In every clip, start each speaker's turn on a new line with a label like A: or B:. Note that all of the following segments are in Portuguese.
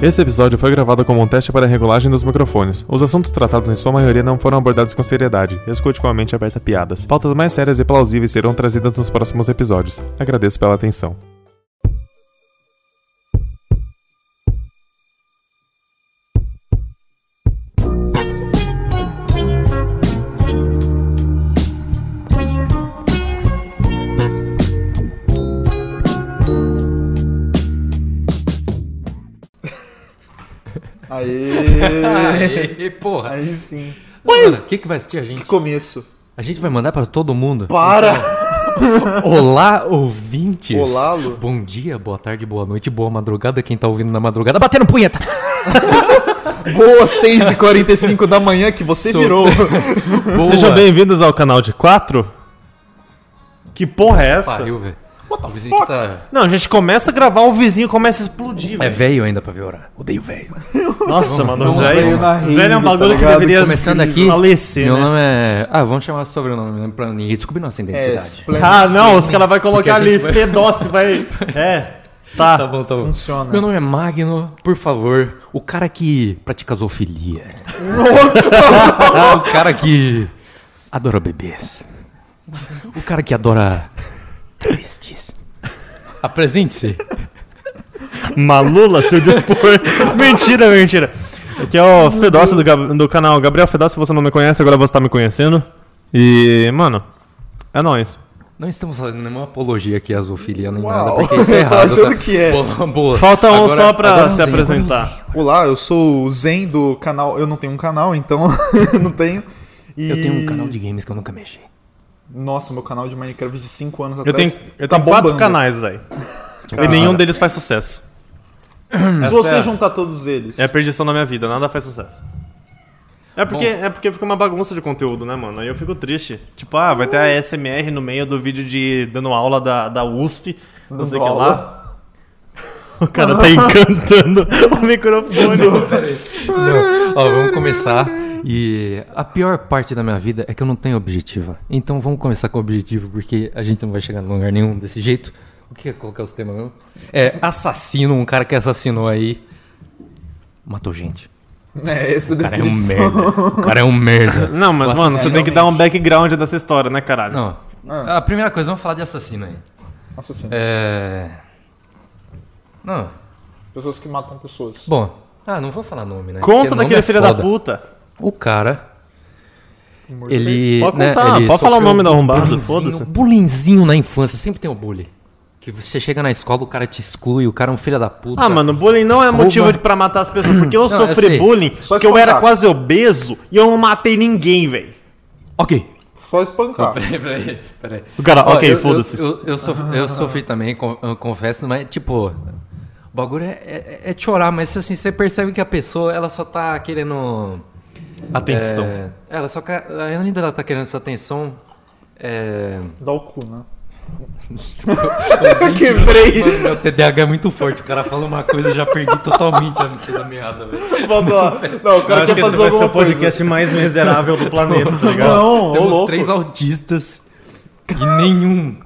A: Esse episódio foi gravado como um teste para a regulagem dos microfones. Os assuntos tratados em sua maioria não foram abordados com seriedade. Escute com a mente aberta a piadas. Pautas mais sérias e plausíveis serão trazidas nos próximos episódios. Agradeço pela atenção.
B: Aê!
C: Aê, porra.
B: Aí sim.
C: Mano, o que, que vai assistir a
B: Que
C: gente?
B: começo.
C: A gente vai mandar pra todo mundo.
B: Para!
C: Olá, ouvintes.
B: Olá, Lu.
C: Bom dia, boa tarde, boa noite, boa madrugada. Quem tá ouvindo na madrugada, batendo punheta.
A: Então.
B: Boa 6h45 da manhã que você
C: Sou-
B: virou.
C: Boa.
A: Sejam bem-vindos ao canal de 4. Que porra é essa?
C: Pariu, velho. O vizinho aqui tá...
A: Não, a gente começa a gravar, o vizinho começa a explodir.
C: É
A: velho.
C: velho ainda pra piorar. Odeio velho.
A: Nossa, mano,
B: não veio
A: velho.
B: na
A: Velho é um
B: rave, tá
A: bagulho que
B: ligado?
A: deveria
C: Começando aqui,
A: falecer,
C: meu
A: né?
C: nome é... Ah, vamos chamar sobrenome, né? Pra ninguém descobrir nossa
B: É,
C: identidade.
B: Splendid
A: Ah, não, os
B: Screen.
A: caras vão colocar
C: Porque a
A: ali,
C: gente vai-
A: fedócio, vai. É. Tá.
C: Tá bom, tá bom.
B: Funciona.
C: Meu nome é Magno, por favor. O cara que pratica zoofilia. o cara que adora bebês. O cara que adora tristes. Apresente-se.
A: Malula, seu dispor. mentira, mentira. Aqui é o Fedócio do, Gab- do canal Gabriel Fedócio. Se você não me conhece, agora você tá me conhecendo. E, mano, é nóis.
C: Não estamos fazendo nenhuma apologia aqui à zoofilia nem nada,
B: Uau,
C: porque isso é
B: eu tô
C: errado.
B: achando que é.
C: Boa, boa.
A: Falta um
C: Agora-
A: só pra
C: agora um
A: se
C: zinho, agora um
A: apresentar.
B: Olá, eu sou o Zen do canal. Eu não tenho um canal, então não tenho. E-
C: zinho. Eu tenho um canal de games que eu nunca mexi.
B: Nossa, meu canal de Minecraft de 5 anos
A: Eu tenho,
B: atrás.
A: eu
B: tá
A: tenho quatro
B: bombando.
A: canais, velho. E nenhum deles faz sucesso.
B: Se
A: Essa é
B: você
A: a-
B: juntar todos eles.
A: É a perdição da minha vida, nada faz sucesso. É porque, é porque fica uma bagunça de conteúdo, né, mano? Aí eu fico triste. Tipo, ah, vai ter a SMR no meio do vídeo de dando aula da, da USP, não sei o que lá. O cara tá encantando o microfone.
C: Não. Ó, vamos começar. E a pior parte da minha vida é que eu não tenho objetivo. Então vamos começar com o objetivo, porque a gente não vai chegar em lugar nenhum desse jeito. O que é colocar os temas mesmo? É assassino, um cara que assassinou aí. Matou gente.
B: É, essa
C: O cara é um
B: definição.
C: merda. O cara é um merda.
A: Não, mas, mano, você tem que dar um background dessa história, né, caralho?
C: é Não. é A primeira coisa, vamos falar de assassino aí.
B: Nossa senhora.
C: É. Não.
A: É.
B: Pessoas que matam pessoas.
C: Bom. Ah, não vou falar nome, né? Porque
A: Conta
C: nome
A: daquele
C: é
A: filho
C: foda.
A: da puta.
C: O cara Ele.
A: Pode
C: né,
A: contar,
C: ele
A: pode falar o
C: sofreu um
A: nome do arrombado,
C: bullyingzinho-
A: foda-se.
C: Bullyingzinho na infância, sempre tem o bullying. Que você chega na escola, o cara te exclui, o cara é um filho da puta.
A: Ah, mano, bullying não é motivo
C: Rouba.
A: de pra matar as pessoas, porque eu
C: Não, assim, eu
A: sofri
C: sei.
A: bullying,
B: Só
A: que eu
B: espancar.
A: era quase obeso e eu não matei ninguém, velho.
C: Ok.
B: Só espancar.
A: Tá
C: Peraí, peraí, peraí.
A: O cara,
C: Ó,
A: ok,
C: eu-
A: foda-se.
C: Eu, eu, eu sof- eu sofri também, con- eu confesso, mas tipo. O bagulho é, é, é chorar, mas assim, você percebe que a pessoa, ela só tá querendo.
A: Atenção.
C: É, ela só. quer- Ainda ela tá querendo sua atenção. É.
B: Dá o cu, né?
C: Eu
B: quebrei.
C: Mano, meu TDAH é muito forte. O cara fala uma coisa e já perdi totalmente a mentira da meada, velho.
B: Volta lá. Não, o cara
A: acho que esse
B: quer fazer
A: vai ser
B: alguma
A: o podcast mais miserável do planeta, tá ligado?
B: Não, ô
C: Temos
B: louco.
C: três autistas e nenhum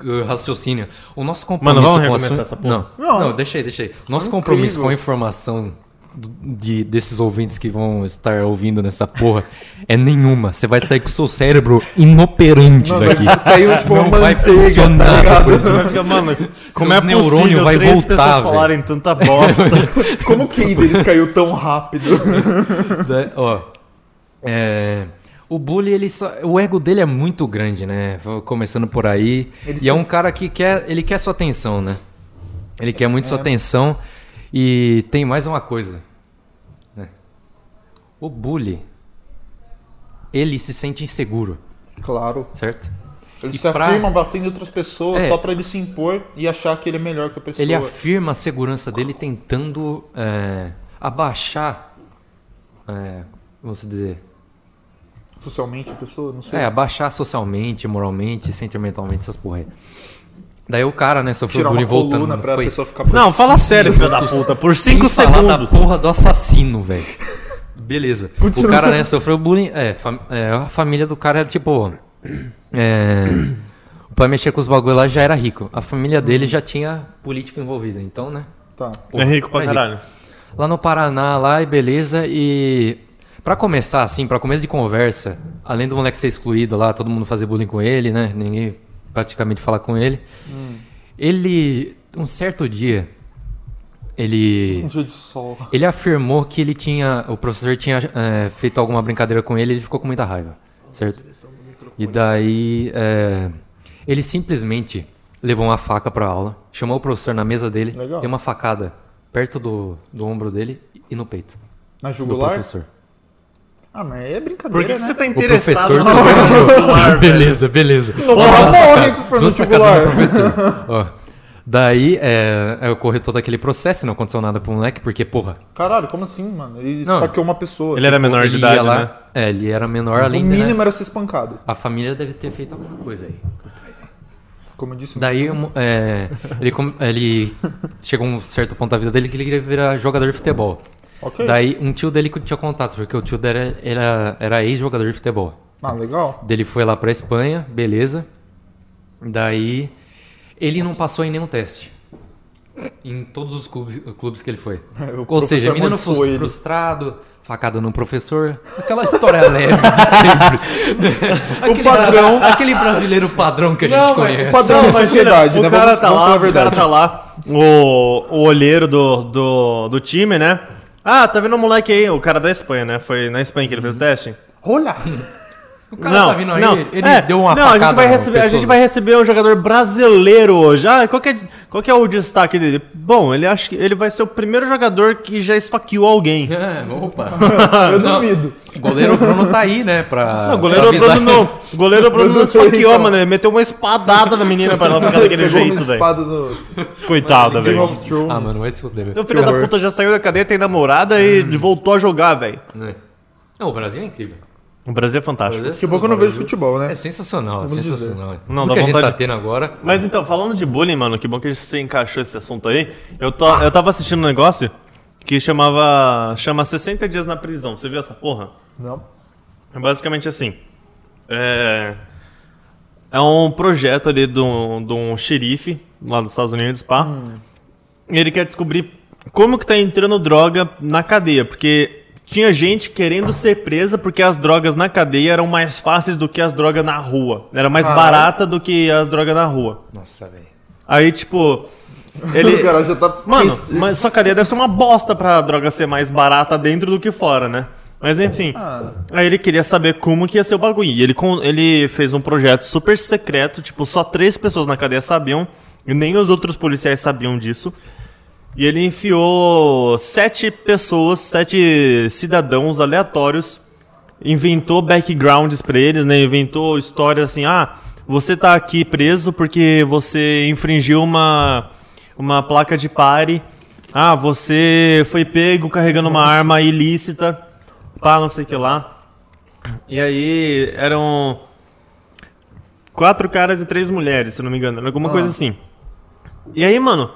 C: uh, raciocínio. O nosso compromisso
A: Mano, vamos
C: com o
A: recomeçar
C: assunto...
A: essa porra?
C: Não,
B: Não.
C: não, deixei, deixei. Nosso compromisso com a informação do- de, desses ouvintes que vão estar ouvindo nessa porra é nenhuma. Você vai sair com o seu cérebro inoperante daqui.
B: Saiu tipo
C: Não
B: uma
C: vai
B: manteiga, tá
C: funcionar
B: ligado?
C: por isso.
A: Mas, Mano, como
C: Seu
A: é
C: neurônio
A: possível
C: vai
A: três
C: voltar,
A: pessoas
C: velho.
A: falarem tanta bosta?
B: Como que um deles caiu tão rápido?
C: Da- né? ó, é, o bully, ele só, o ego dele é muito grande, né? Vou Começando por aí.
B: Ele
C: e é
B: só-
C: um cara que quer, ele quer sua atenção, né? Ele quer muito
B: É.
C: sua atenção. E tem mais uma coisa. né? O bully, ele se sente inseguro,
B: Claro.
C: certo?
B: Ele
C: E
B: se
C: pra-
B: afirma batendo em outras pessoas
C: É.
B: só pra ele se impor e achar que ele é melhor que a pessoa.
C: Ele afirma a segurança dele tentando é, abaixar, é, vamos dizer,
B: Socialmente a pessoa, não sei.
C: É, abaixar socialmente, moralmente, sentimentalmente, essas porra aí. Daí o cara, né, sofreu
B: Tirar uma
C: bullying voltando.
B: coluna pra
C: foi
B: pessoa ficar...
A: Não, fala sério, filho da puta, por
C: sem
A: 5
C: falar
A: segundos.
C: da porra do assassino, velho. Beleza. O cara, né, sofreu bullying. É, fam- é, a família do cara era tipo. É, pra mexer com os bagulho lá já era rico. A família dele já tinha político envolvido, então, né?
B: Tá.
A: Uhum. É rico pra
C: é
A: caralho.
C: lá no Paraná, lá e beleza. E pra começar, assim, pra começo de conversa, além do moleque ser excluído lá, todo mundo fazer bullying com ele, né? Ninguém praticamente falar com ele. Ele, um certo dia, ele.
D: Um dia de sol.
C: Ele afirmou que ele tinha. O professor tinha é, feito alguma brincadeira com ele e ele ficou com muita raiva. Certo? E daí. é, ele simplesmente levou uma faca pra aula, chamou o professor na mesa dele,
D: Legal.
C: deu uma facada perto do, do ombro dele e no peito.
B: Na
C: Do
B: jugular?
C: professor.
B: Ah, mas aí é brincadeira,
E: Por que, que
B: né?
E: você tá
C: O professor.
E: interessado no celular, velho?
C: beleza, beleza.
B: Não, morre se for no
C: Duas
B: jugular.
C: sacadas do professor. Ó, Daí é, é, ocorreu todo aquele processo, não aconteceu nada pro moleque, porque, porra,
B: Caralho, como assim, mano? Ele
C: Não.
B: esfaqueou uma pessoa.
E: Ele era menor de
C: ele
E: idade,
C: ia lá,
E: né?
C: É, ele era menor
B: O
C: além de-
B: mínimo
C: né?
B: era ser espancado.
C: A família deve ter feito alguma coisa aí.
B: Como eu disse,
C: Daí um, é, ele, com- ele chegou a um certo ponto da vida dele que ele queria virar jogador de futebol.
B: Ok.
C: Daí um tio dele que tinha contato, porque o tio dele era, era, era ex-jogador de futebol.
B: Ah, legal.
C: Daí Ele foi lá pra Espanha, beleza. Daí ele não passou em nenhum teste. Em todos os clubes, clubes que ele foi.
B: o
C: Ou
B: professor
C: seja,
B: é
C: menino
B: amaldiçoou
C: frus-
B: ele.
C: frustrado, facada no professor. Aquela história leve de sempre. aquele,
B: padrão.
C: aquele brasileiro padrão que a gente conhece.
B: o padrão da
E: mas
B: é sociedade,
E: olha,
B: né?
E: O cara
B: Vamos-
E: tá
B: vamos
E: lá,
B: falar a
E: o cara
B: verdade.
E: tá lá, o, o olheiro do, do, do time, né? Ah, tá vendo o moleque aí, o cara da Espanha, né? Foi na Espanha que ele fez o teste?
B: Olha!
C: O cara tá vindo aí, ele
E: é,
C: deu uma
E: não, a
C: facada
E: gente, vai
C: no
E: receber, a
C: pescoço.
E: gente vai receber um jogador brasileiro hoje. Ah, qual que é, qual que é o destaque dele? Bom, ele acha que ele vai ser o primeiro jogador que já esfaqueou alguém.
C: É, opa.
B: Eu
C: Não.
B: duvido.
C: O goleiro Bruno tá aí, né? Pra,
E: Não, o goleiro
C: pra avisar.
E: Bruno não. O goleiro Bruno não esfaqueou,
B: Então.
E: mano. Ele meteu uma espadada na menina pra ela ficar daquele
B: Pegou
E: jeito,
B: uma
E: velho.
B: espada do
E: Coitada,
B: Game
E: velho.
B: of Thrones.
C: Ah, mano, vai se fuder, velho.
E: Então, filho da
B: horror.
E: puta já saiu da cadeia, tem namorada e
C: Hum.
E: voltou a jogar, velho.
C: É. Não, o Brasil é incrível.
E: O Brasil é
C: O
E: fantástico.
C: Brasil é
B: Que bom que Tipo, eu
C: sensacional.
B: não vejo futebol, né?
C: É sensacional, é
B: dizer.
C: sensacional.
E: Não,
C: Tudo
E: dá
C: que a gente
E: vontade
C: tá
E: de-
C: tendo agora.
E: Mas então, falando de bullying, mano, que bom que você encaixou esse assunto aí. Eu, tô, eu tava assistindo um negócio que chamava. Chama 60 Dias na Prisão. Você viu essa porra?
B: Não.
E: É basicamente assim. É. É um projeto ali de um, de um xerife lá dos Estados Unidos, pá. E ele quer descobrir como que tá entrando droga na cadeia, porque tinha gente querendo ser presa porque as drogas na cadeia eram mais fáceis do que as drogas na rua. Era mais barata do que as drogas na rua.
C: Nossa, velho.
E: Aí, tipo, ele
B: O cara já tá.
E: Mano,
B: Esse-
E: mas sua cadeia deve ser uma bosta pra droga ser mais barata dentro do que fora, né? Mas enfim.
B: Ah.
E: Aí ele queria saber como que ia ser o bagulho. E ele, con- ele fez um projeto super secreto, tipo, só três pessoas na cadeia sabiam, e nem os outros policiais sabiam disso. E ele enfiou sete pessoas, sete cidadãos aleatórios, inventou backgrounds pra eles, né? Inventou histórias assim, ah, você tá aqui preso porque você infringiu uma uma placa de pare. Ah, você foi pego carregando uma arma ilícita, pá, não sei o que lá. E aí eram quatro caras e três mulheres, se não me engano, era alguma coisa assim. E aí, mano,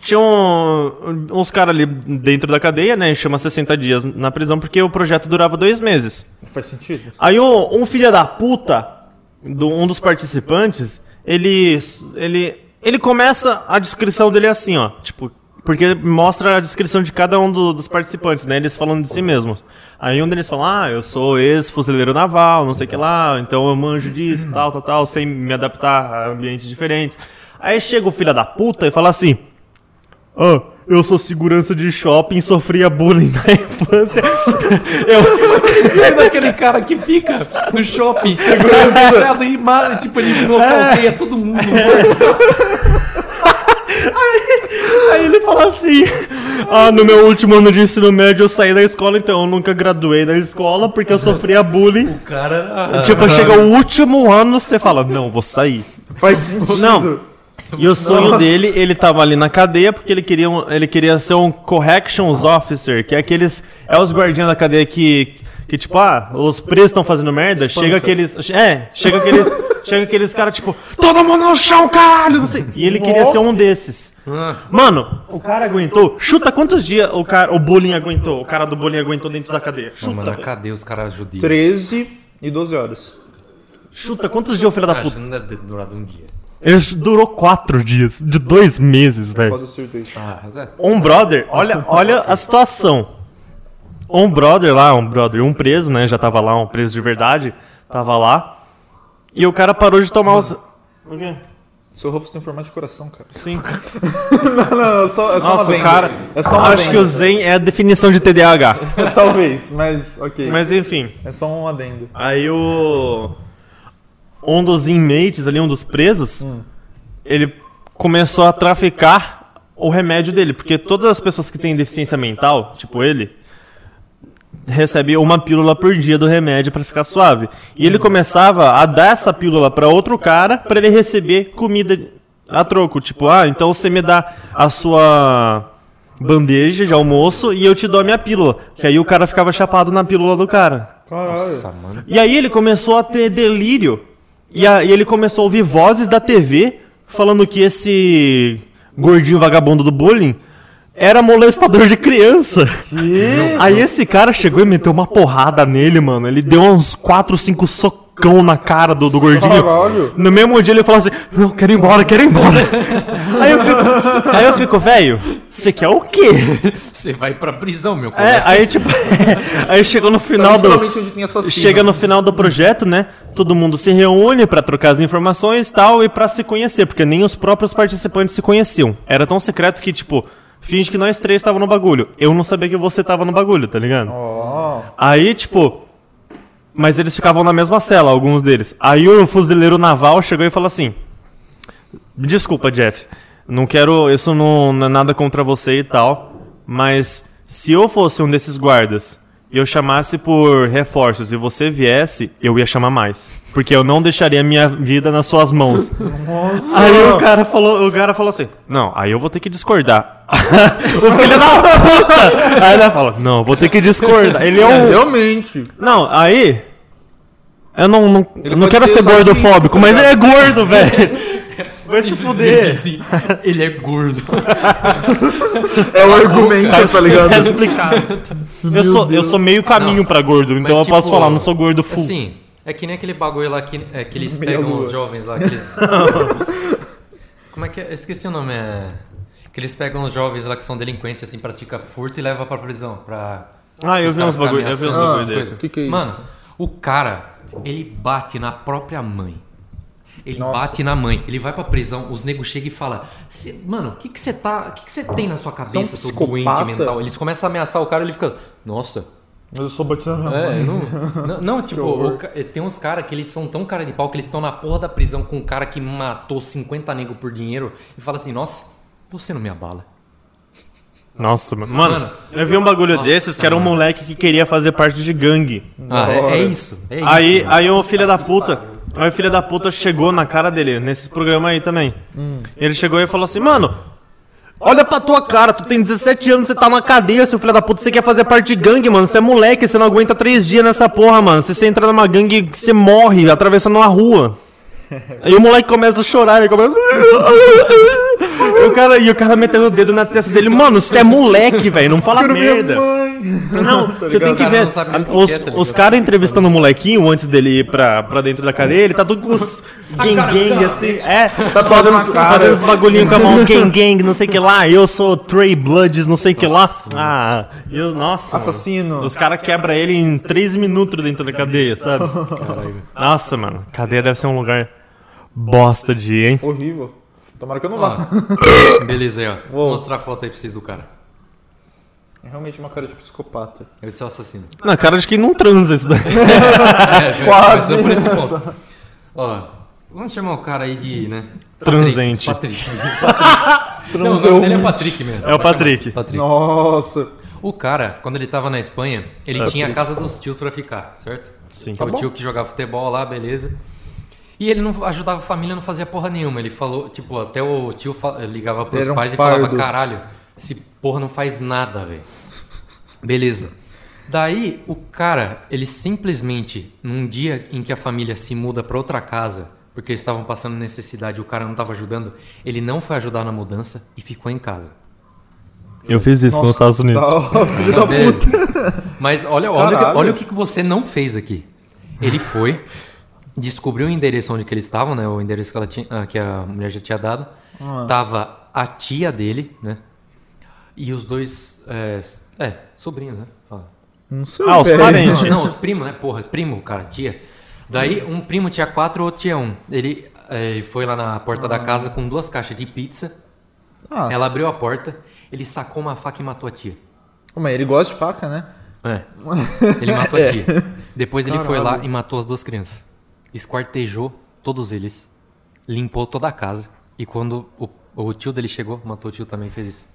E: tinha um- uns caras ali dentro da cadeia, né? Chama 60 dias na prisão, porque o projeto durava dois meses.
B: Faz sentido?
E: Aí um, um filho da puta, do, um dos participantes, ele, ele, ele começa a descrição dele assim, ó. Tipo, porque mostra a descrição de cada um do- dos participantes, né? Eles falando de si mesmos. Aí um deles fala, ah, eu sou ex-fuzileiro naval, não sei o que lá, então eu manjo disso, tal, tal, tal, sem me adaptar a ambientes diferentes. Aí chega o filho da puta e fala assim, ah, eu sou segurança de shopping, sofria bullying na infância. eu,
C: é Aquele cara que fica no shopping, segurança. e mata, tipo, ele nocauteia todo mundo. né?
E: Aí ele fala assim: Ah, no meu último ano de ensino médio eu saí da escola, então eu nunca graduei da escola porque eu sofria bullying.
C: O cara.
E: Tipo, chega o último ano, você fala: Não, vou sair.
B: Faz sentido.
E: Não. E o sonho
B: Nossa.
E: dele, ele tava ali na cadeia porque ele queria, um- ele queria ser um corrections officer, que é aqueles. É os guardinhas da cadeia que. Que tipo, ah, os presos estão fazendo merda, chega aqueles. É, chega aqueles. chega aqueles caras, tipo, todo mundo no chão, caralho! Não sei. E ele queria ser um desses.
C: Ah,
E: Mano, o cara aguentou. Chuta quantos dias o cara, o bullying aguentou? O cara do bullying aguentou dentro da cadeia. Chuta,
C: mano,
E: velho.
C: cadê os caras judios?
B: 13 e 12 horas.
E: chuta quantos dias o filho da
C: Acho
E: puta?
C: que não deve ter durado um dia.
E: Ele durou quatro dias, de dois meses, velho.
B: Quase eu surtei.
C: Ah, Zé.
E: Um brother, olha, olha a situação. Um brother lá, um brother, um preso, né? Já tava lá, um preso de verdade, tava lá. E o cara parou de tomar os. O quê?
B: Seu Rufus tem um formato de coração, cara.
E: Sim.
B: não, não, não, só, é só uma
E: Nossa, o
B: venda.
E: cara.
B: É só uma
E: Acho que o
B: venda.
E: Zen é a definição de TDAH.
B: Talvez, mas ok.
E: Mas enfim.
B: É só um adendo.
E: Aí o. Um dos inmates ali, um dos presos, ele começou a traficar o remédio dele, porque todas as pessoas que têm deficiência mental, tipo ele, recebe uma pílula por dia do remédio pra ficar suave. E ele começava a dar essa pílula pra outro cara pra ele receber comida a troco, tipo, ah, então você me dá a sua bandeja de almoço e eu te dou a minha pílula, que aí o cara ficava chapado na pílula do cara.
B: Caralho.
C: Nossa, mano.
E: E aí ele começou a ter delírio. E, a- e ele começou a ouvir vozes da TV falando que esse gordinho vagabundo do bullying era molestador de criança. Aí esse cara chegou e meteu uma porrada nele, mano. Ele deu uns 4, 5 socão na cara do, do gordinho.
B: Caralho.
E: No mesmo dia ele falou assim: Não, quero ir embora, quero ir embora. aí eu fico, aí eu fico, velho, você quer o quê?
C: Você vai pra prisão, meu
E: É,
C: colega.
E: aí tipo, aí chegou no final do.
B: Literalmente onde tem assassino.
E: Chega no final do projeto, né? Todo mundo se reúne pra trocar as informações e tal e pra se conhecer, porque nem os próprios participantes se conheciam. Era tão secreto que, tipo, finge que nós três estavam no bagulho. Eu não sabia que você tava no bagulho, tá ligado?
B: Ó.
E: Aí, tipo. Mas eles ficavam na mesma cela, alguns deles. Aí o fuzileiro naval chegou e falou assim: Desculpa, Jeff. Não quero. Isso não, não é nada contra você e tal. Mas se eu fosse um desses guardas e eu chamasse por reforços e você viesse, eu ia chamar mais. Porque eu não deixaria minha vida nas suas mãos. Aí o cara falou, o cara falou assim: Não, aí eu vou ter que discordar. o filho da puta! Aí ele fala, não, vou ter que discordar. Ele é um.
B: Realmente.
E: Não, aí. Eu não, não, eu não
B: pode
E: quero
B: ser
E: ser
B: só
E: gordofóbico, mas ele é gordo, velho. Vai se
C: Simplesmente
E: fuder.
C: assim. Ele é gordo.
B: É o argumento, tá
E: É
B: ligado?
E: explicado. Eu sou, eu sou meio caminho
C: Não,
E: pra gordo, então eu
C: Mas,
E: posso
C: tipo,
E: falar, não sou gordo full.
C: Assim, é que nem aquele bagulho lá que, é, que eles
B: Meia
C: pegam
B: lua.
C: os jovens lá. Que eles... Como é que é? Eu esqueci o nome. É... Que eles pegam os jovens lá que são delinquentes, assim, pratica furto e leva pra prisão. Pra...
E: ah, eu
C: os
E: vi
C: caras
B: assim,
E: uns bagulho, eu vi uns
C: ameaçando,
E: bagulho
C: essas
E: desse.
C: coisas.
B: Que que é isso?
C: Mano, o cara, ele bate na própria mãe. Ele bate na mãe, ele vai pra prisão, os negros chegam e falam: "Cê- Mano, o que que você tá. O que que você tem na sua cabeça, seu doente
B: é um psicopata?
C: mental? Eles começam a ameaçar o cara ele fica. Nossa,
B: Eu sou batido na
C: é,
B: mão.
C: não, não, não, tipo,
B: horror.
C: o ca- tem uns caras que eles são tão cara de pau que eles estão na porra da prisão com um cara que matou 50 negros por dinheiro e fala assim, nossa, você não me abala.
E: Nossa, mano. Mano,
C: Mano,
E: eu vi um bagulho
C: nossa,
E: desses que era um
C: mano.
E: moleque que queria fazer parte de gangue.
C: Ah, é,
B: hora.
C: é isso, é isso.
E: Aí, aí o filho da puta. Aí o filho da puta chegou na cara dele, nesses programas aí também. Ele chegou e falou assim, mano. Olha pra tua cara, tu tem 17 anos, você tá na cadeia, seu filho da puta, você quer fazer parte de gangue, mano. Você é moleque, você não aguenta três dias nessa porra, mano. Se você entrar numa gangue, você morre atravessando uma rua. Aí o moleque começa a chorar, ele começa. E o cara, e o cara metendo o dedo na testa dele, mano, você é moleque, velho, não fala merda. Não, você tem que
C: ligado? O
E: ver.
C: cara não sabe nem o que
E: os
C: é, tá ligado?
E: os caras entrevistando o molequinho antes dele ir pra, pra dentro da cadeia, ele tá todo com os gang-gang assim. É, tá fazendo,
B: assim,
E: os- fazendo os bagulhinhos com a mão gang-gang, não sei o que lá. Eu sou Trey Bloods, não sei o que lá. Ah, eu, nossa.
B: Assassino.
E: mano. Os caras quebram ele em 3 minutos dentro da cadeia, sabe?
C: Caralho.
E: Nossa, mano, cadeia deve ser um lugar bosta de ir, hein?
B: Horrível. Tomara que eu não vá.
C: Ó, beleza aí, ó. Vou
B: Uou.
C: mostrar a foto aí pra vocês do cara.
B: É realmente uma cara de psicopata.
C: Ele é o assassino.
E: Na cara de quem não transa isso daí.
C: É,
B: Quase.
C: começou por esse ponto. Ó, vamos chamar o cara aí de, né? Patrick,
E: Transente. um.
C: Patrick. Não, o nome dele é Patrick mesmo.
E: É o Patrick.
C: Patrick.
B: Nossa.
C: O cara, quando ele tava na Espanha, ele
B: É,
C: tinha a casa dos tios pra ficar, certo?
E: Sim.
C: Que
B: Tá
C: é o tio que jogava futebol lá, beleza. E ele não ajudava a família, não fazia porra nenhuma. Ele falou, tipo, até o tio fa- ligava pros
B: Ele era um
C: pais e
B: fardo.
C: falava, caralho, esse porra não faz nada, velho. Beleza. Daí, o cara, ele simplesmente, num dia em que a família se muda pra outra casa, porque eles estavam passando necessidade e o cara não tava ajudando, ele não foi ajudar na mudança e ficou em casa.
E: Eu fiz isso nos Estados
B: Tá,
E: Unidos.
B: ó, filho da
C: Cadê?
B: puta.
C: Mas olha, olha, o que-
B: Caralho.
C: olha o que que você não fez aqui. Ele foi, descobriu o endereço onde que eles estavam, né? O endereço que, ela tinha, ah, que a mulher já tinha dado.
B: Ah.
C: Tava a tia dele, né? E os dois. É, é, sobrinhos, né? Fala.
B: Não sei, é
E: Ah, os
B: velho.
E: parentes.
C: Não, não, os primos, né? Porra, primo, cara, tia. Daí um primo tinha quatro, outro tinha um. Ele eh, foi lá na porta da casa com duas caixas de pizza.
B: Ah,
C: Ela abriu a porta, ele sacou uma faca e matou a tia.
B: mas é? ele gosta de faca, né?
C: É. Ele matou a
B: É.
C: tia. Depois ele foi lá e matou as duas crianças. Esquartejou todos eles. Limpou toda a casa. E quando o, o tio dele chegou, matou o tio também fez isso.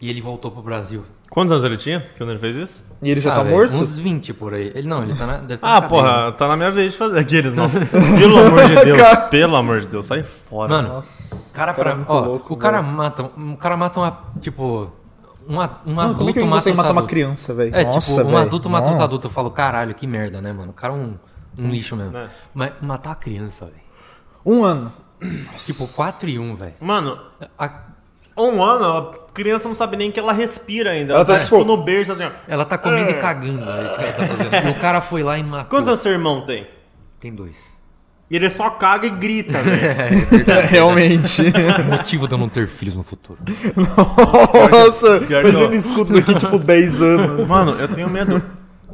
C: E ele voltou pro Brasil.
E: Quantos anos ele tinha quando ele fez isso?
B: E ele já
C: Ah,
B: tá
C: velho,
B: morto?
C: Uns 20 por aí. Ele não, ele tá na. Deve tá
E: Ah,
C: na cadeia, né?
E: porra, tá na minha vez de fazer aqueles, nossa. Pelo amor de Deus, pelo amor de Deus, sai fora.
C: Mano,
B: Nossa,
C: o cara,
B: esse cara
C: pra,
B: é muito
C: ó,
B: louco,
C: o cara
B: velho.
C: mata, um cara mata uma, tipo, um, a- um
B: Mano,
C: adulto
B: como é que alguém
C: mata
B: consegue matar
C: outro
B: uma
C: adulto.
B: criança, velho?
C: É,
B: Nossa,
C: tipo, um
B: velho.
C: adulto matou outro
B: Não.
C: adulto, eu falo, caralho, que merda, né, mano? O cara é um, um lixo mesmo.
E: É.
C: Mas matar a criança, velho.
B: Um ano.
C: Tipo, 4 e 1, velho.
E: Mano,
C: A-
E: um ano, a criança não sabe nem que ela respira ainda. Ela,
B: Ela
E: tá
B: tá,
E: tipo
B: tipo,
E: no berço assim, ó.
C: Ela tá comendo e cagando, né, isso que ela tá fazendo. E o cara foi lá e matou.
E: Quantos anos seu irmão tem?
C: Tem dois.
E: E ele só caga e grita, velho.
C: É,
B: Realmente.
C: Motivo de eu não ter filhos no futuro.
B: Nossa,
E: pior que
B: mas
E: não.
B: ele escuta daqui tipo 10 anos.
E: Mano, eu tenho medo.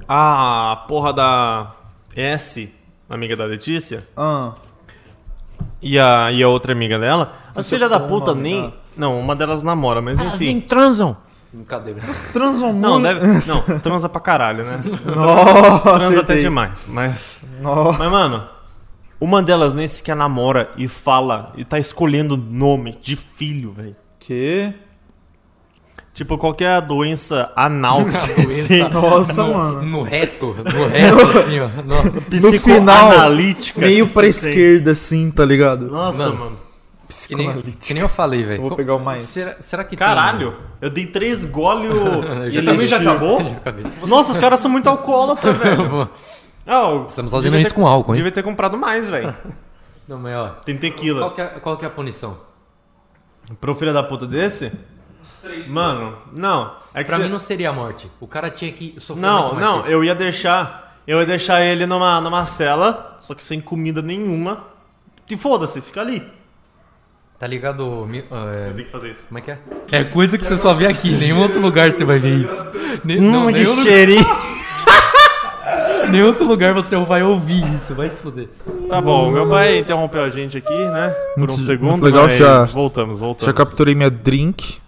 E: A porra da S, amiga da Letícia,
B: Ah,
E: e a, e a outra amiga dela, as
B: Você
E: filhas da
B: falou o
E: puta
B: nome
E: nem.
B: dela?
E: Não, uma delas namora, mas enfim.
C: transam. Brincadeira.
B: transam
E: Não,
B: muito.
E: deve. Não, transa pra caralho, né?
B: Nossa,
E: Transa até
B: acertei.
E: demais, mas.
B: Nossa.
E: Mas, mano, uma delas nem sequer namora e fala e tá escolhendo nome de filho, velho.
B: Que?
E: Tipo, qualquer doença anal que você
C: Doença.
E: tem,
B: Nossa,
C: no,
B: mano.
C: No reto, no reto, assim, ó. Nossa.
B: No final,
E: psicoanalítica que
B: meio
E: você
B: pra
E: tem.
B: esquerda, assim, tá ligado?
E: é Nossa,
C: Mano.
E: mano.
C: Que nem, que nem eu falei, velho.
B: vou
C: Co-
B: pegar o mais.
C: Será, será que tem-
E: Caralho, eu dei três gole o...
C: já
E: e também já
C: acabei.
E: acabou?
C: Já acabei.
E: Nossa, os caras são muito alcoólatras, velho. Ah, eu
C: Estamos
E: devia
C: fazendo
E: ter-
C: isso com álcool, hein?
E: Devia ter comprado mais, velho.
C: Não, mas ó.
E: Tem
C: Qual
E: tequila.
C: que, é, qual que é a punição?
E: Pro filho da puta desse? Mano, não. É que
C: Pra
E: cê-
C: mim não seria a morte. O cara tinha que sofrer muito
E: Não,
C: mais
E: não,
C: que isso.
E: eu ia deixar. Eu ia deixar ele numa, numa cela, só que sem comida nenhuma. E foda-se, fica ali.
C: Tá ligado? mi- ah, é,
E: Eu tenho que fazer isso.
C: Como é que é? É coisa que você só vê aqui. Nenhum outro lugar você vai ver isso. Ne
E: Hum, de cheirinho.
C: nenhum outro lugar você vai ouvir isso. Vai se fuder.
E: Tá bom, meu pai interrompeu a gente aqui, né? Por um
B: Muito-
E: segundo,
B: muito legal,
E: mas
B: já-
E: voltamos, voltamos.
B: Já capturei minha drink.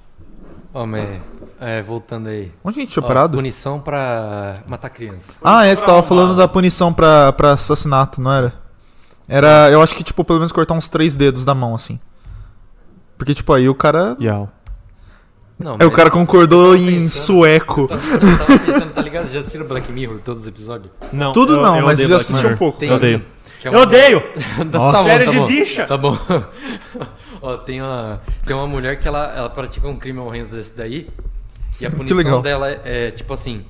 C: Ó, mas... É, voltando aí.
B: Onde a gente tinha
C: Ó,
B: parado?
C: Punição pra matar criança.
B: Ah, é, você tava falando da punição pra, pra assassinato, não era? Era, eu acho que, tipo, pelo menos cortar uns três dedos da mão, assim. Porque, tipo, aí o cara.
C: Não,
B: Aí o
E: É
C: mas-
B: cara concordou em
E: Tipo,
C: pensando.
E: né?
B: sueco.
C: Eu tava pensando, tá ligado? Já assistiram Black Mirror, todos os episódios?
E: Não,
B: Tudo
E: eu-
B: não,
E: eu
B: mas
E: odeio
B: já
E: Black
B: assisti um
E: Mirror.
B: pouco.
C: Tem-
E: Eu odeio.
C: que é uma-
E: Eu um odeio!
B: Nossa.
E: Série de bicha.
C: Tá bom. Ó, tem uma, tem uma mulher que ela, ela pratica um crime horrendo desse daí. E a punição
B: legal.
C: dela é, é, tipo assim: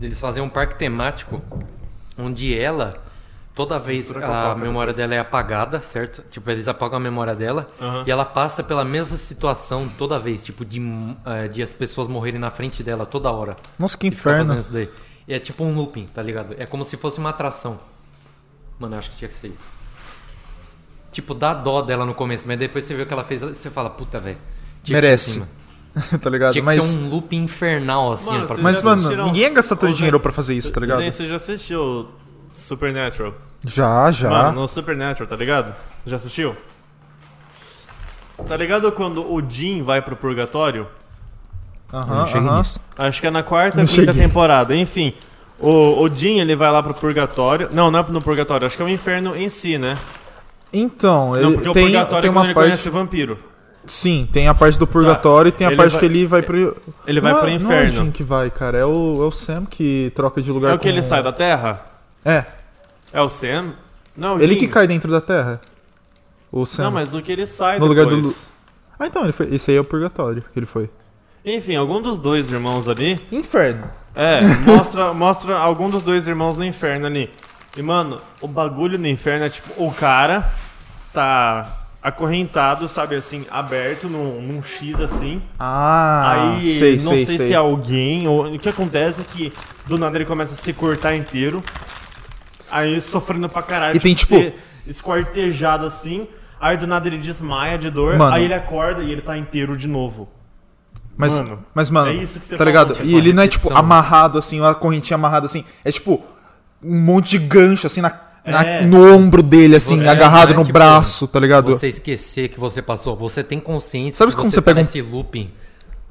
C: eles fazem um parque temático onde ela, toda vez
E: Mistura com
C: a
E: coca
C: memória dela é apagada, certo? Tipo, eles apagam a memória dela
E: Aham.
C: e ela passa pela mesma situação toda vez, tipo, de, eh, de as pessoas morrerem na frente dela toda hora.
B: Nossa,
E: tá
B: que
C: Fica fazendo
B: inferno.
C: isso daí. E é tipo um looping, tá ligado? É como se fosse uma atração. Mano, eu acho que tinha que ser isso. Tipo, dá dó dela no começo, mas depois você vê o que ela fez, você fala, puta, velho.
E: tipo,
C: tinha que ser
B: Merece.
C: assim, mano.
B: tá ligado?
C: Tinha que
B: Mas,
C: ser um looping infernal, assim,
E: Mano,
C: ó, pra
E: você
B: mas
E: Já
B: mano,
E: assistiram
B: ninguém ia
E: os-
B: gastar tanto
E: os-
B: dinheiro pra fazer isso, tá ligado?
E: Zen, você já assistiu Supernatural?
B: Já, já.
E: Mano, no Supernatural, tá ligado? Já assistiu? Tá ligado quando o Jim vai pro purgatório?
B: Aham,
C: Não cheguei
B: aham.
C: nisso.
E: Acho que é na quarta ou
B: Não
E: quinta
B: cheguei.
E: temporada. Enfim, o, o Jim ele vai lá pro purgatório. Não, não é no purgatório, acho que é o inferno em si, né?
B: Então,
E: Não,
B: ele
E: porque o
B: tem,
E: purgatório
B: tem
E: é
B: uma
E: quando ele
B: parte.
E: conhece vampiro.
B: Sim, tem a parte do purgatório e tem a
E: Ele
B: parte
E: vai-
B: que ele vai pro.
E: Ele vai
B: Não é-
E: pro
B: Não é o Jim
E: inferno.
B: que vai, cara. É o, é o Sam que troca de lugar
E: É o que
B: com
E: ele sai da terra?
B: É,
E: É o Sam? Não, o
B: ele
E: Jim.
B: que cai dentro da terra. O Sam.
E: Não, mas o que ele sai
B: No lugar do
E: depois.
B: Ah, então, ele foi... esse aí é o purgatório que ele foi.
E: Enfim, algum dos dois irmãos ali.
B: Inferno.
E: É, mostra, mostra algum dos dois irmãos no inferno ali. E, mano, o bagulho no inferno é tipo, o cara tá acorrentado, sabe assim, aberto num, num X assim.
B: Ah,
E: Aí
B: sei,
E: não
B: sei,
E: sei, se é alguém. Ou... O que acontece é que do nada ele começa a se cortar inteiro. Aí sofrendo pra caralho.
B: E tem,
E: de
B: tipo-
E: ser Esquartejado assim. Aí do nada ele desmaia de dor.
B: Mano.
E: Aí ele acorda e ele tá inteiro de novo.
B: Mas,
E: Mano,
B: mas, mano,
E: é isso que você
B: tá
E: falou,
B: ligado?
E: tipo,
B: e ele não é, tipo,
C: repetição.
B: amarrado, assim, uma correntinha amarrada, assim. É, tipo, um monte de gancho, assim, na, na-
E: É.
B: no ombro dele, assim,
C: Você-
B: agarrado
C: é,
B: no
C: tipo,
B: braço, tá ligado?
C: Você esquecer que você passou, você tem consciência
B: Sabe
C: que
B: como
C: você tá
B: você pega um-
C: nesse looping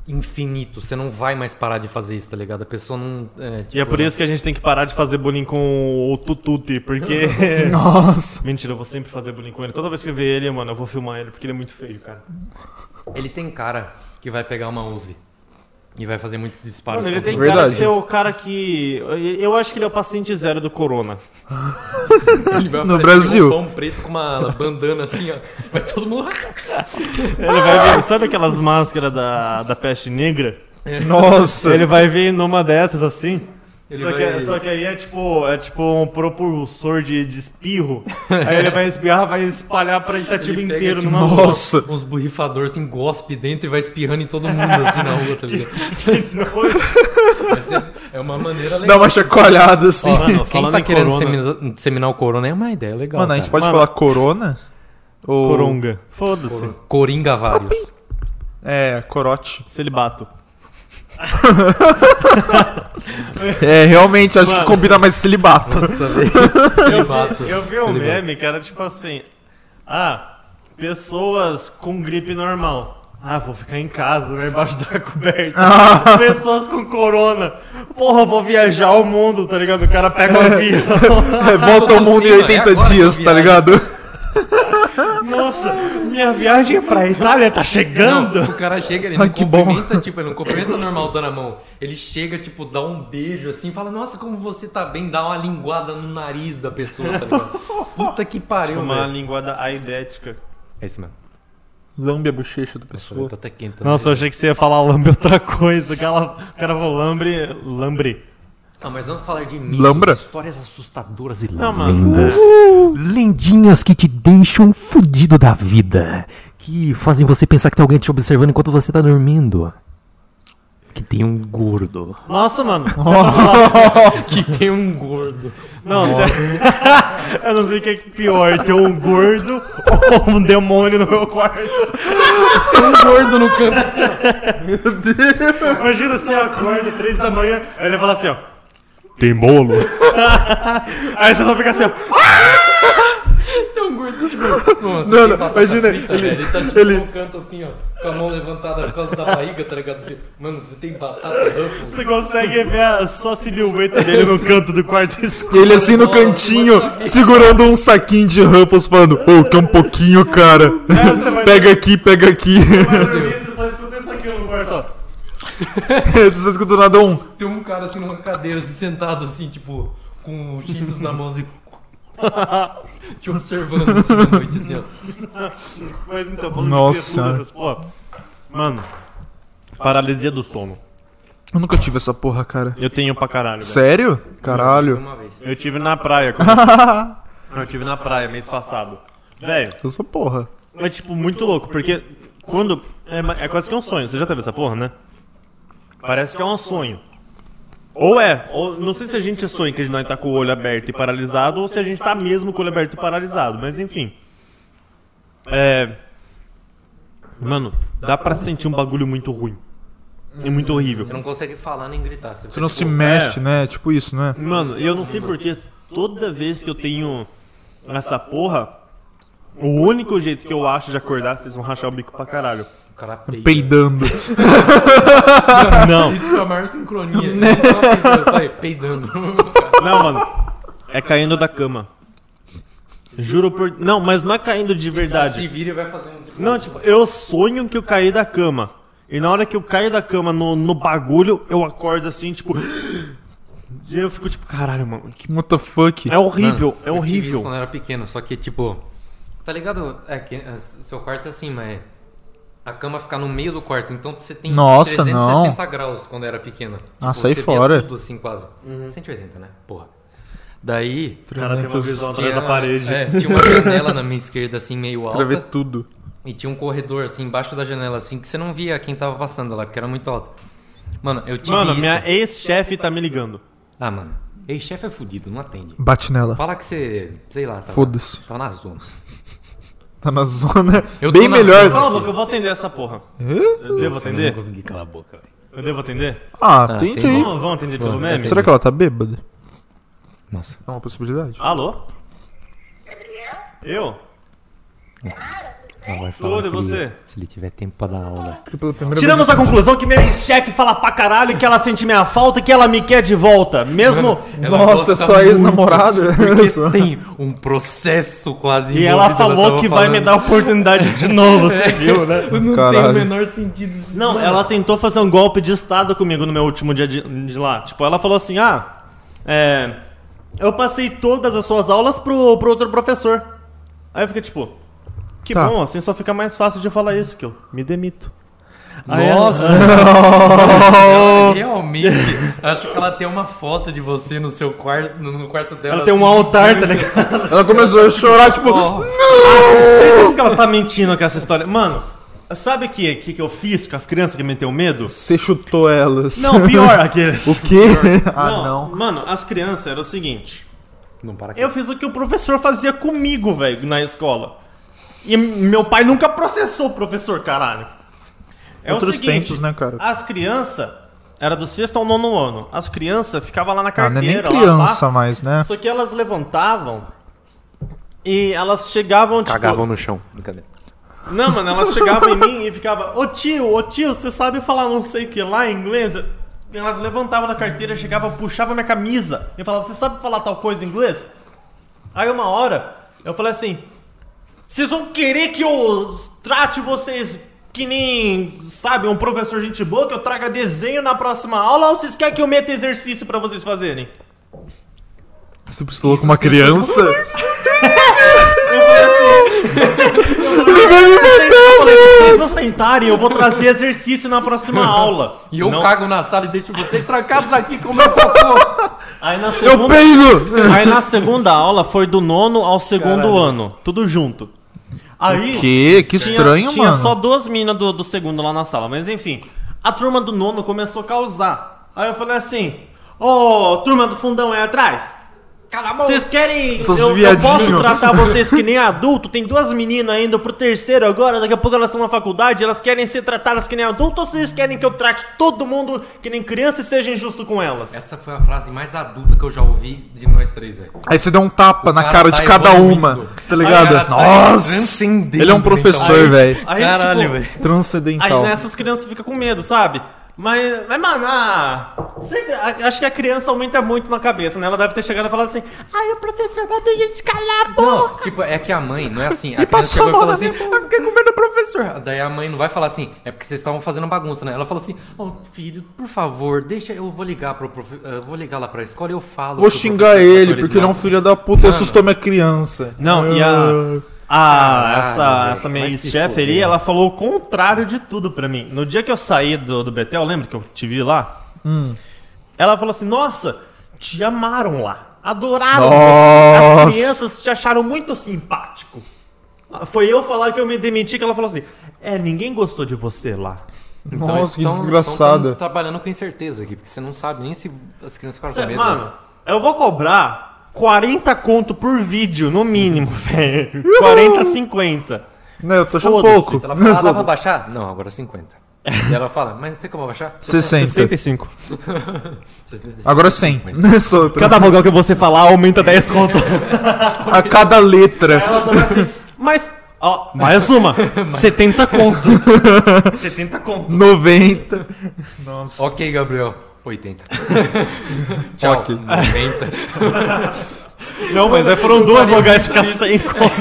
C: infinito, você não vai mais parar de fazer isso, tá ligado? A pessoa não... é,
E: E é
C: tipo,
E: por isso que a gente tem que parar de fazer bullying com o Tututi, porque.
B: Nossa.
E: Mentira, eu vou sempre fazer bullying com ele. Toda vez que eu ver ele, mano, eu vou filmar ele, porque ele é muito feio, cara.
C: Ele tem cara que vai pegar uma Uzi e vai fazer muitos disparos.
E: Mano, ele
C: contra
E: tem
C: ele.
E: cara de
B: Verdade.
E: ser o cara que. Eu acho que ele é o paciente zero do Corona.
C: Ele vai
B: No
C: aparecer
B: Brasil.
C: com Um pão preto com uma bandana assim, ó. Vai todo mundo...
E: Ele vai ver, sabe aquelas máscaras da, da peste negra?
B: Nossa.
E: Ele vai ver numa dessas assim.
C: Ele
E: Só
C: vai-
E: que, só que aí é tipo, é tipo um propulsor de, de espirro. aí ele vai espirrar, vai espalhar pra Itatiba
C: Ele pega,
E: inteiro
C: tipo,
E: numa
B: Nossa.
E: só.
C: Uns borrifadores assim, gospe dentro e vai espirrando em todo mundo assim na rua, tá ligado?
E: Que nojo.
C: Mas é, é uma maneira
B: Dá
C: legal.
B: uma chacoalhada, assim.
E: mano,
C: Quem
E: falando
C: tá
E: em
C: querendo
E: corona-
C: semina- disseminar o corona é uma ideia legal.
B: Mano, a gente
C: cara.
B: pode
E: Mano.
B: falar corona? Ou...
E: Coronga. Foda-se.
C: Coringa vários.
B: É, corote.
E: Celibato.
B: É, realmente, acho
E: Mano.
B: que combina mais celibato.
C: Celibato.
E: Eu vi um
C: Celibato.
E: meme, cara, tipo assim. Ah, pessoas com gripe normal. Ah, vou ficar em casa, né, embaixo da coberta. Pessoas com corona. Porra, vou viajar o mundo, tá ligado? O cara pega o avião.
B: É, volta ao mundo em
C: tossindo, é
B: 80
C: agora que
B: dias,
C: eu
B: tá
C: viajo.
B: ligado?
E: Nossa, minha viagem pra Itália tá chegando.
C: Não, o cara chega, ele
B: Ai,
C: não
B: Ah, que bom.
C: cumprimenta, tipo, ele não cumprimenta normal dando a mão. Ele chega, tipo, dá um beijo assim, fala, nossa, como você tá bem, dá uma linguada no nariz da pessoa, tá ligado? Puta que pariu,
E: Uma
C: mano.
E: linguada aidética.
C: É isso mesmo.
B: Lambe a é bochecha do
C: Nossa, eu
B: pessoal.
C: tô até quente.
E: Nossa, eu achei que você ia falar lambe outra coisa. Aquela, o cara falou lambre. Lambre.
C: Ah, mas vamos falar de mitos,
B: Lambra?
C: histórias assustadoras e
E: Não,
C: lendas.
E: mano. é.
C: Lendinhas que te deixam fudido da vida. Que fazem você pensar que tem alguém te observando enquanto você tá dormindo. Que tem um gordo.
E: Nossa, mano.
C: que tem um gordo.
E: Não, você... eu não sei o que é pior, ter um gordo ou um demônio no meu quarto.
C: Um gordo no canto.
E: Imagina você acorda três da manhã, aí ele fala assim, ó. Tem bolo? aí você só fica assim, ó.
C: Tem um gordo tipo. Nossa,
B: Não,
C: que
B: não,
C: batata
B: imagina,
C: frita,
B: ele-
C: velho. ele tá tipo
B: ele-
C: no canto assim, ó. Com a mão levantada por causa da barriga, tá ligado? Assim, mano, você tem batata ruffles.
E: Você consegue ver a, só a silhueta dele no canto do quarto escuro.
B: Ele assim no cantinho, segurando um saquinho de Ruffles, falando: Ô, quer um pouquinho, cara?
E: Essa vai-
B: Pega aqui, pega aqui.
E: Vai dormir, você só escuta isso aqui no quarto, ó.
B: Vocês escutam nada um.
C: Tem um cara assim numa cadeira, assim, sentado assim, tipo, com os cheetos na mão assim. Te observando assim à noite, assim, ó.
E: Mas então, falando
B: Nossa
E: de
B: Senhora.
E: criaturas, essas porra. Mano, paralisia do sono.
B: Eu nunca tive essa porra, cara.
E: Eu tenho pra caralho, velho.
B: Sério? Caralho.
C: Uma vez.
E: Eu tive na praia. Como... eu tive na praia mês passado. Velho,
B: Eu sou porra.
E: é tipo muito louco, porque quando. É, ma- é quase que um sonho. Você já teve essa porra, né? Parece que é um sonho. Ou é, ou não sei se a gente sonha que a gente tá com o olho aberto e paralisado, ou se a gente tá mesmo com o olho aberto e paralisado, mas enfim. É. Mano, dá pra sentir um bagulho muito ruim. É muito horrível.
C: Você não consegue falar nem gritar. Você,
B: Você não é se
C: tipo,
B: mexe, né? Tipo isso, né?
E: Mano, eu não sei porque toda vez que eu tenho essa porra, o único jeito que eu acho de acordar, vocês vão rachar o bico pra caralho.
C: O cara peida.
B: Peidando.
E: Não,
C: Isso foi a maior sincronia. Né? Vai peidando.
E: não, mano. É caindo da cama. Juro por. Não, mas não é caindo de
C: Se
E: verdade.
C: vira e vai fazendo. Tipo,
E: Não, tipo, eu sonho que eu caí da cama. E na hora que eu caio da cama no, no bagulho, eu acordo assim, tipo. E eu fico tipo, caralho, mano. que-
B: What the fuck?
E: É horrível, é
C: eu tive isso
E: horrível.
C: quando eu era pequeno, só que tipo. Tá ligado? É que é, seu quarto é assim, mas. A cama fica no meio do quarto, então você tem
B: Nossa,
C: 360 graus quando eu era pequeno.
B: Ah,
C: Tipo,
B: sai
C: você via
B: fora.
C: Tudo assim, quase. 180, né? Porra. Daí.
E: O cara tem uma visão atrás
C: tinha-
E: da parede.
C: é, tinha uma janela na minha esquerda, assim, meio alta.
B: Pra ver tudo.
C: E tinha um corredor, assim, embaixo da janela, assim, que você não via quem tava passando lá, porque era muito alto. Mano, eu tive
E: Mano,
C: isso.
E: minha ex-chefe tá me ligando.
C: Ah, mano. Ex-chefe é fudido, não atende.
B: Bate nela.
C: Fala que você, sei lá, tá,
B: Foda-se.
C: tá na zona.
B: Tá na zona.
C: Eu tô
B: Bem
C: na
B: melhor.
E: Cala a boca, eu vou atender essa porra.
B: Hã?
E: Eu devo
C: Nossa, Eu não
E: atender?
C: consegui calar a boca, velho.
E: Eu devo atender?
B: Ah, atende aí.
C: tem bom.
E: Vamos, vamos atender pelo meme?
B: Será que ela tá bêbada?
C: Nossa.
B: É uma possibilidade.
E: Alô? Eu?
C: Ela vai falar
E: Tudo,
C: que
E: e
C: ele-
E: você?
C: se ele tiver tempo pra dar aula.
B: Porque pela primeira
E: Tiramos a
B: vez-
E: conclusão que minha ex-chefe fala pra caralho que ela sente minha falta e que ela me quer de volta. Mesmo.
B: Nossa, só ex-namorada? Só.
C: Porque tem um processo quase
E: E ela
C: envolvido,
E: falou
C: tava
E: que vai
C: falando. É.
E: me dar a oportunidade de novo, você viu, né?
C: Não
B: Caralho.
C: tem o menor sentido isso.
E: Não, ela tentou fazer um golpe de estado comigo no meu último dia de, de lá. Tipo, ela falou assim: ah, é. Eu passei todas as suas aulas pro, pro outro professor. Aí eu fiquei tipo: que
B: Tá.
E: bom, assim só fica mais fácil de falar isso, que eu me demito. Aí ela-
C: Nossa!
B: Oh.
C: Ela realmente, acho que ela tem uma foto de você no seu quarto, no no quarto dela.
E: Ela tem um
C: assim,
E: altar, tá ligado?
B: Ela começou a chorar, tipo.
C: ó,
E: Certeza que ela tá mentindo com essa história. Mano, sabe o que, que, que eu fiz com as crianças que me meteu medo?
B: Você chutou elas.
E: Não, pior aqueles.
B: O quê? ah, não.
E: Mano, as crianças era o seguinte.
C: Não para aqui.
E: Eu fiz o que o professor fazia comigo, velho, na escola. E meu pai nunca processou o professor, caralho. É
B: Outros
E: o seguinte,
B: tempos, né, cara?
E: As crianças, era do sexto ao nono ano, as crianças ficavam lá na
B: Ah, não é nem
E: carteira. lá,
B: criança
E: pá.
B: mais, né?
E: Só que elas levantavam e elas chegavam, tipo...
C: Cagavam no chão. Brincadeira.
E: Não, mano, elas chegavam em mim e ficavam, ô tio, ô tio, você sabe falar não sei o que lá em inglês? Elas levantavam da carteira, chegavam, puxavam minha camisa e falavam, você sabe falar tal coisa em inglês? Aí uma hora eu falei assim, vocês vão querer que eu trate vocês que nem, sabe, um professor gente boa, que eu traga desenho na próxima aula ou vocês querem que eu meta exercício pra vocês fazerem?
B: Você pistolou com uma criança?
E: Ele vai me Se vocês não sentarem, eu vou trazer exercício na próxima aula.
C: E eu
E: Não-
C: cago na sala e deixo vocês trancados aqui com o meu cocô.
E: Aí na segunda...
B: Eu peido!
E: Aí na segunda aula foi do nono ao segundo ano, tudo junto. Aí
B: Que? Que
E: tinha-
B: estranho,
E: tinha
B: mano.
E: só duas minas do, do segundo lá na sala, mas enfim. A turma do nono começou a causar. Aí eu falei assim: Ô, turma do fundão é atrás?
C: Cala a boca.
E: Vocês querem.
B: Seus
E: Eu, eu
B: viadinho.
E: posso tratar vocês que nem adulto? Tem duas meninas ainda pro terceiro agora, daqui a pouco elas estão na faculdade, elas querem ser tratadas que nem adulto ou vocês querem que eu trate todo mundo que nem criança e seja injusto com elas?
C: Essa foi a frase mais adulta que eu já ouvi de nós três, velho.
B: Aí você deu um tapa na cara de cada uma, tá ligado? Nossa! Ele é um professor, velho.
E: Aí,
C: Caralho,
E: tipo,
C: velho.
E: Aí
B: Transcendental.
E: nessas crianças ficam com medo, sabe? Mas, mas mano, ah, cê- a- acho que a criança aumenta muito na cabeça, né? Ela deve ter chegado e falado assim: ai, o professor bateu gente calar a boca.
C: Não, tipo, é que a mãe, não é assim. A criança
B: passou
C: chegou e
B: a mão
C: falou
B: na
C: assim,
B: minha
C: eu fiquei com medo do professor. Daí a mãe não vai falar assim, é porque vocês estavam fazendo bagunça, né? Ela falou assim, ó, filho, por favor, deixa, eu vou ligar pro profe- eu vou ligar lá pra escola e eu falo.
B: Vou
C: pro
B: xingar
C: professor
B: ele, porque ele é um
C: original."
B: filho da puta e assustou minha criança.
E: Não, e
B: Ah.
E: a. Ah,
C: Caralho,
E: essa,
C: velho,
E: essa minha
C: vai se
E: ex-chefe ali,
C: fuder.
E: ela falou o contrário de tudo pra mim. No dia que eu saí do, do Betel, lembra que eu te vi lá? Ela falou assim: Nossa, te amaram lá. Adoraram você.
B: Nossa.
E: As crianças te acharam muito simpático. Ah, Foi eu falar que eu me demiti que ela falou assim: É, ninguém gostou de você lá.
C: Então,
B: Nossa,
C: eles
B: que
C: tão-
B: desgraçada.
E: então
C: tão trabalhando com incerteza aqui, porque você não sabe nem se as crianças ficaram
E: Cê,
C: com medo.
E: mano, eu vou cobrar 40 conto por vídeo, no mínimo, velho. 40, 50.
B: Não, Né, eu tô achando
E: Foda-se,
B: pouco.
C: Ela fala, ah, dá pra baixar? Não, agora 50. E ela fala, mas não tem como abaixar?
B: 60.
E: 65.
C: 65.
B: Agora Né, 100. Sopra.
E: Cada vogal que você falar aumenta 10 conto.
B: A cada letra.
E: Ela só vai assim, mas. é Ó, mais uma. 70 conto. 70 conto.
B: 90.
C: Ok, Gabriel. 80. Tchau.
B: Ok.
C: 90.
E: Não, mas aí foram duas vogais ficar sem conto.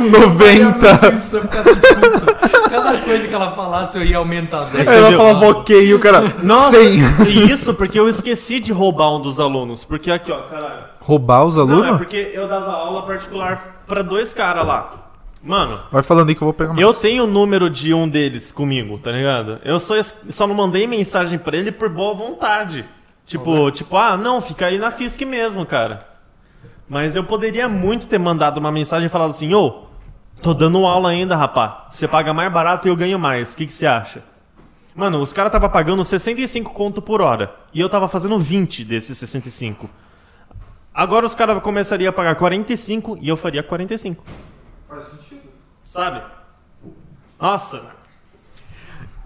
E: Então.
B: 90.
C: Isso, eu ficava puto. Cada coisa que ela falasse, eu ia aumentar 10.
E: É.
B: Ela
E: viu?
B: falava ok e o cara.
E: Nossa,
B: 100.
E: e isso porque eu esqueci de roubar um dos alunos. Porque aqui, ó, caralho.
B: Roubar os
E: Não, é
B: alunos?
E: porque eu dava aula particular pra dois caras lá. Mano,
B: Vai falando aí que eu vou pegar mais.
E: Eu tenho o número de um deles comigo, tá ligado? Eu só, es- só não mandei mensagem pra ele por boa vontade. Tipo, tipo, ah, não, fica aí na FISC mesmo, cara. Mas eu poderia muito ter mandado uma mensagem e falado assim, ô, tô dando aula ainda, rapá. Você paga mais barato e eu ganho mais. O que que você acha? Mano, os caras tava pagando 65 conto por hora. E eu tava fazendo 20 desses 65. Agora os caras começariam a pagar 45 e eu faria 45.
B: Faz sentido.
E: Sabe? Nossa.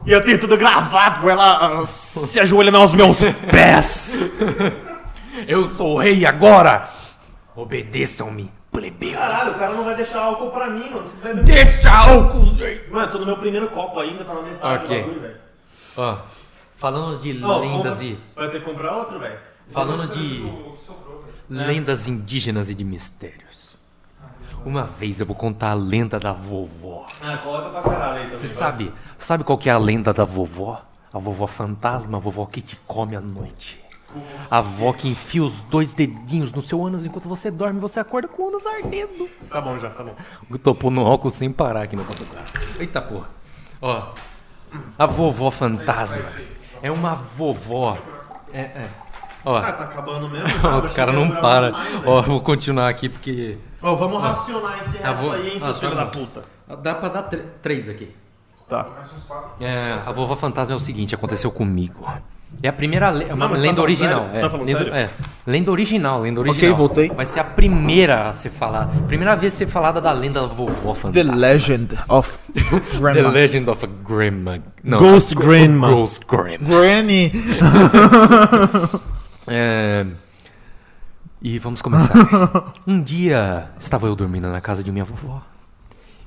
E: E eu tenho tudo gravado, ela ah, se ajoelhando aos meus pés.
C: Eu sou o rei agora! Obedeçam-me, plebeus!
E: Caralho, o cara não vai deixar álcool pra mim, mano. Vocês vai beber.
C: Deixa álcool!
E: Mano, tô no meu primeiro copo ainda, tá na metade
C: Ok.
E: do bagulho, velho.
C: Ó, falando de
E: Ó,
C: lendas
E: compra-
C: e.
E: Vai ter que comprar outro, velho.
C: Falando de lendas indígenas e de mistérios. Uma vez eu vou contar a lenda da vovó.
E: Ah, coloca pra caralho aí também.
C: Você
E: vai.
C: sabe, sabe qual que é a lenda da vovó? A vovó fantasma, a vovó que te come à noite. A vovó que enfia os dois dedinhos no seu ânus enquanto você dorme, você acorda com o ânus ardendo.
E: Tá bom já, tá bom.
C: Topou no óculos sem parar aqui no canto do carro. Eita porra. Ó. A vovó fantasma. É uma vovó. É, é. Ó.
E: Ah, tá acabando mesmo?
C: Os caras não param. Ó,
E: né?
C: vou continuar aqui porque.
E: um. Ó, vamos racionar esse resto
C: vou-
E: aí, hein,
C: ah,
E: seus filhos
C: tá
E: da
C: bom.
E: puta.
C: Dá pra dar tre- três aqui.
E: Tá.
C: É, a vovó fantasma é o seguinte, aconteceu comigo. É a primeira le- é uma
E: Não, mas você tá
C: lenda
E: falando
C: original.
E: sério? Você
C: é,
E: tá falando
C: lenda,
E: sério?
C: é. Lenda original, lenda original.
B: voltei.
C: Vai ser a primeira a ser falada. Primeira vez a ser falada da lenda da vovó
B: The
C: fantasma.
B: Legend of
C: The
B: Grandma.
C: Legend of Grandma. Não,
E: Ghost Grandma.
C: Ghost Grandma.
B: Granny.
C: É, E vamos começar. um dia estava eu dormindo na casa de minha vovó.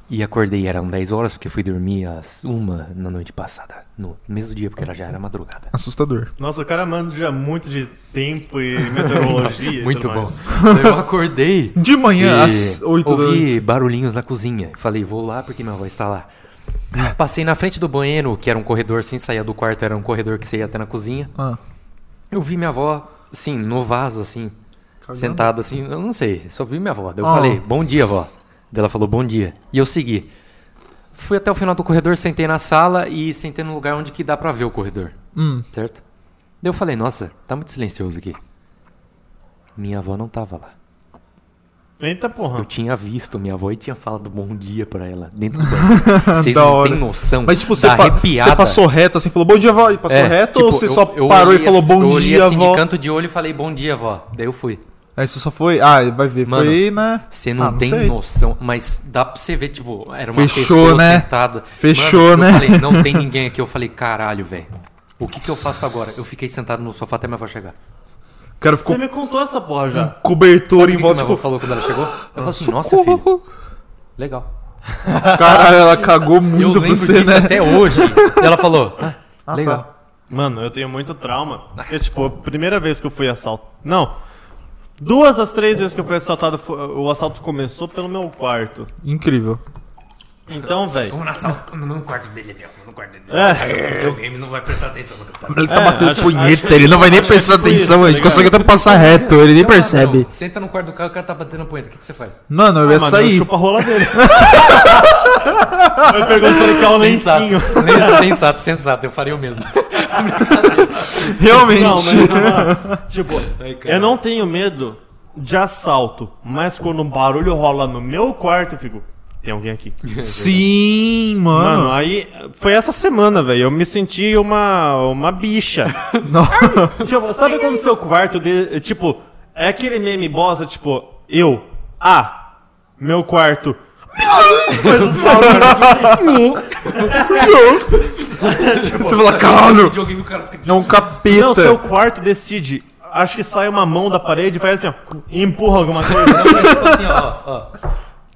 C: E acordei, eram 10 horas, porque fui dormir às 1 na noite passada. No mesmo dia, porque ela já era madrugada.
B: Assustador.
E: Nossa, o cara manja muito de tempo e meteorologia. e
C: Muito
E: tudo mais.
C: bom. Daí eu acordei.
B: De manhã,
C: e
B: às oito da
C: Ouvi barulhinhos na cozinha. Falei, vou lá porque minha avó está lá.
B: Ah.
C: Passei na frente do banheiro, que era um corredor sem sair do quarto, era um corredor que você ia até na cozinha.
B: Ah.
C: Eu vi minha avó, assim, no vaso, assim, sentada, assim, eu não sei, só vi minha avó. Daí eu
B: Ah.
C: falei, bom dia, avó. Daí ela falou, bom dia. E eu segui. Fui até o final do corredor, sentei na sala e sentei num lugar onde que dá pra ver o corredor,
B: Hum.
C: certo? Daí eu falei, nossa, tá muito silencioso aqui. Minha avó não tava lá.
E: Eita porra.
C: Eu tinha visto minha avó e tinha falado bom dia pra ela dentro do banheiro. Vocês
B: Da
C: não
B: hora.
C: têm noção.
B: Mas tipo,
C: da
B: você, pa-
C: arrepiada.
B: você passou reto assim, falou bom dia, vó, e passou
C: É,
B: reto, ou
C: tipo,
B: você
C: eu-
B: só
C: eu
B: parou e
C: olhei
B: falou
C: assim-
B: bom
C: eu olhei
B: dia,
C: assim
B: vó?
C: de canto de olho e falei bom dia, vó. Daí eu fui.
B: Aí você só foi, ah, vai ver,
C: Mano,
B: foi, né?
C: Você não
B: Ah,
C: tem
B: sei.
C: noção, mas dá pra você ver, tipo, era uma
B: Fechou,
C: pessoa
B: né?
C: sentada.
B: Fechou,
C: Mano,
B: né?
C: Eu falei, não tem ninguém aqui. Eu falei, caralho, velho. O que que eu faço agora? Eu fiquei sentado no sofá até minha avó chegar.
B: O cara ficou
E: Você me contou essa porra já.
B: com cobertor
C: O
B: em
C: que que minha
B: volta,
C: avó
B: tipo,
C: falou quando ela chegou? Eu falei assim, nossa,
B: socorro.
C: filho, legal.
B: Caralho, ela cagou
C: Eu
B: muito pra
C: lembro
B: você,
C: disso
B: né? tá.
C: até hoje. Ela falou, ah, legal.
E: Mano, eu tenho muito trauma. Porque, tipo, a primeira vez que eu fui assalto. Não. Duas das três vezes que eu fui assaltado, fo- o assalto começou pelo meu quarto.
B: Incrível.
E: Então, velho.
D: Vamos na sala, no quarto dele ali, ó. No quarto dele.
E: É,
D: O game não vai prestar atenção no que tá.
B: Ele tá
E: É,
B: batendo
E: acho-
B: punheta,
E: acho-
B: ele não vai nem
E: acho que é
B: prestar
E: tipo
B: atenção,
E: isso,
B: a
E: tá
B: gente consegue
E: ligado?
B: até passar reto, ele nem percebe.
C: Não, senta no quarto do carro, o cara tá batendo punheta. O que, que você faz? Ah,
B: Mano, eu ia
E: mano, eu
B: sair.
E: chupo a rola dele. eu pergunto pra ele que é o lencinho.
C: Sensato, sensato, sensato. Eu faria o mesmo.
B: Realmente.
E: Não, mas na moral, tipo, eu não tenho medo de assalto, mas quando um barulho rola no meu quarto, eu fico, tem alguém aqui.
B: Sim, mano.
E: Mano, aí foi essa semana, velho, eu me senti uma uma bicha.
B: Não.
E: Tipo, sabe quando seu quarto de, tipo, é aquele meme bosta, tipo, eu, ah, meu quarto. Faz os barulhos.
B: Você fala, caralho,
D: Joguei o cara fica.
B: é um
E: Não,
B: capeta.
E: seu quarto decide. Acho que sai uma mão da parede e faz assim, ó, e empurra alguma coisa. né?
D: né?
C: assim, ó, ó.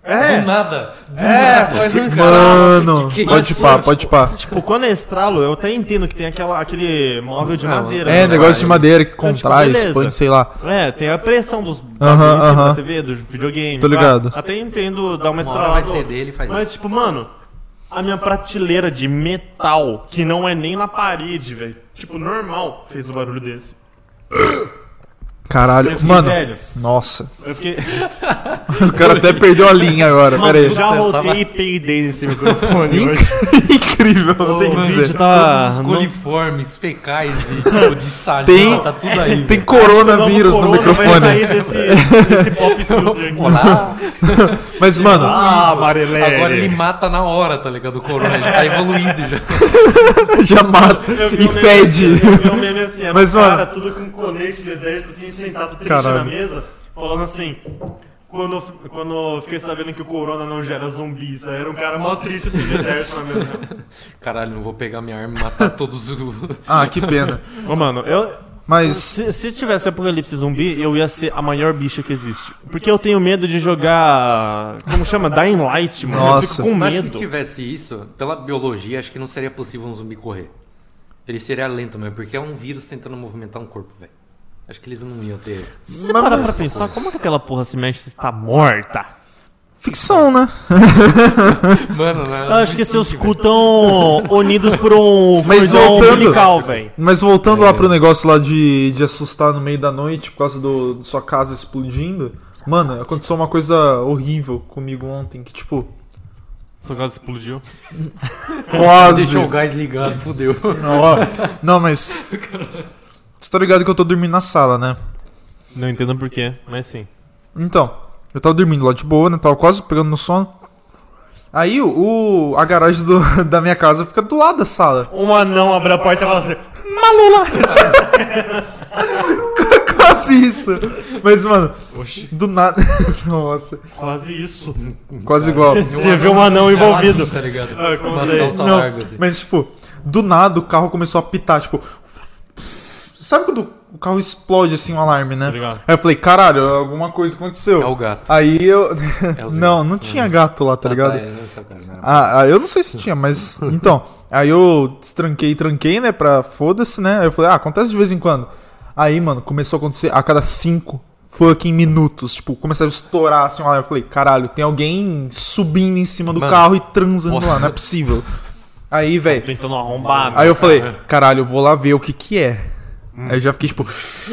C: Do nada. Do nada.
E: faz um
B: É. Mano,
C: Que que é
B: pode
C: isso?
B: pá, pode pá.
E: Tipo, quando é estralo, eu até entendo que tem aquela, aquele móvel de
C: Não,
E: madeira.
B: É,
E: né?
B: negócio de madeira que
E: Então, tipo,
B: contrai,
E: beleza.
B: expande, sei lá.
E: É, tem a pressão dos bagulhos
B: Aham,
E: em cima
B: aham.
E: da TV, dos videogames.
B: Tô ligado.
E: Até entendo dar uma
C: Uma hora
E: estralada.
C: vai ser dele e faz
E: Mas,
C: isso.
E: tipo, mano, a minha prateleira de metal, que não é nem na parede, velho. Tipo, normal, fez um barulho desse. Eu
B: Caralho.
E: fiquei
B: Mano,
E: velho.
B: nossa.
E: Eu fiquei...
B: O cara até perdeu a linha agora, pera aí.
E: já
C: Eu tava-
E: voltei e peidei nesse microfone
B: Inc-
E: hoje.
B: Incrível, sem
E: Ô,
B: dizer.
E: gente, tava-
C: Todos os
E: não-
C: coliformes, fecais e tipo de salina,
B: Ah, Tem-
C: tá tudo
B: Tem
C: aí. velho.
B: coronavírus
E: O novo
B: no
E: corona Vai sair
B: microfone.
E: desse, desse pop filter aqui.
C: Olá.
B: Mas, mano,
E: Ah, Marilene.
C: Agora ele mata na hora, tá ligado? O corona, ele tá evoluído já.
B: já mata
E: Eu vi
B: e
E: um meme
B: fede.
E: assim, Eu vi um meme assim, era
B: Mas,
E: um cara
B: mano-
E: tudo com colete de exército, assim, sentado triste na
B: Caralho.
E: mesa, falando assim... Quando, eu f- quando eu fiquei sabendo que o corona não gera zumbis, aí era um cara mal triste assim, de exército na mesa.
C: Caralho, não vou pegar minha arma e matar todos os.
B: Ah, que pena.
E: Ô, mano, eu...
B: Mas,
E: Se, se tivesse apocalipse zumbi, eu ia ser a maior bicha que existe. Porque eu tenho medo de jogar. Como chama? Dying Light, mano. Eu
B: Nossa.
E: fico com
C: Mas se
E: medo.
C: tivesse isso, pela biologia, acho que não seria possível um zumbi correr. Ele seria lento mesmo, porque é um vírus tentando movimentar um corpo, velho. Acho que eles não iam ter.
E: Se você parar pra pensar, como é que aquela porra se mexe se está morta?
B: ficção, né?
C: Mano, né?
E: Eu acho que seus cu tão unidos por um
B: Mas
E: cordão
B: voltando-
E: umbilical, velho.
B: Mas voltando
E: É.
B: lá pro negócio lá de, de assustar no meio da noite por causa do, de sua casa explodindo. Mano, aconteceu uma coisa horrível comigo ontem, que tipo,
E: Sua casa explodiu.
B: quase.
C: Deixou o gás ligado, fudeu.
B: Não, ó. Não, mas. Você tá ligado que eu tô dormindo na sala, né?
E: Não entendo porquê, mas sim.
B: Então, eu tava dormindo lá de boa, né? Tava quase pegando no sono. Aí o, o- a garagem do- da minha casa fica do lado da sala.
E: Um anão abre a porta e fala assim.
B: Quase isso. Mas, mano, do nada. Nossa,
E: Quase isso.
B: quase igual.
E: Teve um anão
C: assim,
E: envolvido.
C: Tá ligado?
E: Ah, como
C: Umas
E: daí?
C: calça
B: Não,
C: larga, assim.
B: Mas, tipo, do nada o carro começou a pitar, tipo. Sabe quando o carro explode assim um alarme, né?
E: Tá ligado.
B: Aí eu falei, caralho, alguma coisa aconteceu.
C: É o gato.
B: Aí eu.
C: É o Zé.
B: não, não tinha gato lá, tá ligado?
C: Ah, tá, é, não é sacanagem.
B: Ah, ah, eu não sei se tinha, mas. Então, aí eu destranquei, tranquei, né? Pra foda-se, né? Aí eu falei, ah, acontece de vez em quando. Aí, mano, começou a acontecer a cada cinco fucking minutos. Tipo, começava a estourar assim lá. Eu falei, caralho, tem alguém subindo em cima do
C: Mano.
B: carro e transando
C: Porra.
B: lá, não é possível. Aí, velho.
E: Tentando arrombar.
B: Aí eu falei, caralho, eu vou lá ver o que que é. Aí eu já fiquei tipo,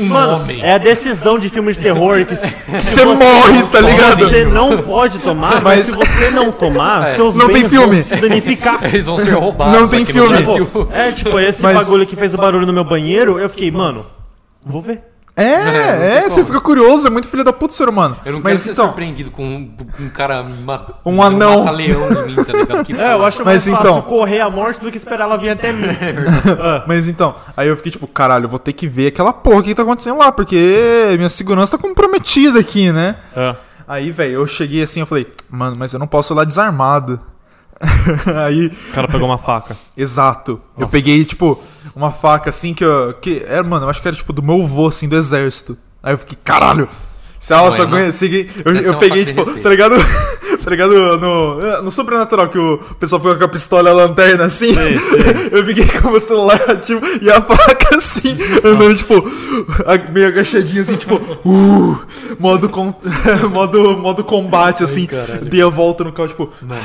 E: Mano,
C: homem.
E: é a decisão de filme de terror que se-
B: você morre, tá ligado?
E: Você não pode tomar, mas
B: Mas-
E: se você não tomar, seus
B: Não tem
E: bens
B: filme.
E: vão se danificar.
C: Eles vão ser roubados.
B: Não tem
C: aqui
B: filme.
C: No Brasil.
E: Tipo, é, tipo, esse
B: Mas-
E: bagulho que fez o barulho no meu banheiro, eu fiquei, mano, vou ver.
C: não
B: É,
C: tem
B: é, você
C: como.
B: fica curioso, é muito filho da puta ser humano.
C: Eu não quero
B: Mas
C: ser
B: então,
C: surpreendido com um, um cara mata,
B: Um anão.
C: mata leão em mim, tá ligado? Que
E: É, eu acho mais
B: Mas
E: fácil
B: então-
E: correr a morte do que esperar ela vir até mim.
B: Mas então, aí eu fiquei tipo, caralho, eu vou ter que ver aquela porra que tá acontecendo lá, porque minha segurança tá comprometida aqui, né?
E: É,
B: Aí, velho, eu cheguei assim, eu falei, mano, mas eu não posso ir lá desarmado. aí,
E: O cara pegou uma faca.
B: exato. Eu peguei, tipo, uma faca assim que eu. Que era, mano, eu acho que era tipo do meu avô, assim, do exército. Aí eu fiquei, caralho! Se ela
C: Não,
B: só
C: é uma-
B: ganha. segui- Eu,
C: Deve ser
B: eu
C: uma
B: peguei,
C: faca de
B: tipo,
C: respeito.
B: tá ligado? tá ligado? No, no sobrenatural que o pessoal fica com a pistola e a lanterna assim.
E: Sei, sei.
B: Eu fiquei com o meu celular ativo e a faca assim, andando, tipo, a- meio agachadinha assim, tipo, uh, modo, com- modo, modo combate, assim.
C: caralho.
B: dei a volta no carro, tipo,
C: Mano,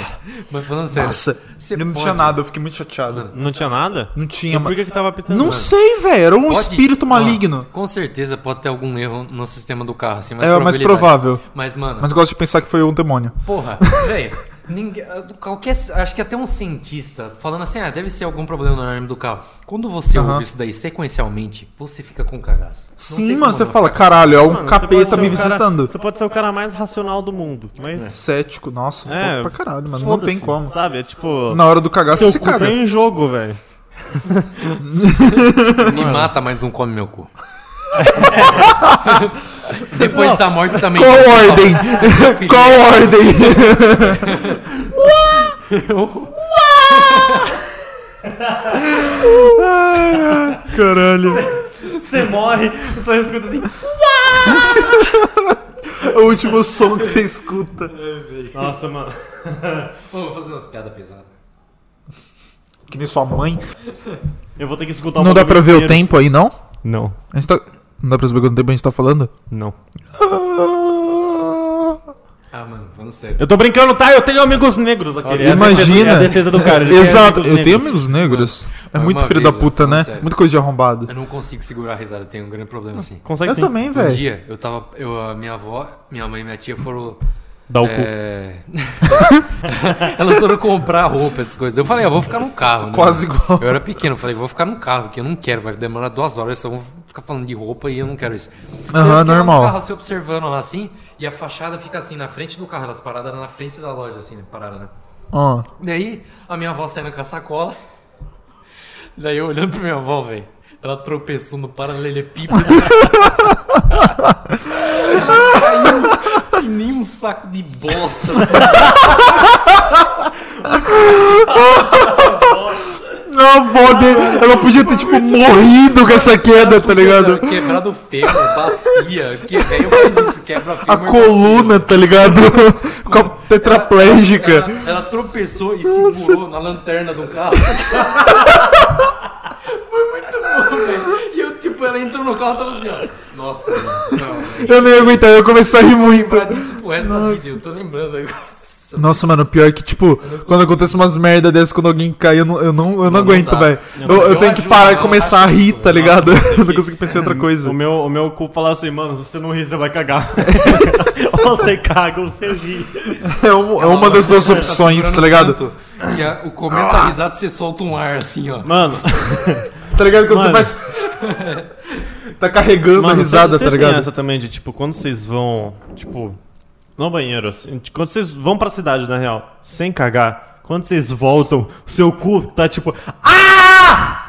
C: mas falando sério.
B: nossa,
C: você
B: eu não tinha
C: pode-
B: nada, eu fiquei muito chateado.
C: Mano,
E: Não tinha nada?
B: Não tinha,
E: Por
B: mano.
E: que que tava apitando?
B: Não sei, velho, era um
C: pode-
B: espírito
C: Mano,
B: maligno.
C: com certeza pode ter algum erro no sistema do carro, assim, mas
B: É o mais provável.
C: Mas, mano,
B: Mas gosto de pensar que foi um demônio.
C: porra, velho, ninguém- qualquer, acho que até um cientista falando assim, ah, deve ser algum problema no alarme do carro. Quando você
B: Aham.
C: ouve isso daí sequencialmente, você fica com cagaço. Não
B: Sim,
C: tem
B: mano,
C: como
B: você
C: não
B: fala,
C: ficar.
B: caralho, é um
E: Mano, você pode
B: capeta
E: ser
B: me
E: o cara-
B: visitando.
E: Você pode ser o cara mais racional do mundo, mas...
B: Cético, nossa,
E: É,
B: pra caralho, mano, não tem
E: foda-se,
B: como.
E: Sabe, é tipo...
B: Na hora do cagar, você
E: seu
B: se
E: cu
B: caga.
E: tem em jogo, velho.
C: Me mata, mas não come meu cu. Depois tá da morte também.
B: Qual ordem?
C: Filho.
B: Qual ordem? Caralho.
E: Você morre, só escuta assim...
B: É O último som que você escuta.
E: Nossa, mano.
C: Pô, vou fazer umas piadas pesadas.
B: Que nem sua mãe.
E: Eu vou ter que escutar o
B: Não dá pra
E: bagulho
B: ver o
E: inteiro.
B: tempo aí, não?
E: Não,
B: A gente tá... Não dá pra saber quanto tempo a gente tá falando?
E: não.
C: Ah, mano, falando sério.
E: Eu tô brincando, tá? Eu tenho amigos negros aqui. É a defesa-
B: Imagina.
E: é a defesa do cara. ele tem
B: Exato.
E: amigos
B: Eu tenho
E: negros.
B: amigos negros. É
C: Uma
B: muito filho da
C: vez,
B: puta,
C: eu falo
B: né?
C: sério.
B: Muita coisa de arrombado.
C: Eu não consigo segurar a risada, eu tenho um grande problema assim.
E: Consegue
B: Eu
E: sim.
B: também,
C: Um
B: velho.
C: dia, eu tava. Eu, a minha avó, minha mãe e minha tia foram.
E: Dá o cu.
C: é, Elas foram comprar roupa, essas coisas. Eu falei, ah, vou ficar no carro. né?
B: Quase igual.
C: Eu era pequeno, eu falei, vou ficar no carro, que eu não quero, vai demorar duas horas, só vão ficar falando de roupa e eu não quero isso. Então eu
B: Aham,
C: fiquei lá
B: normal.
C: No carro, assim, observando lá assim, e a fachada fica assim, na frente do carro, elas paradas na frente da loja, assim, né, parada, né?
B: Ó.
C: Daí, a minha avó saindo com a sacola. Daí, eu olhando pra minha avó, velho, ela tropeçou no paralelepípedo. ela caiu que nem um saco de bosta. assim,
B: Tá A avó dele, ela podia ter, tipo, morrido com essa queda, tá ligado?
C: Quebrado o fêmur, bacia. Que velho faz isso, quebra
B: A
C: fêmur.
B: coluna, tá ligado? Ficou
C: bacia. Ela,
B: tetraplégica.
C: ela tropeçou e segurou na lanterna do carro. Foi muito bom, velho. E eu, tipo, ela entrou no carro e tava assim, ó. Nossa, mano, não.
B: Eu nem ia aguentar, eu ia começar a rir muito.
C: lembrar disso pro resto da vida, eu tô lembrando agora. Nossa,
B: Nossa, mano, pior que, tipo, quando acontece umas merda dessas, quando alguém cai, eu não, eu não, eu não, aguento,
C: dá.
B: velho. Eu, eu
C: eu
B: tenho que
C: ajudo,
B: parar e
C: eu
B: começar a
C: ajudo.
B: rir, tá ligado? Eu não
E: fiquei-
B: consigo pensar em outra coisa.
E: O meu, o meu cu fala assim, mano, se você não rir, você vai cagar. ou você caga ou você ri.
B: É, um- é uma das duas
C: tá
B: opções, tá
C: segurando
B: ligado?
C: tanto Que a- o começo da risada você solta um ar assim, ó.
E: Mano,
B: Tá ligado? Quando
E: Mano.
B: você faz. tá carregando a
E: mano
B: risada, tá
E: vocês têm
B: ligado?
E: essa também de, tipo, quando vocês vão, tipo, no banheiro, assim, de- quando vocês vão pra cidade, na real, sem cagar, quando vocês voltam, seu cu tá, tipo... "Ah!"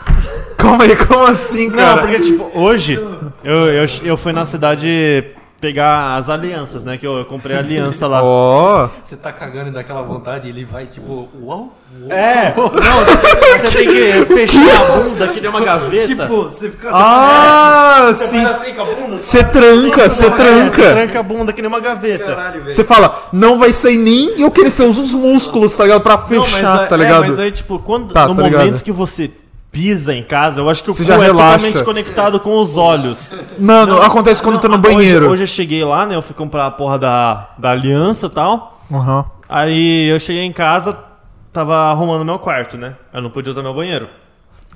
B: Calma aí, como assim,
E: Não,
B: cara?
E: porque, tipo, hoje, eu, eu, eu fui na cidade pegar as alianças, né, que eu, eu comprei a aliança lá.
B: Ó,
C: Você tá cagando e dá aquela vontade e ele vai tipo, uau.
E: É, não, você você tem que fechar a bunda que deu uma gaveta.
C: Tipo, você fica assim,
B: Ah, sim.
C: faz assim com a bunda.
B: Você tranca, você
E: É,
B: tranca.
E: tranca a bunda que nem uma gaveta.
C: Caralho, velho.
B: Você fala, não vai sair nem eu querer, você usa os músculos, tá ligado? Pra
E: Não, mas,
B: fechar,
E: é-
B: tá ligado?
E: É, mas aí, tipo, quando,
B: Tá,
E: no
B: tá
E: momento
B: ligado.
E: que você pisa em casa, eu acho que o
B: Você
E: cu
B: já
E: é
B: relaxa.
E: totalmente conectado com os olhos.
B: Mano, acontece quando eu tô no
E: hoje-
B: banheiro.
E: Hoje, eu cheguei lá, né? Eu fui comprar a porra da, da aliança e tal.
B: Aham.
E: Aí eu cheguei em casa, tava arrumando meu quarto, né? Eu não podia usar meu banheiro.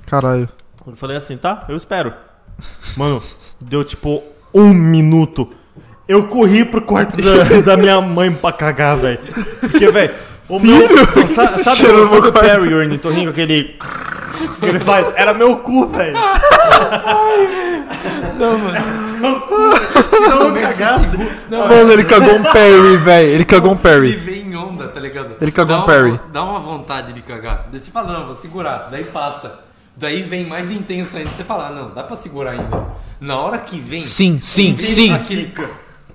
B: Caralho.
E: Eu falei assim, tá? Eu espero. Mano, deu tipo um minuto. Eu corri pro quarto da, da minha mãe pra cagar, velho. Porque, velho, o meu. Sa
B: esse
E: sabe
B: cheiro
E: o
B: no meu
E: Sabe o
B: quarto?
E: Perry Ornitorrinco, aquele. que ele faz? Era meu cu, velho.
C: Não, cagasse. Não,
B: Mano, ele cagou um Perry, velho. Ele cagou um
C: ele
B: Perry.
C: vem em onda, tá ligado?
B: Ele cagou
C: dá
B: um Perry.
C: Uma, dá uma vontade de cagar. Daí você fala, não, vou segurar. Daí passa. Daí vem mais intenso ainda. Você fala, ah, não, dá pra segurar ainda. Na hora que vem.
B: Sim, sim,
C: vem
B: sim.
C: Aquele,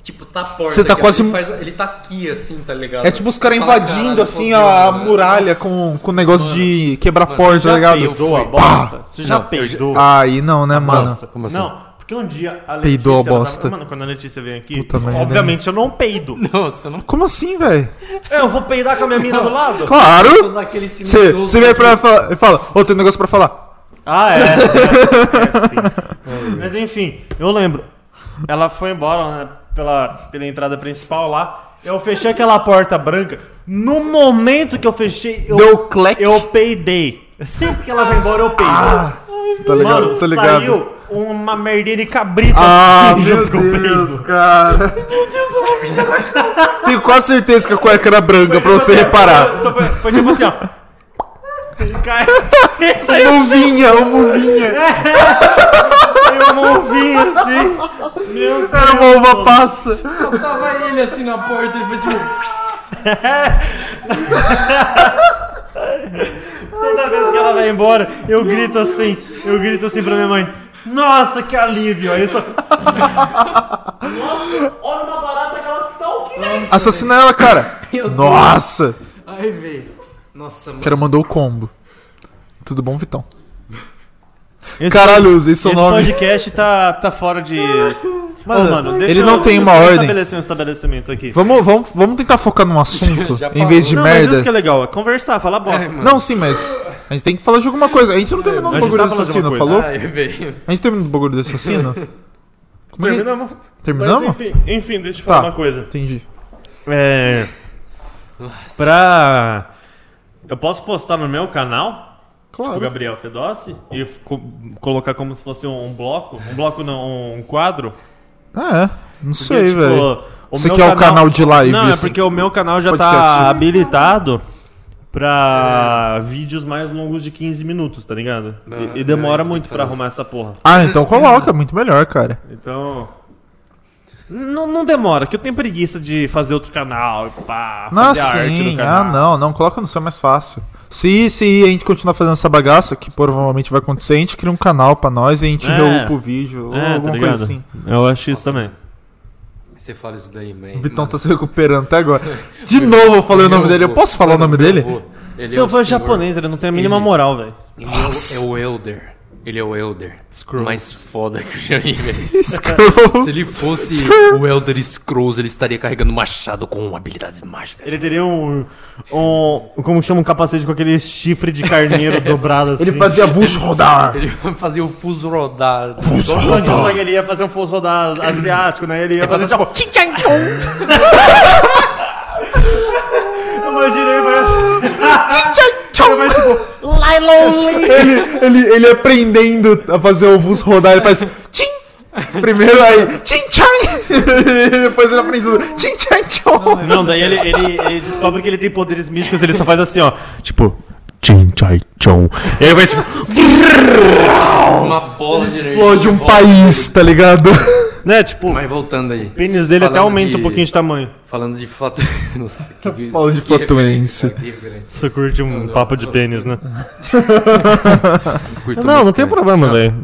C: tipo, tá a porta.
B: Você tá
C: aqui, ó,
B: quase-
C: Ele, faz- ele tá aqui, assim, tá ligado?
B: É tipo os caras
C: Você fala,
B: invadindo
C: "Caralho,
B: assim
C: fodeu,
B: a
C: mano."
B: muralha
C: Nossa.
B: com com o negócio de quebrar
C: Mas
B: porta, tá
E: Já
B: ligado?
E: peidou a
C: Pá!
E: bosta? Você já
C: Não, eu já-
E: peidou?
B: Aí não, né, mano?
C: Nossa, como assim?
E: Não, porque um dia a Letícia.
B: Peidou a
E: ela tava-
B: bosta.
E: Mano, quando a Letícia vem aqui,
B: Puta merda,
E: obviamente eu não peido. É,
C: Nossa, eu não
B: Como assim, velho?
E: eu vou peidar com a minha mina do lado?
C: tô
B: Claro!
C: daquele ciúme
B: Você
C: todo,
B: você vem
C: né,
B: pra ela e fala- e fala, ô, tem um negócio pra falar.
E: Ah, é. é, sim, é sim. Mas enfim, eu lembro. Ela foi embora né, pela, pela entrada principal lá. Eu fechei aquela porta branca. No momento que eu fechei, eu,
B: Deu clack.
E: eu peidei. Sempre que ela vai embora, eu peido.
B: Tá ligado?
E: Mano,
B: Tá ligado?
E: saiu uma merdinha de cabrita
B: Ah,
E: assim,
B: meu
E: com o
B: Deus,
E: peido.
B: cara. Meu Deus, eu vou mijar na Tenho quase certeza que a cueca era branca, pra você reparar.
E: Só foi, foi tipo assim, ó. Cai- saiu,
B: Muvinha, o muvinha.
E: saiu um ovinho assim. Meu
B: Era
E: Deus.
B: uma uva passa.
C: Só tava ele assim na porta, ele fez tipo.
E: Toda vez que ela vai embora, eu grito assim, eu grito assim pra minha mãe. Nossa, que alívio! Aí eu só. Nossa, olha uma barata que ela tá o que velho?
B: Assassina ela, cara.
C: Meu Deus.
B: Nossa.
C: Ai, velho. Nossa, mano.
B: O cara mandou o combo. Tudo bom, Vitão?
E: Esse,
B: Caralho, usei seu
E: esse
B: nome.
E: podcast tá, tá fora de. Mano, mano, deixa
B: ele
E: eu-
B: não tem uma
E: deixa eu
B: ordem.
E: estabelecer um estabelecimento aqui.
B: Vamos, vamos, vamos tentar focar num assunto
C: Já
B: em vez
C: parou.
B: de
E: não, mas
B: merda.
E: isso que é legal, é conversar, falar bosta.
C: É, mano.
B: Não, sim, mas a gente tem que falar de alguma coisa. A gente não terminou
E: a
B: do
E: gente
B: bagulho
E: tá
B: do
E: falando de
B: assassino,
E: alguma coisa.
B: falou?
C: Ai, velho.
B: A gente terminou do bagulho do assassino? Como é que-
E: Terminamos?
B: Terminamos?
E: Mas enfim, enfim, deixa eu falar
B: Tá.
E: uma coisa.
B: Entendi.
E: É.
C: Nossa.
E: Pra. Eu posso postar no meu canal? o
B: Claro.
E: Gabriel Fedossi e co- colocar como se fosse um bloco. Um bloco não, um quadro.
B: Ah, é. Não sei,
E: tipo,
B: velho.
E: o
B: Você
E: meu
B: que é o canal de live,
E: Não, é
B: assim,
E: porque o meu canal já
B: podcast.
E: tá habilitado pra vídeos mais longos de 15 minutos, tá ligado? E-
D: Ah,
E: e, demora
D: é,
E: muito
D: tem que
E: pra
D: fazer
E: arrumar essa porra.
B: Ah, então coloca, muito melhor, cara.
E: Então. Não, não demora, que eu tenho preguiça de fazer outro canal, pá, Ah, fazer
B: Não,
E: arte no
B: sim.
E: canal.
B: Ah, não, não, coloca no seu é mais fácil. Se, se a gente continuar fazendo essa bagaça, que provavelmente vai acontecer, a gente cria um canal pra nós e a gente
E: É.
B: reúpa o vídeo, ou
E: É, tá
B: alguma
E: ligado?
B: coisa assim.
E: Eu acho isso também.
C: Você fala isso daí, man.
B: O Vitão tá se recuperando até agora. De novo eu falei o nome dele, eu posso falar o nome dele?
D: é
C: é
E: Se
D: um
E: eu for japonês, ele não tem a mínima
C: Ele-
E: moral, velho.
C: Ele é o- é o Elder. Ele é o Elder.
E: Scrolls.
C: Mais foda que eu já vi, velho. Se
B: Scrolls.
C: ele fosse
B: Scrolls.
C: o Elder Scrolls, ele estaria carregando um machado com habilidades mágicas.
E: Ele teria um, um. Como chama um capacete com aquele chifre de carneiro dobrado assim.
B: Ele fazia bush rodar.
C: Ele fazia o fuso rodar.
B: Bush
E: Só que- Só
B: rodar.
E: que ele ia fazer um fuso da asiático, né? Ele ia fazer
C: Fazia
E: tipo.
C: tipo... tchim, tchim, tchom.
E: Imagina ele faz. Ele faz tipo.
B: Ele, ele, ele aprendendo a fazer o bus rodar, ele faz tchim. Primeiro aí, tchim tchim. Depois ele aprendendo tchim tchim tchim.
E: Não, daí ele, ele, ele descobre que ele tem poderes místicos, ele só faz assim, ó. Tipo.
A: Chin Chai Chong.
E: Ele vai tipo.
C: Uma bola de energia.
B: Explode um país, tá ligado?
E: Né? Tipo. O
C: Mas voltando aí.
E: pênis dele até
C: Falando
E: aumenta
C: de-
E: um pouquinho de tamanho.
C: Falando de flat... Nossa, que vídeo.
B: Falando de
C: que
B: flatulência.
C: referência, que referência.
E: Você curte um
C: não,
E: papo de
C: não.
E: pênis, né?
C: Curto
E: Não,
C: muito,
E: não tem
C: né?
E: problema, velho.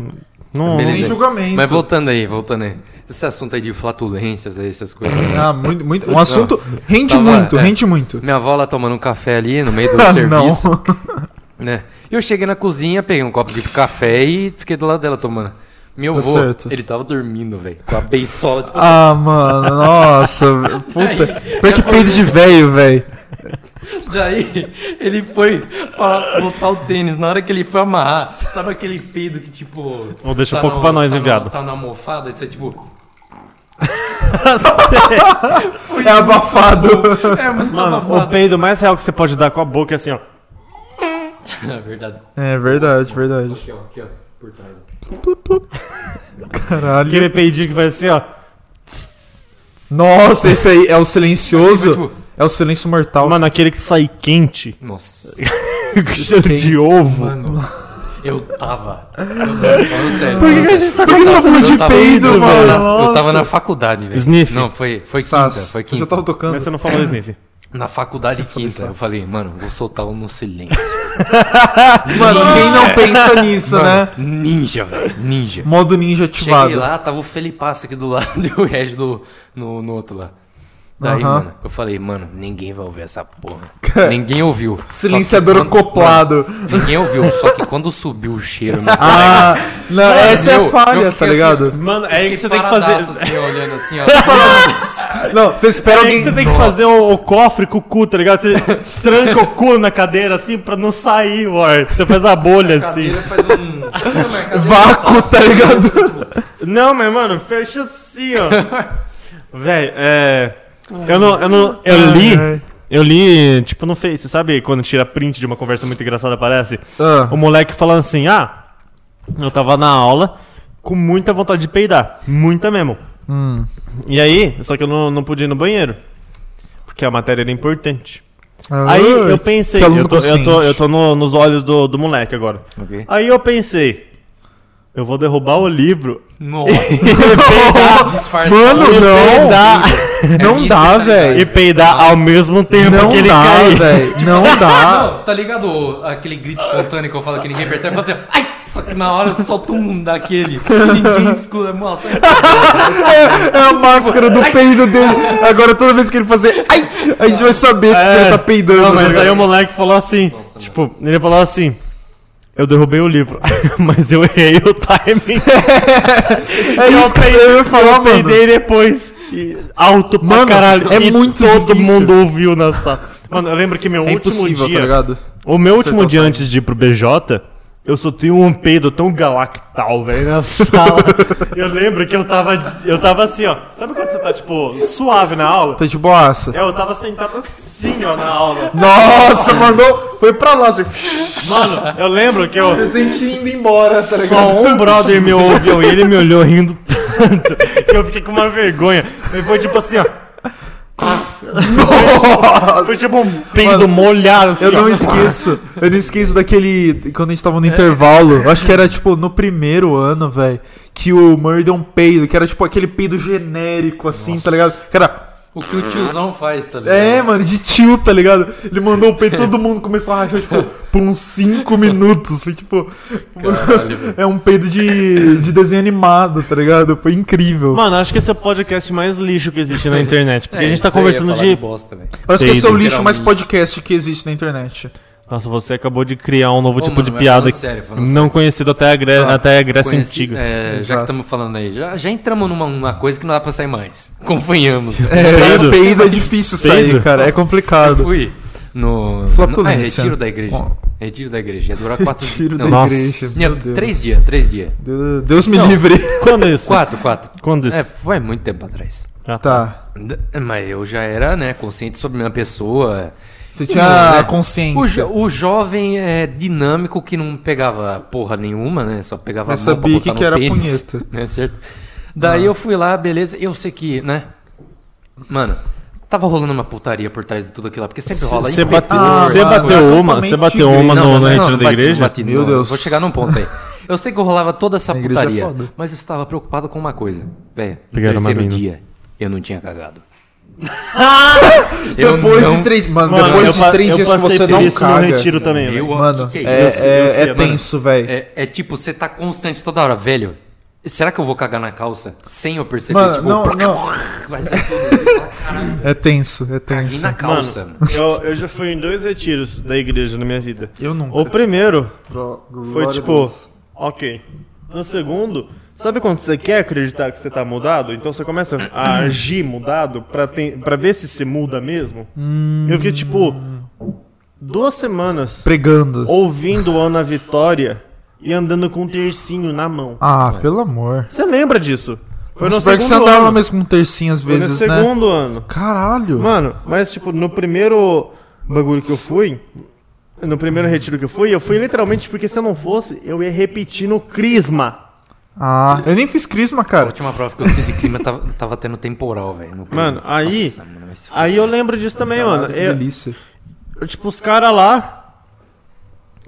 E: Não.
C: Beleza.
B: Sem julgamento.
C: Mas voltando aí, voltando aí. Esse assunto aí de flatulências aí, essas coisas.
B: Ah, muito, muito.
C: Tá
B: Um assunto rende
C: Tava-
B: muito,
C: é.
B: rende muito.
C: Minha avó lá tomando um café ali no meio do
B: Ah,
C: serviço. né? E eu cheguei na cozinha, peguei um copo de café e fiquei do lado dela tomando. Meu
B: Tá
C: avô,
B: certo.
C: ele tava dormindo, velho. Com a beisola. Tipo,
B: Ah, mano, nossa, puta.
C: É
B: Pior que peido de velho, velho.
C: daí ele foi pra botar o tênis. Na hora que ele foi amarrar, sabe aquele peido que tipo.
E: Ô, deixa um pouco pra nós,
C: tá
E: hein,
C: na-
E: viado.
C: Tá na almofada, isso é tipo.
B: É abafado.
C: É muito
E: Mano, o
C: abafado.
E: peido mais real que você pode dar com a boca é assim, ó.
C: É verdade.
B: É verdade, verdade.
C: Aqui, ó, aqui, ó. Por trás. ó.
B: Caralho.
E: Aquele peidinho que faz assim, ó.
B: Nossa, esse aí é o silencioso.
C: Tipo-
B: É o silêncio mortal.
E: Mano, aquele que sai quente.
C: Nossa.
E: Com cheiro de ovo.
C: Mano, eu tava. Eu, falando sério.
B: Por que,
C: falando
B: que a
C: sério.
B: gente tá falando de
C: Eu tava-
B: peido,
C: eu
B: mano?
C: tava na- Eu tava na faculdade, velho.
E: Sniff.
C: Não, foi, foi quinta,
B: Sass,
C: foi
B: eu já
C: quinta.
B: tava tocando.
E: Mas você não falou sniff.
C: Na faculdade quinta, eu falei, mano, vou soltar um no silêncio.
B: Mano, quem não pensa nisso, né?
C: Mano, Ninja, velho, ninja.
B: Modo ninja
C: Cheguei
B: ativado.
C: lá, tava o Felipaço aqui do lado e o Regis do, no, no outro lá. Daí,
B: Aham.
C: mano, eu falei, mano, ninguém vai ouvir essa porra. Ninguém ouviu. Só que
B: Silenciador
C: quando-
B: acoplado.
C: mano, Ninguém ouviu, só que quando subiu o cheiro, meu
B: Ah, não, essa é
C: meu,
B: a falha,
C: eu
B: tá
C: fiquei assim,
B: ligado?
E: Mano, é aí que você tem que
C: paradaço,
E: fazer.
C: assim, olhando assim, ó.
B: Não, você
E: É
B: espera
E: aí que
B: alguém.
E: você tem que fazer o, o cofre com o cu, tá ligado? Você tranca o cu na cadeira assim pra não sair o ar. Você faz a bolha assim.
C: Cadeira faz um...
B: Vácuo, tá ligado?
E: Não, mas mano, fecha assim, ó. Véi, é. Eu não. Eu, não, eu
B: Ai,
E: li.
B: ai.
E: Eu li, tipo, no Face, sabe quando tira print de uma conversa muito engraçada, aparece?
B: Ah.
E: O moleque falando assim, ah, eu tava na aula com muita vontade de peidar. Muita mesmo.
B: Hum.
E: E aí, só que eu não, não podia ir no banheiro. Porque a matéria era importante. Aí eu pensei,
B: que aluno
E: eu tô, eu tô,
B: consciente.
E: eu tô no- nos olhos do, do moleque agora.
C: Ok.
E: Aí eu pensei, eu vou derrubar o livro.
C: Nossa, disfarça.
B: É Mano,
E: e
B: não.
E: peidar,
B: Não
C: minha
B: dá,
C: especialidade.
E: e
B: velho.
E: peidar ao mesmo tempo
B: Não
E: que ele
B: dá,
E: cair.
B: velho. Não dá.
C: Não, tá ligado aquele grito espontâneo que eu falo que ninguém percebe? Eu falo assim, ai! Só que na hora eu solto um daquele. Ninguém escuta. Nossa,
B: É a máscara do peido dele. Agora toda vez que ele fazer. Ai! A gente vai saber que
E: É.
B: ele tá peidando.
E: Não, mas
B: né?
E: aí o moleque falou assim, tipo, ele falou assim, eu derrubei o livro, mas eu errei o timing.
B: É isso que eu ia falar,
E: Eu
B: mano.
E: peidei depois. E alto pra
B: Mano,
E: caralho.
B: é
E: e
B: muito
E: todo
B: difícil.
E: mundo ouviu na sala. Mano, eu lembro que meu
B: É
E: último
B: impossível,
E: dia.
B: tá ligado?
E: o meu último
B: Acertar
E: dia
B: o
E: antes de ir pro BJ, Eu só tenho um peido tão galactal, velho, na sala. eu lembro que eu tava. Eu tava assim, ó. Sabe quando você tá, tipo, suave na aula?
B: Tá de boaça.
E: É, eu tava sentado assim, ó, na aula.
B: Nossa, mandou. Foi pra lá, você.
E: Mano, eu lembro que eu.
B: senti indo embora, tá
E: Só um brother me ouviu e ele me olhou rindo tanto que eu fiquei com uma vergonha. Mas foi tipo assim, ó. Foi tipo um peido
B: Mano,
E: molhado assim.
B: Eu não
E: ó.
B: esqueço. Eu não esqueço daquele. Quando a gente tava
E: É.
B: no intervalo. Eu acho que era, tipo, no primeiro ano, velho. Que o Murray deu um peido. Que era, tipo, aquele peido genérico, assim, tá ligado? Que era.
C: O que o tiozão faz, tá ligado?
B: É, mano, de tio, tá ligado? Ele mandou o peido, todo mundo começou a rachar, tipo, por uns 5 minutos. Foi tipo.
C: Caralho, velho.
B: É um peido de, de desenho animado, tá ligado? Foi incrível.
E: Mano, acho que esse é o podcast mais lixo que existe
B: É.
E: na internet. Porque a gente tá
C: É, isso daí eu ia
E: conversando
C: falar
E: de.
C: bosta, velho.
B: Eu acho que esse é o
C: peido,
B: lixo mais
C: literalmente.
B: podcast que existe na internet.
E: Nossa, você acabou de criar um novo
C: Ô,
E: tipo
C: mano,
E: de
C: mas
E: piada
C: falando sério, falando
E: não
C: sério.
E: conhecido até a, Gré-
B: Tá.
E: até a Grécia
C: Conheci-
E: Antiga.
C: é, já
B: Exato.
C: que estamos falando aí, já, já entramos numa, numa coisa que não dá pra sair mais. Convenhamos.
B: É, peido é difícil sair,
E: Peido?
B: cara. É complicado.
C: Fui no.
B: Flatulência.
C: Ah, retiro da igreja.
B: Bom.
C: Retiro da igreja. Ia durar quatro
B: Tiro da
C: não,
E: Nossa.
B: igreja.
C: tinha
B: meu Deus.
C: Três dias, três dias.
B: Deus, Deus me livre.
E: Quando isso?
C: Quatro, quatro.
E: Quando isso?
C: É, foi muito tempo atrás.
E: Ah,
B: Tá.
C: D- Mas eu já era, né, consciente sobre a minha pessoa.
B: Você tinha
C: né? O,
B: consciência.
C: jo- o jovem é dinâmico que não pegava porra nenhuma, né? Só pegava
B: Mas
C: a mão pra
B: sabia
C: botar
B: que
C: no
B: que era
C: pênis,
B: punheta. Ah.
C: Né, certo? Daí eu fui lá, beleza. Eu sei que, né? Mano, tava rolando uma putaria por trás de tudo aquilo lá, porque sempre rola
E: Você
C: inspetor,
E: bateu,
B: Ah,
E: você
B: mano.
E: bateu uma,
B: Totalmente
E: você bateu uma
C: não,
E: no,
C: não,
E: no
C: não,
E: retiro
C: não,
E: da
C: bati, não
E: igreja?
C: bati,
B: Meu
C: não.
B: Deus.
C: Vou chegar num ponto aí. Eu sei que rolava toda essa
B: A igreja é
C: putaria,
B: foda.
C: mas eu estava preocupado com uma coisa. Velho, no
E: Pegaram uma
C: terceiro
E: mina.
C: dia, eu não tinha cagado. Eu
B: Depois
C: não-
B: de três. Mano,
E: Mano,
B: depois
E: eu
B: de
E: pa-
B: três
E: eu
B: dias que
E: passei
B: você
E: por
B: não
E: isso
B: caga.
E: no retiro também, velho.
C: Eu-
B: Mano,
C: Que que é
B: é,
E: isso? Eu sei,
B: é,
E: eu
B: é
E: sei,
B: tenso, velho.
C: É, é tipo, você tá constante toda hora, velho. Será que eu vou cagar na calça sem eu perceber?
B: Mano,
C: tipo,
B: não, não.
C: vai sair tudo isso.
B: É tenso, é
C: Caguei
B: tenso.
C: na calça.
E: Mano, eu, eu já fui em dois retiros da igreja na minha vida.
B: Eu nunca.
E: O primeiro foi
B: Foi
E: tipo, ok. No segundo, sabe quando você quer acreditar que você tá mudado? Então você começa a agir mudado pra, ten- pra ver se se muda mesmo?
B: Hum.
E: Eu fiquei tipo, duas semanas
B: Pregando.
E: ouvindo Ana Vitória e andando com um tercinho na mão.
B: Ah, pelo amor.
E: Você lembra disso? Foi no
B: Mas pior que você
E: segundo
B: andava
E: ano.
B: mesmo com tercinho às
E: Foi no
B: vezes, né?
E: segundo ano.
B: Caralho.
E: Mano, mas tipo, no primeiro bagulho que eu fui, no primeiro retiro que eu fui, eu fui literalmente porque se eu não fosse, eu ia repetir no Crisma.
B: Ah, eu nem fiz crisma,
C: A
B: cara.
C: última prova que eu fiz de clima tava, tava tendo temporal, velho. no clima.
E: Mano, aí-
C: Nossa, mano, mas foi-
E: Aí eu lembro disso também, mano.
B: Que
E: Eu-
B: delícia.
E: eu, tipo, os caras lá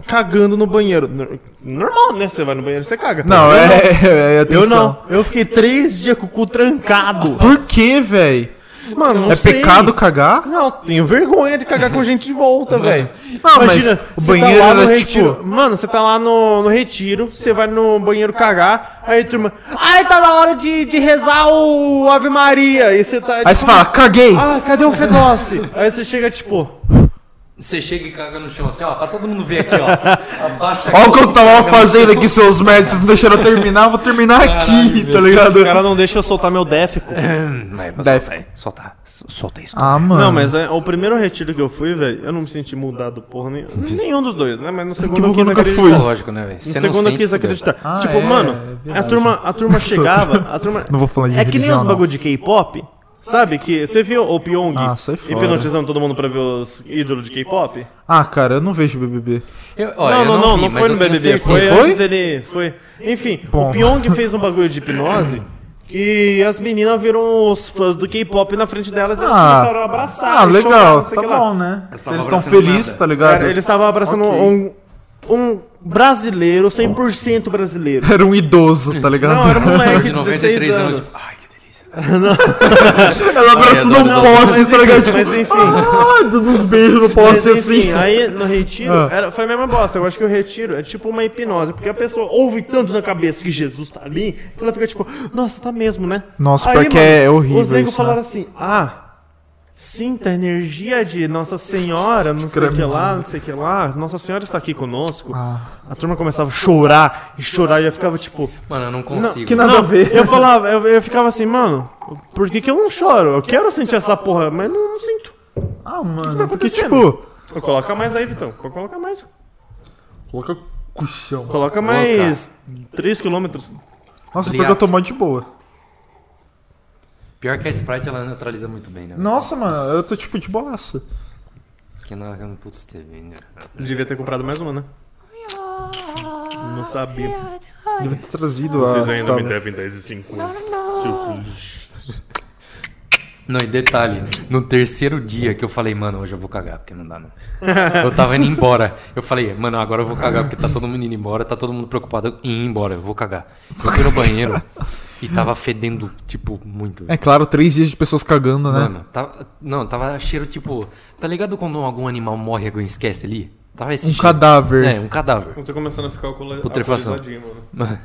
E: cagando no banheiro. Nor- Normal, né? Você vai no banheiro, você caga.
B: Não,
E: eu
B: é, é, é atenção.
E: Eu não. Eu fiquei três dias com o cu trancado.
B: Por que, velho?
E: Mano, não
B: É
E: sei.
B: pecado cagar?
E: Não, tenho vergonha de cagar com gente de volta, velho.
B: Não, mas o
E: você
B: banheiro
E: tá lá no
B: era,
E: retiro.
B: tipo-
E: Mano, você tá lá no, no retiro, você vai no banheiro cagar, aí turma. Ai, tá na hora de, de rezar o Ave Maria. E você tá.
B: Aí você fala, caguei.
E: Ah, cadê o Fedossi? aí você chega, tipo.
C: Você chega e caga no chão assim, ó, pra todo mundo ver aqui, ó. Abaixa a
B: Olha o que eu
C: calça,
B: tava
C: caga no
B: fazendo aqui, seus merdas. Vocês não deixaram eu terminar, eu vou terminar aqui, tá ligado?
E: Os caras não deixam eu soltar meu défico.
C: chão. Vai, vai,
B: Deve-
C: solta aí. Solta, solta isso.
B: Ah, mano.
E: Não, mas é, o primeiro retiro que eu fui, velho, eu não me senti mudado, porra, nem, nenhum dos dois, né? Mas no segundo eu
B: bom que eu
E: quis
B: nunca
E: acreditar.
B: fui.
C: É lógico, né, velho?
E: No segundo eu quis acreditar.
B: Ah,
E: tipo,
B: é,
E: mano,
B: é
E: a turma, a turma chegava, a turma
B: Não vou falar de
E: É que nem
B: religião,
E: os
B: não.
E: bagulho de K-pop, sabe? Que você viu o Pyong
B: Ah, sai fora.
E: hipnotizando todo mundo pra ver os ídolos de K-pop?
B: Ah, cara, eu não vejo BBB.
C: Eu, olha,
E: não, não, não, não foi no BBB, foi, antes
B: Foi?
E: dele, foi. Enfim,
B: Bom.
E: o Pyong fez um bagulho de hipnose que as meninas viram os fãs do K-pop na frente delas e elas
B: Ah.
E: começaram a abraçar.
B: Ah,
E: e chorar,
B: legal,
E: não sei
B: tá
E: o que lá.
B: bom, né?
C: Eles tavam
B: Eles estão
C: abraçando
B: felizes,
C: nada.
B: tá ligado?
E: Cara, eles estavam abraçando
B: Ok.
E: um, um brasileiro, 100% brasileiro.
B: Era um idoso, tá ligado?
E: Não, era um moleque de 16
C: 93 anos.
E: anos.
C: tipo, Ai, que delícia.
B: Ela abraçando
C: Ai,
B: um
C: adoro,
B: poste,
E: Mas
B: tá ligado? Tipo,
E: enfim, mas enfim.
B: ah, dando uns beijos no poste
E: Mas, enfim,
B: assim.
E: Aí no retiro,
B: Ah.
E: era- foi a mesma bosta. Eu acho que o retiro é tipo uma hipnose, porque a pessoa ouve tanto na cabeça que Jesus tá ali, que ela fica tipo, nossa, tá mesmo, né?
B: Nossa, pior que é horrível
E: Os negros
B: isso,
E: falaram
B: né?
E: assim, ah. Sinta a energia de Nossa Senhora, não sei o que lá, não sei o que lá. Nossa Senhora está aqui conosco.
B: Ah.
E: A turma começava a chorar e chorar e eu ficava tipo,
C: Mano, eu não
E: não,
C: consigo.
E: que nada a ver. Eu falava, eu, eu ficava assim, mano, por que, que eu não choro? Eu quero sentir essa porra, mas não, não sinto.
B: Ah, mano, porque
E: tá acontecendo?
B: tipo...
E: Vou colocar mais aí, Vitão. Vou colocar mais.
B: Coloca Cuxão.
E: Coloca mais 3km.
B: Nossa,
C: Liato.
B: pior que eu tô mó de boa.
C: Pior que a Sprite, ela neutraliza muito bem, né?
B: Nossa, mano, eu tô tipo de boaça.
C: Que na no Putz TV, né?
E: Devia ter comprado mais uma, né? Não sabia.
B: Deve ter trazido a.
E: Vocês ainda me
B: tá-
E: devem 10,50. Seus lixos.
C: Não, e detalhe, no terceiro dia que eu falei, mano, hoje eu vou cagar, porque não dá, não. Eu tava indo embora. Eu falei, mano, agora eu vou cagar, porque tá todo mundo indo embora, tá todo mundo preocupado em ir embora, eu vou cagar. Eu fui no banheiro e tava fedendo, tipo, muito.
B: É claro, três dias de pessoas cagando, né?
C: Mano, tava, não, tava cheiro tipo. Tá ligado quando algum animal morre e alguém esquece ali? Tava esse
B: um
C: cheiro.
B: cadáver.
C: É, um cadáver.
E: Eu tô começando a ficar alcool-
C: Putrefação.
E: alcoolizadinho, Tá mano.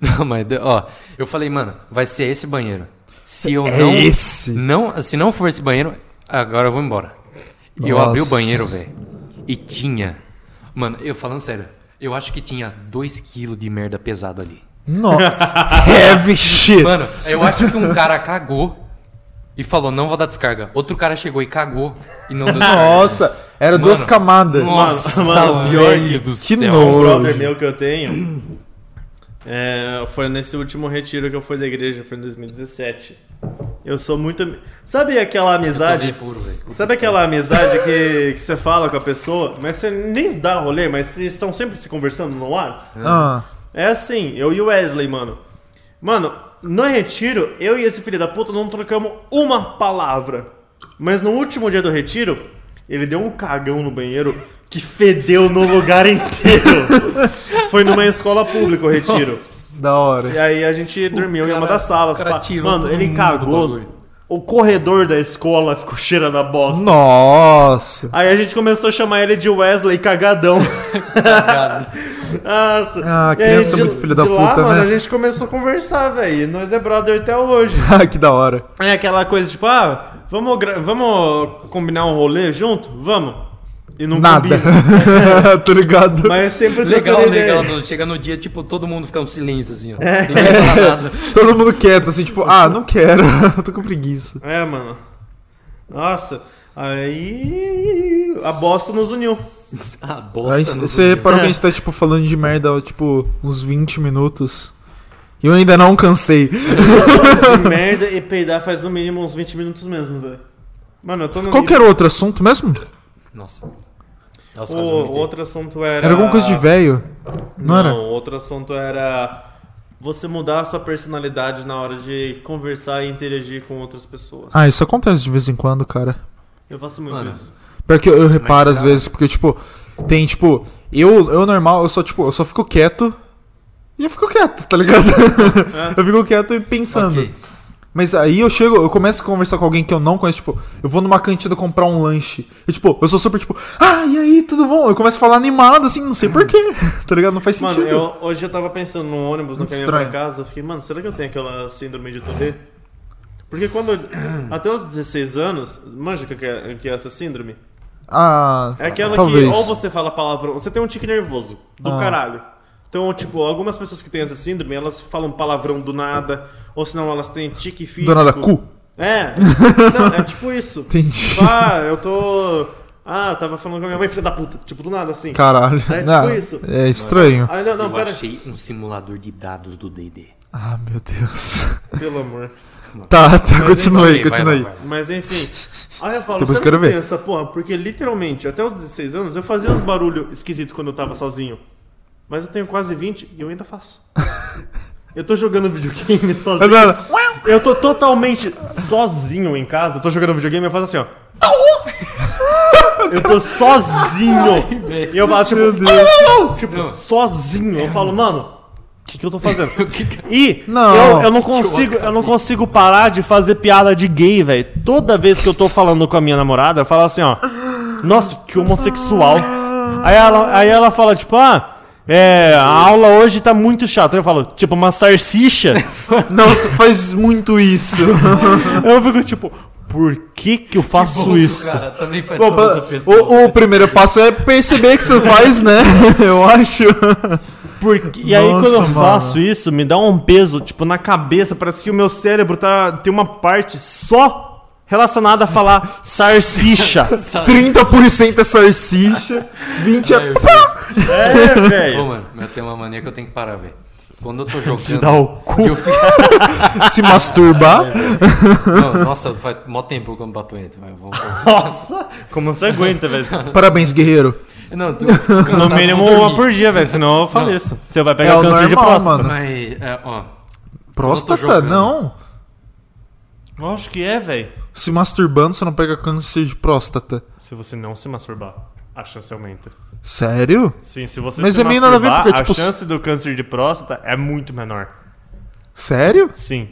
C: Não, mas, ó, eu falei, mano, vai ser esse banheiro. Se eu não.
B: É esse.
C: Não, se não for esse banheiro, agora eu vou embora. E eu abri o
B: Nossa.
C: banheiro, velho. E tinha. Mano, eu falando sério, eu acho que tinha 2kg de merda pesado ali.
B: Nossa. Heavy shit.
C: Mano, eu acho que um cara cagou e falou, não vou dar descarga. Outro cara chegou e cagou e não deu descarga.
B: Nossa, era duas
C: Mano,
B: camadas.
C: Nossa,
E: mano,
C: velho do
B: que
C: céu.
E: Um
B: nojo.
E: brother meu que eu tenho é, foi nesse último retiro que eu fui da igreja, foi em 2017. Eu sou muito. ami- Sabe aquela amizade?
C: puro, velho.
E: Sabe aquela amizade que, que você fala com a pessoa, mas você nem dá rolê, mas vocês estão sempre se conversando no WhatsApp?
B: Ah,
E: É assim, eu e o Wesley, mano. Mano, no retiro, eu e esse filho da puta não trocamos uma palavra. Mas no último dia do retiro, ele deu um cagão no banheiro que fedeu no lugar inteiro. Foi numa escola pública o retiro.
B: da hora.
E: E aí a gente dormiu em uma
C: cara-
E: das salas.
C: o cara
E: pá.
C: tirou
E: Mano,
C: todo
E: ele
C: mundo do
E: cagou.
C: bagulho.
E: O corredor da escola ficou cheirando a bosta.
B: Nossa.
E: Aí a gente começou a chamar ele de Wesley Cagadão. Nossa.
B: Ah,
E: E aí,
B: criança é muito filho da
E: de lá,
B: puta, né?
E: mano, a gente começou a conversar, velho. e Nós é brother até hoje.
B: Ah, que da hora.
E: É aquela coisa tipo, ah, vamos, gra- vamos combinar um rolê junto? Vamos. E não
B: Nada.
E: combina.
B: Tô ligado.
E: Mas sempre
C: Legal, né,
E: trocando ideia.
C: legal. no- Chega no dia, tipo, todo mundo fica um silêncio, assim, ó.
B: É.
C: Ninguém fala nada.
B: Todo mundo quieto, assim, tipo, ah, não quero. Tô com preguiça.
E: É, mano. Nossa. Aí a bosta nos uniu.
C: Ah,
B: Aí
C: bosta. não
B: você
C: sei.
B: reparou que a gente tá, tipo, falando de merda, tipo, uns 20 minutos. E eu ainda não cansei.
E: De merda e peidar faz no mínimo uns 20 minutos mesmo, velho. Mano, eu tô no.
B: Qual que era o outro assunto mesmo?
C: Nossa. Nossa,
E: O
C: quase vomitei.
E: outro assunto era.
B: Era alguma coisa
C: Ah.
B: de velho. Não
E: Não,
B: era?
E: outro assunto era você mudar a sua personalidade na hora de conversar e interagir com outras pessoas.
B: Ah, isso acontece de vez em quando, cara.
E: Eu faço muito
C: Mano.
E: isso.
B: Pior que eu, eu reparo às
C: será?
B: vezes, porque, tipo, tem, tipo, eu, eu normal, eu só, tipo, eu só fico quieto. E eu fico quieto, tá ligado?
E: É.
B: eu fico quieto e pensando.
C: Ok.
B: Mas aí eu chego, eu começo a conversar com alguém que eu não conheço, tipo, eu vou numa cantina comprar um lanche. E, tipo, eu sou super, tipo, ah, e aí, tudo bom? Eu começo a falar animado, assim, não sei porquê, tá ligado? Não faz
E: Mano,
B: sentido.
E: eu, hoje eu tava pensando no ônibus, no
B: Muito
E: caminho
B: estranho.
E: pra casa, eu fiquei, mano, será que eu tenho aquela síndrome de Tourette? Porque quando. eu- até os 16 anos, manja o que é, o que é essa síndrome?
B: Ah,
E: É aquela
B: talvez. Ah.
E: que ou você fala palavrão, você tem um tique nervoso do caralho. Então, tipo, algumas pessoas que têm essa síndrome, elas falam palavrão do nada, ou senão elas têm tique físico.
B: Do nada, cu.
E: É, não, é tipo isso.
B: Entendi.
E: Tipo, ah, eu tô. Ah, tava falando com a minha mãe, filha da puta. Tipo, do nada assim.
B: Caralho.
E: É tipo
B: Ah,
E: isso.
B: É estranho.
E: Ah, não, não,
C: eu
E: pera.
C: achei um simulador de dados do D&D.
B: Ah, meu Deus.
E: Pelo amor.
B: Tá, tá,
E: Mas então,
B: continua aí,
C: Ok, vai,
B: continua aí.
C: vai, vai.
E: Mas enfim. Aí eu
B: Depois
E: falo, será
B: eu
E: que
B: quero
E: eu tenho
B: ver.
E: essa porra? Porque literalmente, até os 16 anos, eu fazia uns barulhos esquisitos quando eu tava sozinho. Mas eu tenho quase 20 e eu ainda faço. eu tô jogando videogame sozinho.
B: Agora,
E: Eu tô totalmente sozinho em casa, eu tô jogando videogame e eu faço assim, ó. Eu tô sozinho. E eu faço tipo, tipo sozinho. Eu falo, mano, o que, que eu tô fazendo? E
B: Não.
E: eu, eu não consigo, eu não consigo parar de fazer piada de gay, velho. Toda vez que eu tô falando com a minha namorada, eu falo assim, ó. Nossa, que homossexual. Aí ela, aí ela fala, tipo, ah, é, a aula hoje tá muito chata. Eu falo, tipo, uma sarsicha.
B: Nossa, faz muito isso.
E: Eu fico tipo, por que que eu faço isso?
C: Cara, também faz
B: Bom,
C: com
B: pra-
C: outra pessoa.
B: o,
E: né?
B: o primeiro passo é perceber que você faz, né? Eu acho.
E: Por que- E aí
B: Nossa,
E: quando eu
B: mano.
E: faço isso, me dá um peso, tipo, na cabeça, parece que o meu cérebro tá tem uma parte só relacionado a falar sarsicha.
B: 30% é sarsicha, 20% é.
E: é,
C: Ô,
E: velho.
C: mano, eu tenho uma mania que eu tenho que parar, velho. Quando eu tô jogando.
B: dá o cu.
C: Eu fico...
B: se masturbar.
C: Não, nossa, faz mó tempo que eu não bato punheta, velho. Eu vou-
E: Nossa, como você aguenta, velho?
B: Parabéns, guerreiro.
C: Não, eu tô cansado,
E: No
C: vou
E: mínimo
C: dormir.
E: uma por dia, velho, senão eu faleço. Você vai pegar
B: É o
E: câncer de
B: normal,
E: próstata. né?
B: mano.
C: Mas, é, ó.
B: Próstata?
C: jogando.
B: Não.
E: Eu acho que é, velho.
B: Se masturbando, você não pega câncer de próstata.
E: Se você não se masturbar, a chance aumenta.
B: Sério?
E: Sim, se você
B: Mas
E: se
B: é meio nada a ver,
E: masturbar,
B: porque, tipo,
E: a chance do câncer de próstata é muito menor.
B: Sério?
E: Sim.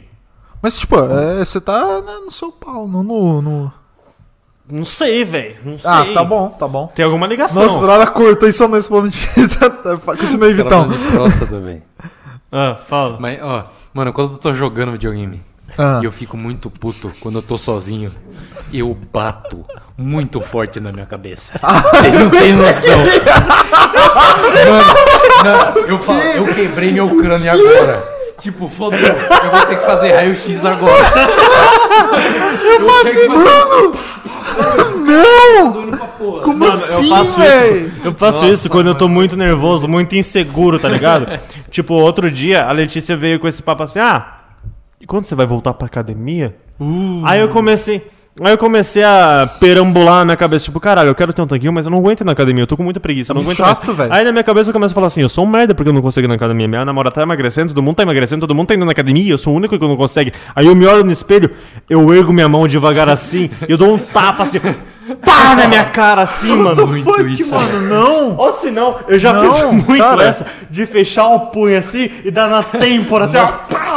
B: Mas, tipo, é, você tá né, no seu pau, não no. no-
E: Não sei, velho. Não sei.
B: Ah, tá bom, tá bom.
E: Tem alguma ligação.
B: Nossa, é do nada cortou isso não expondo. Continua aí,
C: Cara,
B: Vitão.
C: falando de próstata, velho.
E: Ah, fala.
C: Mas, ó, mano, quando eu tô jogando videogame
B: Ah.
C: e eu fico muito puto quando eu tô sozinho, eu bato muito forte na minha cabeça. Vocês não têm noção. Mano, não, eu falo, eu quebrei meu crânio agora. Tipo, fodeu, eu vou ter que fazer raio-x agora. Eu, faço isso, Não!
B: Como assim,
E: eu faço
B: véi?
E: isso. Eu faço
C: Nossa,
E: isso quando eu tô muito nervoso, muito inseguro, tá ligado? tipo, outro dia a Letícia veio com esse papo assim: "Ah, e quando você vai voltar pra academia?"
B: Uh.
E: Aí eu comecei Aí eu comecei a perambular na minha cabeça, tipo, caralho, eu quero ter um tanquinho, mas eu não aguento ir na academia, eu tô com muita preguiça, eu não aguento
B: Tá Chato,
E: mais.
B: velho.
E: Aí na minha cabeça eu começo a falar assim, eu sou um merda porque eu não consigo ir na academia, minha namorada tá emagrecendo, todo mundo tá emagrecendo, todo mundo tá indo na academia, eu sou o único que não consegue. Aí eu me olho no espelho, eu ergo minha mão devagar assim, e eu dou um tapa assim, pá na minha cara assim, mano.
C: Muito isso,
B: mano, não.
E: Ou se não, eu já
B: Não,
E: fiz muito
B: cara.
E: essa de fechar o punho assim e dar na têmpora assim, ó.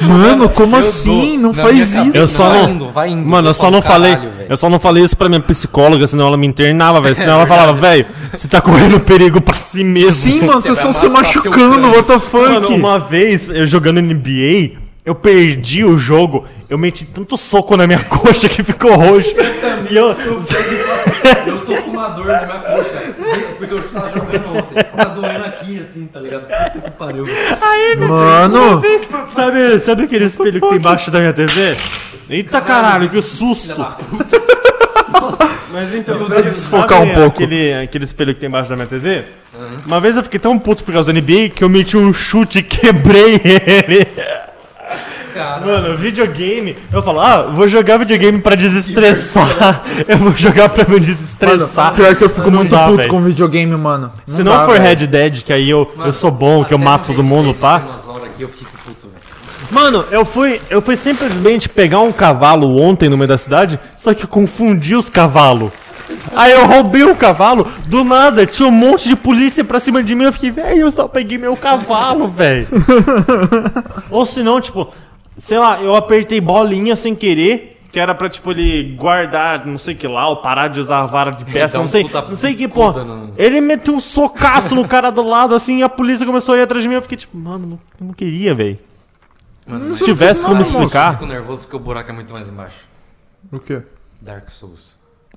B: Mano, como assim? Não faz isso.
E: Eu só
C: vai
E: não-
C: Indo, vai indo.
E: Mano, eu só não
C: falo,
E: falei.
C: "Caralho, velho."
E: eu só não falei isso pra minha psicóloga, senão ela me internava, velho. Senão ela falava, velho, você tá correndo perigo pra si mesmo.
B: Sim, mano, vocês
C: vai
B: estão se
C: amassar seu
B: machucando,
C: crânio.
B: what the fuck?
E: Mano, uma vez, eu jogando NBA, eu perdi o jogo, eu meti tanto soco na minha coxa que ficou roxo. e eu.
C: Eu tô com uma dor na minha coxa, porque eu tava jogando ontem. Tá doendo aqui, assim, tá ligado? Puta que pariu.
B: Mano,
E: sabe, sabe aquele espelho que tem embaixo da minha TV? Eita caralho, que susto! Mas então,
B: Precisa desfocar um pouco.
E: Aquele, aquele espelho que tem embaixo da minha TV?
B: Uhum.
E: Uma vez eu fiquei tão puto por causa do NBA que eu meti um chute e quebrei ele. Mano, videogame, eu falo, ah, vou jogar videogame pra desestressar. Eu vou jogar pra me
B: mano,
E: desestressar.
B: pior que eu fico
E: Não
B: muito
E: dá,
B: puto
E: velho.
B: com videogame, mano.
E: Se não
B: dá,
E: for
B: velho.
E: Red Dead, que aí eu, eu sou bom, que eu mato todo
B: é
E: mundo, tá? pá.
C: Umas horas aqui eu fico puto, velho.
E: Mano, eu fui, eu fui simplesmente pegar um cavalo ontem no meio da cidade, só que eu confundi os cavalos. Aí eu roubei o cavalo, do nada tinha um monte de polícia pra cima de mim, eu fiquei, velho, eu só peguei meu cavalo, velho. Ou senão, tipo, sei lá, eu apertei bolinha sem querer, que era pra, tipo, ele guardar, não sei o que lá, ou parar de usar a vara de pesca,
C: Então,
E: não sei,
C: puta
E: não sei que
C: bicuda
E: porra.
C: no-
E: Ele meteu um socaço no cara do lado, assim, e a polícia começou a ir atrás de mim, eu fiquei tipo, mano, não- eu não queria, velho. Se tivesse como
B: nada, moço.
C: Eu
E: explicar.
C: fico nervoso porque o buraco é muito mais embaixo.
B: O quê?
C: Dark Souls.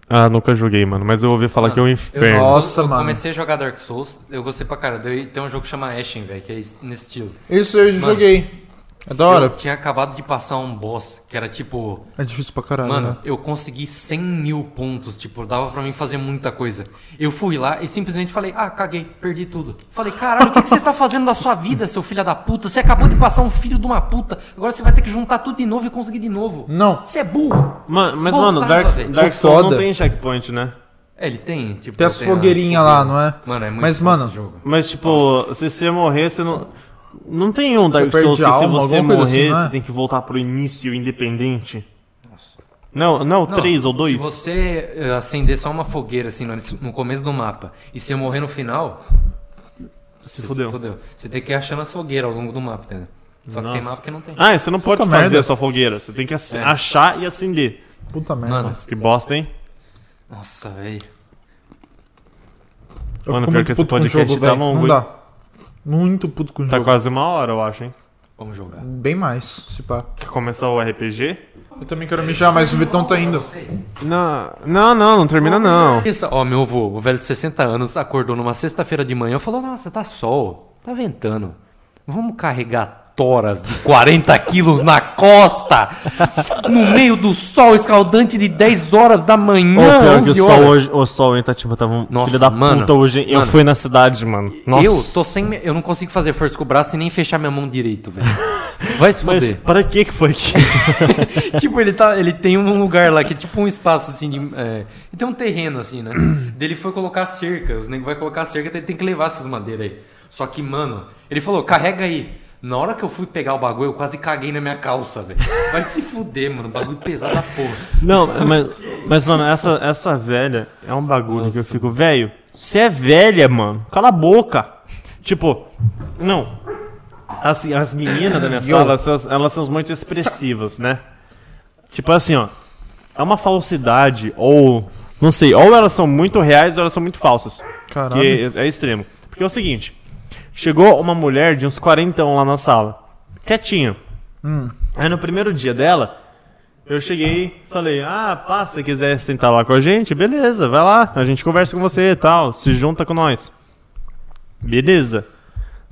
E: Ah, nunca joguei, mano, mas eu ouvi falar que é um
C: Ah, Eu,
E: inferno.
B: Nossa,
C: eu, eu
B: mano.
C: comecei a jogar Dark Souls, eu gostei pra cara. Daí tem um jogo que chama Ashen, velho, que é es- nesse estilo.
B: Isso eu joguei. É da hora.
C: Eu tinha acabado de passar um boss que era tipo.
B: É difícil pra caralho,
C: Mano,
B: né?
C: eu consegui 100 mil pontos, tipo, dava pra mim fazer muita coisa. Eu fui lá e simplesmente falei, ah, caguei, perdi tudo. Falei, caralho, o que, que você tá fazendo da sua vida, seu filho da puta? Você acabou de passar um filho de uma puta, agora você vai ter que juntar tudo de novo e conseguir de novo.
B: Não.
C: Você é burro.
E: Mano, mas,
C: Voltava,
E: mano, Dark,
C: velho.
E: Dark
B: Pô,
E: Souls
B: foda.
E: não tem checkpoint, né?
C: É, ele tem, tipo...
B: Tem as fogueirinhas lá, não é?
C: Mano, é muito
B: Mas,
C: foda
B: mano,
C: esse jogo.
E: Mas, tipo, se você morrer, você não. Não tem um
B: Você
E: Dark
B: perde
E: Souls que se
B: alma,
E: você
B: alguma
E: morrer,
B: coisa assim, não é?
E: você tem que voltar pro início independente. Não, não,
C: Não,
E: três ou dois.
C: Se você eh, acender só uma fogueira, assim, no no começo do mapa, e você morrer no final,
E: Se
C: você
E: fudeu.
C: Você tem que ir achando as fogueiras ao longo do mapa, entendeu? Só que tem
E: Nossa.
C: mapa que não tem.
E: Ah, e você não pode
B: Puta
E: fazer
B: merda.
E: a sua fogueira. Você tem que
C: É.
E: ac- achar e acender.
B: Puta merda.
C: Mano,
E: Que bosta, hein?
C: nossa, velho.
B: eu
E: mano,
B: fico
E: pior
B: muito
E: que esse
B: puto com o
E: podcast
B: jogo,
E: tá
B: velho.
E: longo,
B: Não
E: hein?
B: dá. Muito puto com o
E: Tá
B: jogo.
E: quase uma hora, eu acho, hein?
C: Vamos jogar.
E: Hum.
B: Bem mais, se pá.
E: Quer começar o RPG?
B: Eu também quero mijar, mas o Vitão tá indo.
E: Não, não, não, não termina não.
C: Pensa, ó, meu avô, o velho de 60 anos, acordou numa sexta-feira de manhã e falou: Nossa, tá sol, tá ventando. Vamos carregar toras de 40 quilos na costa, no meio do sol escaldante de 10 horas da
E: Ô,
C: manhã,
E: pior que o
C: 11
E: sol
C: horas.
E: hoje, o sol em Itatiba tava um
C: Nossa,
E: filho da
C: mano,
E: puta hoje. hein? Eu
C: mano.
E: fui na cidade, mano. Nossa.
C: Eu tô sem. me- Eu não consigo fazer força com o braço e nem fechar minha mão direito, velho. Vai se
E: Mas
C: foder.
E: para que que foi aqui?
C: tipo, ele, tá, ele tem um lugar lá que é tipo um espaço assim de. É, ele tem um terreno assim, né? Dele foi colocar cerca. Os negros vai colocar cerca, daí ele tem que levar essas madeiras aí. Só que, mano, ele falou: carrega aí. Na hora que eu fui pegar o bagulho, eu quase caguei na minha calça, velho. Vai se fuder, mano. Bagulho pesado da porra.
E: Não, mas, mas mano, essa, essa velha é um bagulho que eu fico, velho, você é velha, mano, cala a boca. Tipo, não. Assim, as meninas da minha sala, elas, são- elas são muito expressivas, né? Tipo assim, ó, é uma falsidade, ou, não sei, ou elas são muito reais ou elas são muito falsas.
B: Caralho.
E: Que é, é extremo. Porque é o seguinte: chegou uma mulher de uns 40 lá na sala, quietinha. Aí no primeiro dia dela, eu cheguei, falei: Ah, passa, se quiser sentar lá com a gente, beleza, vai lá, a gente conversa com você e tal, se junta com nós. Beleza.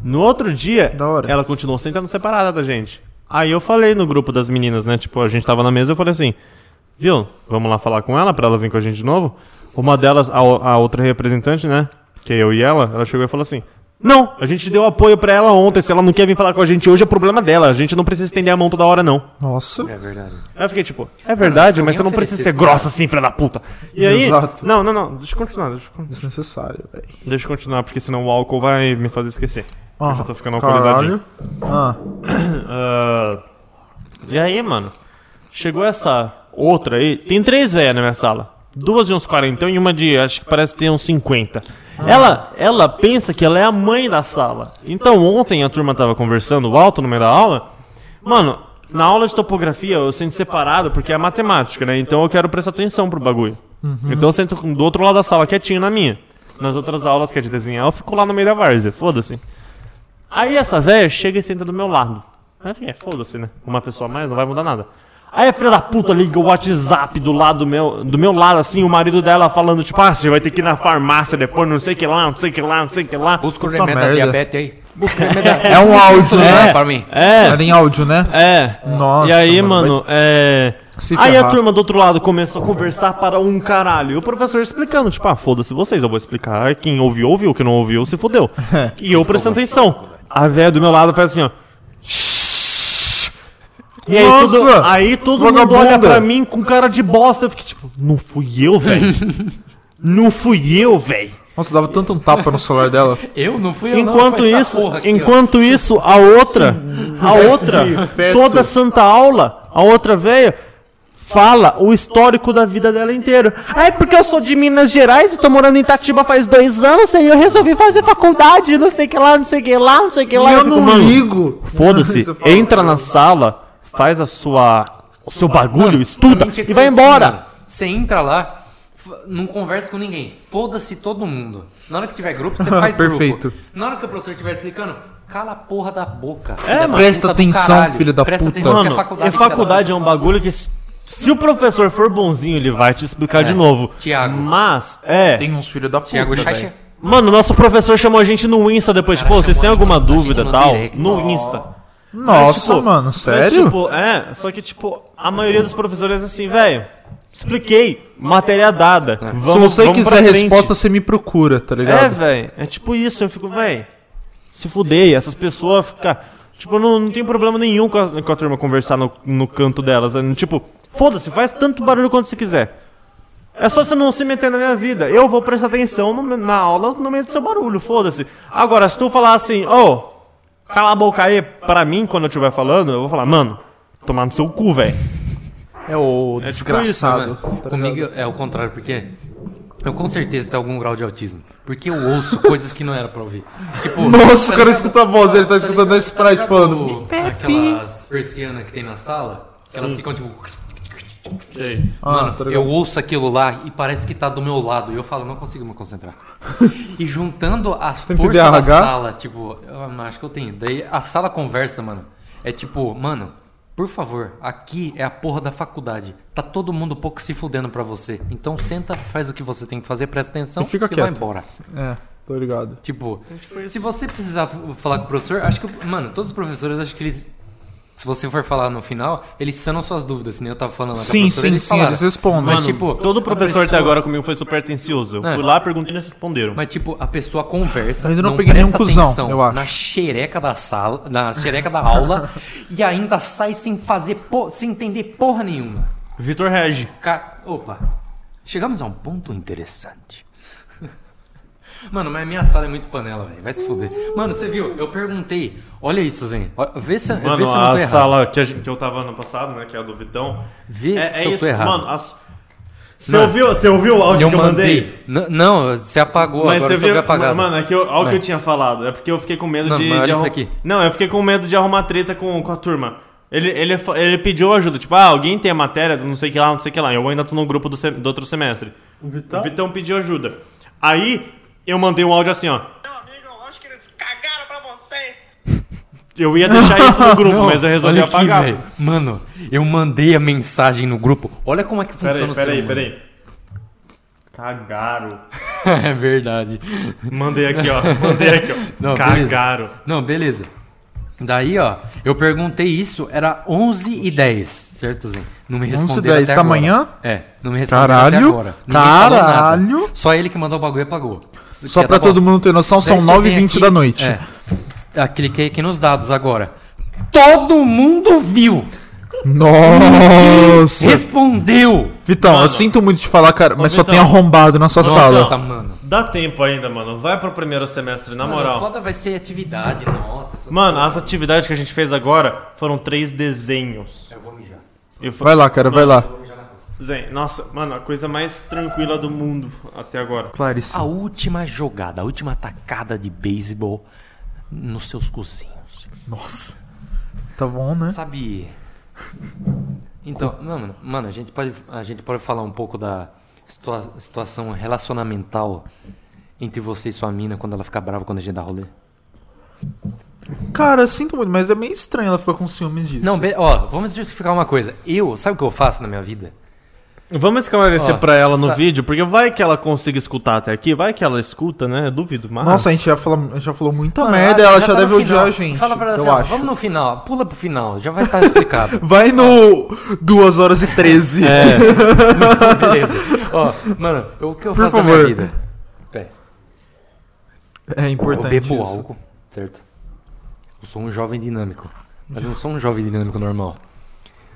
E: No outro dia,
B: Da hora.
E: ela continuou sentando separada da gente. Aí eu falei no grupo das meninas, né? Tipo, a gente tava na mesa, eu falei assim: Viu? Vamos lá falar com ela pra ela vir com a gente de novo? Uma delas, a, o- a outra representante, né? Que é eu e ela, ela chegou e falou assim: Não, a gente deu apoio pra ela ontem. Se ela não quer vir falar com a gente hoje, é problema dela. A gente não precisa estender a mão toda hora, não.
B: Nossa.
C: É verdade.
E: Aí eu fiquei tipo: É verdade,
C: Ah, se
E: mas você não
C: alguém
E: precisa ser
C: oferecesse-
E: grossa assim, filha da puta. E aí.
B: Exato.
E: Não, não, não. Deixa eu continuar. Deixa eu, con-
B: Desnecessário, velho.
E: deixa eu continuar, porque senão o álcool vai me fazer esquecer. eu já tô ficando alcoolizadinho.
B: Caralho. Ah,
E: Ah, e aí, mano? Chegou essa outra aí. Tem três velhas na minha sala. Duas de uns 40 e uma de, acho que parece ter uns 50.
C: Ah.
E: Ela, ela pensa que ela é a mãe da sala. Então ontem a turma tava conversando alto no meio da aula. Mano, na aula de topografia eu sinto separado porque é matemática, né? Então eu quero prestar atenção pro bagulho. Então eu sento com- do outro lado da sala, quietinho na minha. Nas outras aulas que é de desenhar, eu fico lá no meio da várzea. Foda-se. Aí essa velha chega e senta do meu lado. Aí eu fiquei, é, foda-se, né? Uma pessoa a mais não vai mudar nada. Aí a filha da puta liga o WhatsApp do lado meu, do meu lado, assim, o marido dela falando, tipo, ah, você vai ter que ir na farmácia depois, não sei o que lá, não sei o que lá, não sei o que lá.
D: Busca o remédio da
B: merda.
D: diabetes aí. Busca o remédio da
B: É um áudio,
D: É,
B: né?
D: pra mim.
E: É,
B: Era em áudio, né?
E: é.
B: Nossa.
E: e aí, mano, é.
B: Se
E: Aí a
B: ferrar.
E: turma do outro lado começou a conversar para um caralho. E o professor explicando, tipo, ah, foda-se vocês, eu vou explicar. Quem ouviu, ouviu, quem não ouviu, se fodeu.
B: É.
E: E eu prestando atenção. A velha do meu lado faz assim, ó. E aí,
B: Nossa!
E: tudo, aí todo mundo
B: Vagabunda!
E: olha pra mim com cara de bosta. Eu fiquei tipo, não fui eu, velho. não fui eu, velho.
B: Nossa, dava tanto um tapa no celular dela.
C: Eu não fui eu não,
E: Enquanto
C: foi essa
E: isso,
C: porra aqui, ó.
E: enquanto isso, a outra, a outra,
B: feto.
E: toda santa aula, a outra velha fala o histórico da vida dela inteira. Ai, porque eu sou de Minas Gerais e tô morando em Itatiba faz dois anos e eu resolvi fazer faculdade, não sei o que lá, não sei o que lá, não sei o que lá.
B: eu
E: fico,
B: não
E: "Mano,
B: ligo.
E: Foda-se,
B: Você fala,
E: entra na sala, faz a sua, o seu bagulho, estuda
C: Pra mim tinha que
E: e vai
C: ser assim, mano.
E: embora.
C: Você entra lá, f- não conversa com ninguém. Foda-se todo mundo. Na hora que tiver grupo, você faz
B: Perfeito.
C: grupo. Na hora que o professor estiver explicando, cala a porra da boca.
E: É, mano.
B: Presta atenção, filho da
C: Presta
B: puta.
C: Atenção, que
E: Mano,
C: a faculdade,
E: e faculdade é um bagulho que s- se o professor for bonzinho, ele vai te
C: É.
E: explicar de novo.
C: Tiago.
E: Mas, é.
B: Tem uns filhos da puta.
C: Tiago
B: velho.
C: Chacha.
E: Mano, nosso professor chamou a gente no Insta depois.
C: Cara,
E: tipo, "Ô, vocês têm
C: chamou a
E: alguma
C: gente- a
E: dúvida
C: gente no
E: tal?
C: direct.
E: No Insta.
B: Nossa,
E: Mas, tipo,
B: mano,
E: mas,
B: sério?
E: tipo, é, só que, tipo, a maioria dos professores é assim, velho. Expliquei, matéria dada. Vamos,
B: Se você
E: vamos
B: quiser
E: pra frente."
B: resposta, você me procura, tá
E: É,
B: ligado?
E: velho. É tipo isso, eu fico, velho. Se fudei, essas pessoas ficam. Tipo, não, não tem problema nenhum com a, com a turma conversar no, no canto delas. né? Tipo, foda-se, faz tanto barulho quanto você quiser. É só você não se meter na minha vida. Eu vou prestar atenção no me- na aula no meio do seu barulho, foda-se. Agora, se tu falar assim, ô, cala a boca aí pra mim quando eu estiver falando, eu vou falar, mano, tomar no seu cu, velho.
B: É, o
E: tipo isso, né?
B: desgraçado. tá ligado?
C: Comigo é o contrário, porque eu com certeza tenho algum grau de autismo. Porque eu ouço coisas que não era pra ouvir. Tipo,
B: Nossa, o
C: tá
B: cara
C: ligado?
B: escuta a voz, ele tá escutando a Sprite falando.
C: Tipo, Aquelas persianas que tem na sala, que elas ficam tipo.
B: Ah,
C: Mano,
B: tá ligado.
C: eu ouço aquilo lá e parece que tá do meu lado. E eu falo, não consigo me concentrar. e juntando as
B: tem
C: forças da
B: TDAH?
C: sala, tipo, eu não acho que eu tenho. Daí a sala conversa, mano. É tipo, mano, por favor, aqui é a porra da faculdade. Tá todo mundo um pouco se fudendo pra você. Então senta, faz o que você tem que fazer, presta atenção
B: E fica
C: vai
B: quieto.
C: embora.
B: É. Tô ligado.
C: Tipo, se você precisar falar com o professor, acho que. Mano, todos os professores, acho que eles. Se você for falar no final, eles sanam suas dúvidas, que nem eu tava falando lá com a
B: Sim,
C: professora,
B: sim,
C: eles
B: sim,
C: falaram.
B: eles respondem.
C: Mas,
E: Mano,
C: tipo,
E: todo
C: a
E: professor até
C: pessoa-
E: agora comigo foi super atencioso. Eu
C: É.
E: fui lá, perguntei e eles responderam.
C: Mas, tipo, a pessoa conversa,
B: Eu ainda não
C: não,
B: peguei nenhum
C: presta
B: cuzão,
C: atenção
B: eu acho.
C: na xereca da sala, na xereca da aula, e ainda sai sem fazer, po- sem entender porra nenhuma.
E: Vitor Regi.
C: Ca- Opa, chegamos a um ponto interessante. Mano, mas a minha sala é muito panela, velho. Vai se fuder. Mano, você viu? Eu perguntei. Olha isso, Zen. Ó, Vê se, vê
E: Mano,
C: se eu não tô
E: a
C: errado.
E: sala que, a gente- que eu tava ano passado, né? Que é a do Vitão.
C: Vê
E: é
C: se
E: é
C: eu tô
E: isso,
C: errado.
E: mano. as- Você
C: Mano,
E: ouviu, você ouviu o áudio
C: Eu
E: que eu mandei?
C: mandei. N- Não, você apagou,
E: Mas
C: agora
E: você
C: eu só vi
E: viu.
C: apagado.
E: Mano, é que eu, olha o que
C: Vai.
E: eu tinha falado. É porque eu fiquei com medo
C: Não,
E: de.
C: mas olha
E: de
C: isso
E: arru-
C: aqui.
E: Não, eu fiquei com medo de arrumar treta com, com a turma. Ele, ele, fa- ele pediu ajuda, tipo, ah, alguém tem a matéria, do não sei o que lá, não sei o que lá. Eu ainda tô no grupo do, se- do outro semestre. O Vitão? pediu ajuda. Aí eu mandei um áudio assim, ó.
F: Meu amigo, eu acho que eles cagaram pra você.
E: Eu ia deixar isso no grupo, mas eu resolvi
C: olha aqui,
E: apagar.
C: velho. Mano, eu mandei a mensagem no grupo. Olha como é que funciona
E: Peraí,
C: o ser
E: peraí,
C: humano.
E: peraí. Cagaram.
C: É verdade.
E: Mandei aqui, ó. Mandei aqui, ó.
C: Não, beleza.
E: Cagaram.
C: Não, beleza. Daí, ó, eu perguntei isso, era 11 e 10, certo, Zen? Não me
B: 11 e
C: respondeu
B: 10
C: até
B: da
C: agora.
B: manhã?
C: É, não me respondeu até
B: Caralho,
C: agora. Ninguém falou nada.
B: caralho.
C: Só ele que mandou o bagulho e apagou.
B: Só pra todo mundo
C: assim,
B: ter noção, são 9h20 da noite.
C: É, Ah, cliquei aqui nos dados agora. Todo mundo viu,
B: Nossa!
C: respondeu.
B: Vitão, eu
E: Mano.
B: sinto muito de falar, cara, mas só
E: Vitão.
B: tem arrombado na sua
C: Nossa,
B: sala.
C: mano.
E: Dá tempo ainda, mano. Vai pro primeiro semestre, na
C: Mano,
E: moral.
C: foda vai ser atividade, nota, essas
E: Mano, as atividades que a gente fez agora foram três desenhos.
C: Eu vou mijar.
E: Eu fa-
B: Vai lá, cara, vai lá.
E: Zen, nossa, mano, a coisa mais tranquila do mundo até agora.
B: Clarice.
C: A última jogada, a última tacada de beisebol nos seus cozinhos.
B: Nossa. Tá bom, né?
C: Sabe? Então, mano, mano, a gente pode a gente pode falar um pouco da situa- situação relacionamental entre você e sua mina quando ela fica brava quando a gente dá rolê.
B: Cara, eu sinto muito, mas é meio estranho ela ficar com ciúmes disso.
C: Não, be- ó, vamos justificar uma coisa. Eu, sabe o que eu faço na minha vida?
E: Vamos esclarecer
C: Ó,
E: pra ela no
C: sa-
E: vídeo, porque vai que ela consiga escutar até aqui, vai que ela escuta, né? Eu duvido, mas.
B: Nossa, a gente já falou, já falou muita
C: Mano,
B: merda, ela já
C: tá
B: deve
C: no
B: odiar
C: final.
B: a gente.
C: Fala pra ela
B: eu
C: assim, ó,
B: acho.
C: vamos no final, pula pro final, já vai estar explicado.
B: Vai no 2 horas e 13. É.
C: Beleza. Ó, mano, o que eu
B: Por
C: faço na
B: favor.
C: minha vida? Pera aí.
B: É
C: Eu
B: importante.
C: bebo
B: isso.
C: álcool, certo? Eu sou um jovem dinâmico. Mas eu não sou um jovem dinâmico normal.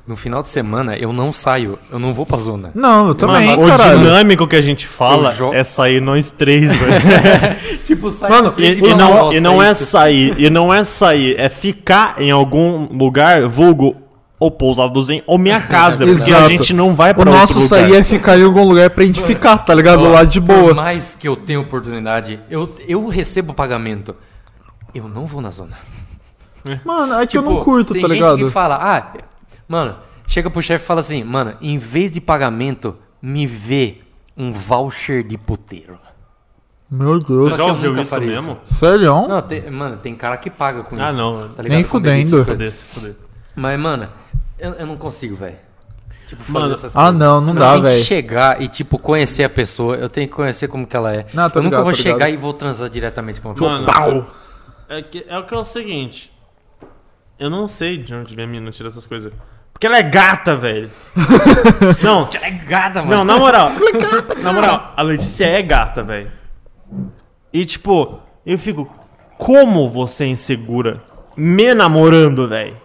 C: No final de semana, eu não saio, eu não vou pra zona.
B: Não, eu também,
E: Mano, o
B: caralho.
E: dinâmico que a gente fala
C: Eu jo-
E: é sair nós três, velho.
C: Tipo, saio
B: Mano,
C: assim,
E: E,
C: tipo,
E: e não,
C: nossa,
E: e não é
C: isso.
E: sair, e não é sair, é ficar em algum lugar, vulgo, ou pousado do Zen, ou minha casa, porque a
B: Exato.
E: gente não
C: é
E: vai
B: O
E: pra outro
B: nosso sair
E: lugar.
B: é ficar em algum lugar pra gente ficar, tá ligado? Lá de
C: Por
B: boa.
C: mais que eu tenha oportunidade, eu, eu recebo pagamento. Eu não vou na zona.
B: Mano, é que eu
C: Tipo,
B: não curto,
C: tem
B: tá
C: gente
B: ligado?
C: que fala, ah, mano, chega pro chefe e fala assim, mano, em vez de pagamento, me vê um voucher de puteiro.
B: Meu
E: Você
B: Deus.
E: já
C: eu
E: ouviu
C: nunca
E: isso
C: falei
E: mesmo?
B: Sério?
C: Não, tem- mano, tem cara que paga com isso.
E: Ah, não, mano.
C: Tá ligado?
B: Nem
C: Com medo dessas
B: fudendo.
C: coisas.
E: Fudeu, se fudeu.
C: Mas, mano, eu, eu não consigo, velho. Tipo, fazer
E: Mano,
C: essas
B: Ah,
C: coisas.
B: não, não
C: Eu
B: dá,
C: tenho que
B: velho.
C: chegar e, tipo, conhecer a pessoa. Eu tenho que conhecer como que ela é.
B: Não, tô
C: eu nunca
B: ligado,
C: vou
B: tô
C: chegar
B: ligado.
C: e vou transar diretamente com uma pessoa.
E: Mano,
B: Pau!
E: É, que, é o que é o seguinte. Eu não sei de onde minha menina tira essas coisas. Porque ela é gata, velho. não,
C: Ela é gata, mano.
E: não, na moral. na moral, a Letícia é gata, velho. E tipo, eu fico, como você é insegura me namorando, velho?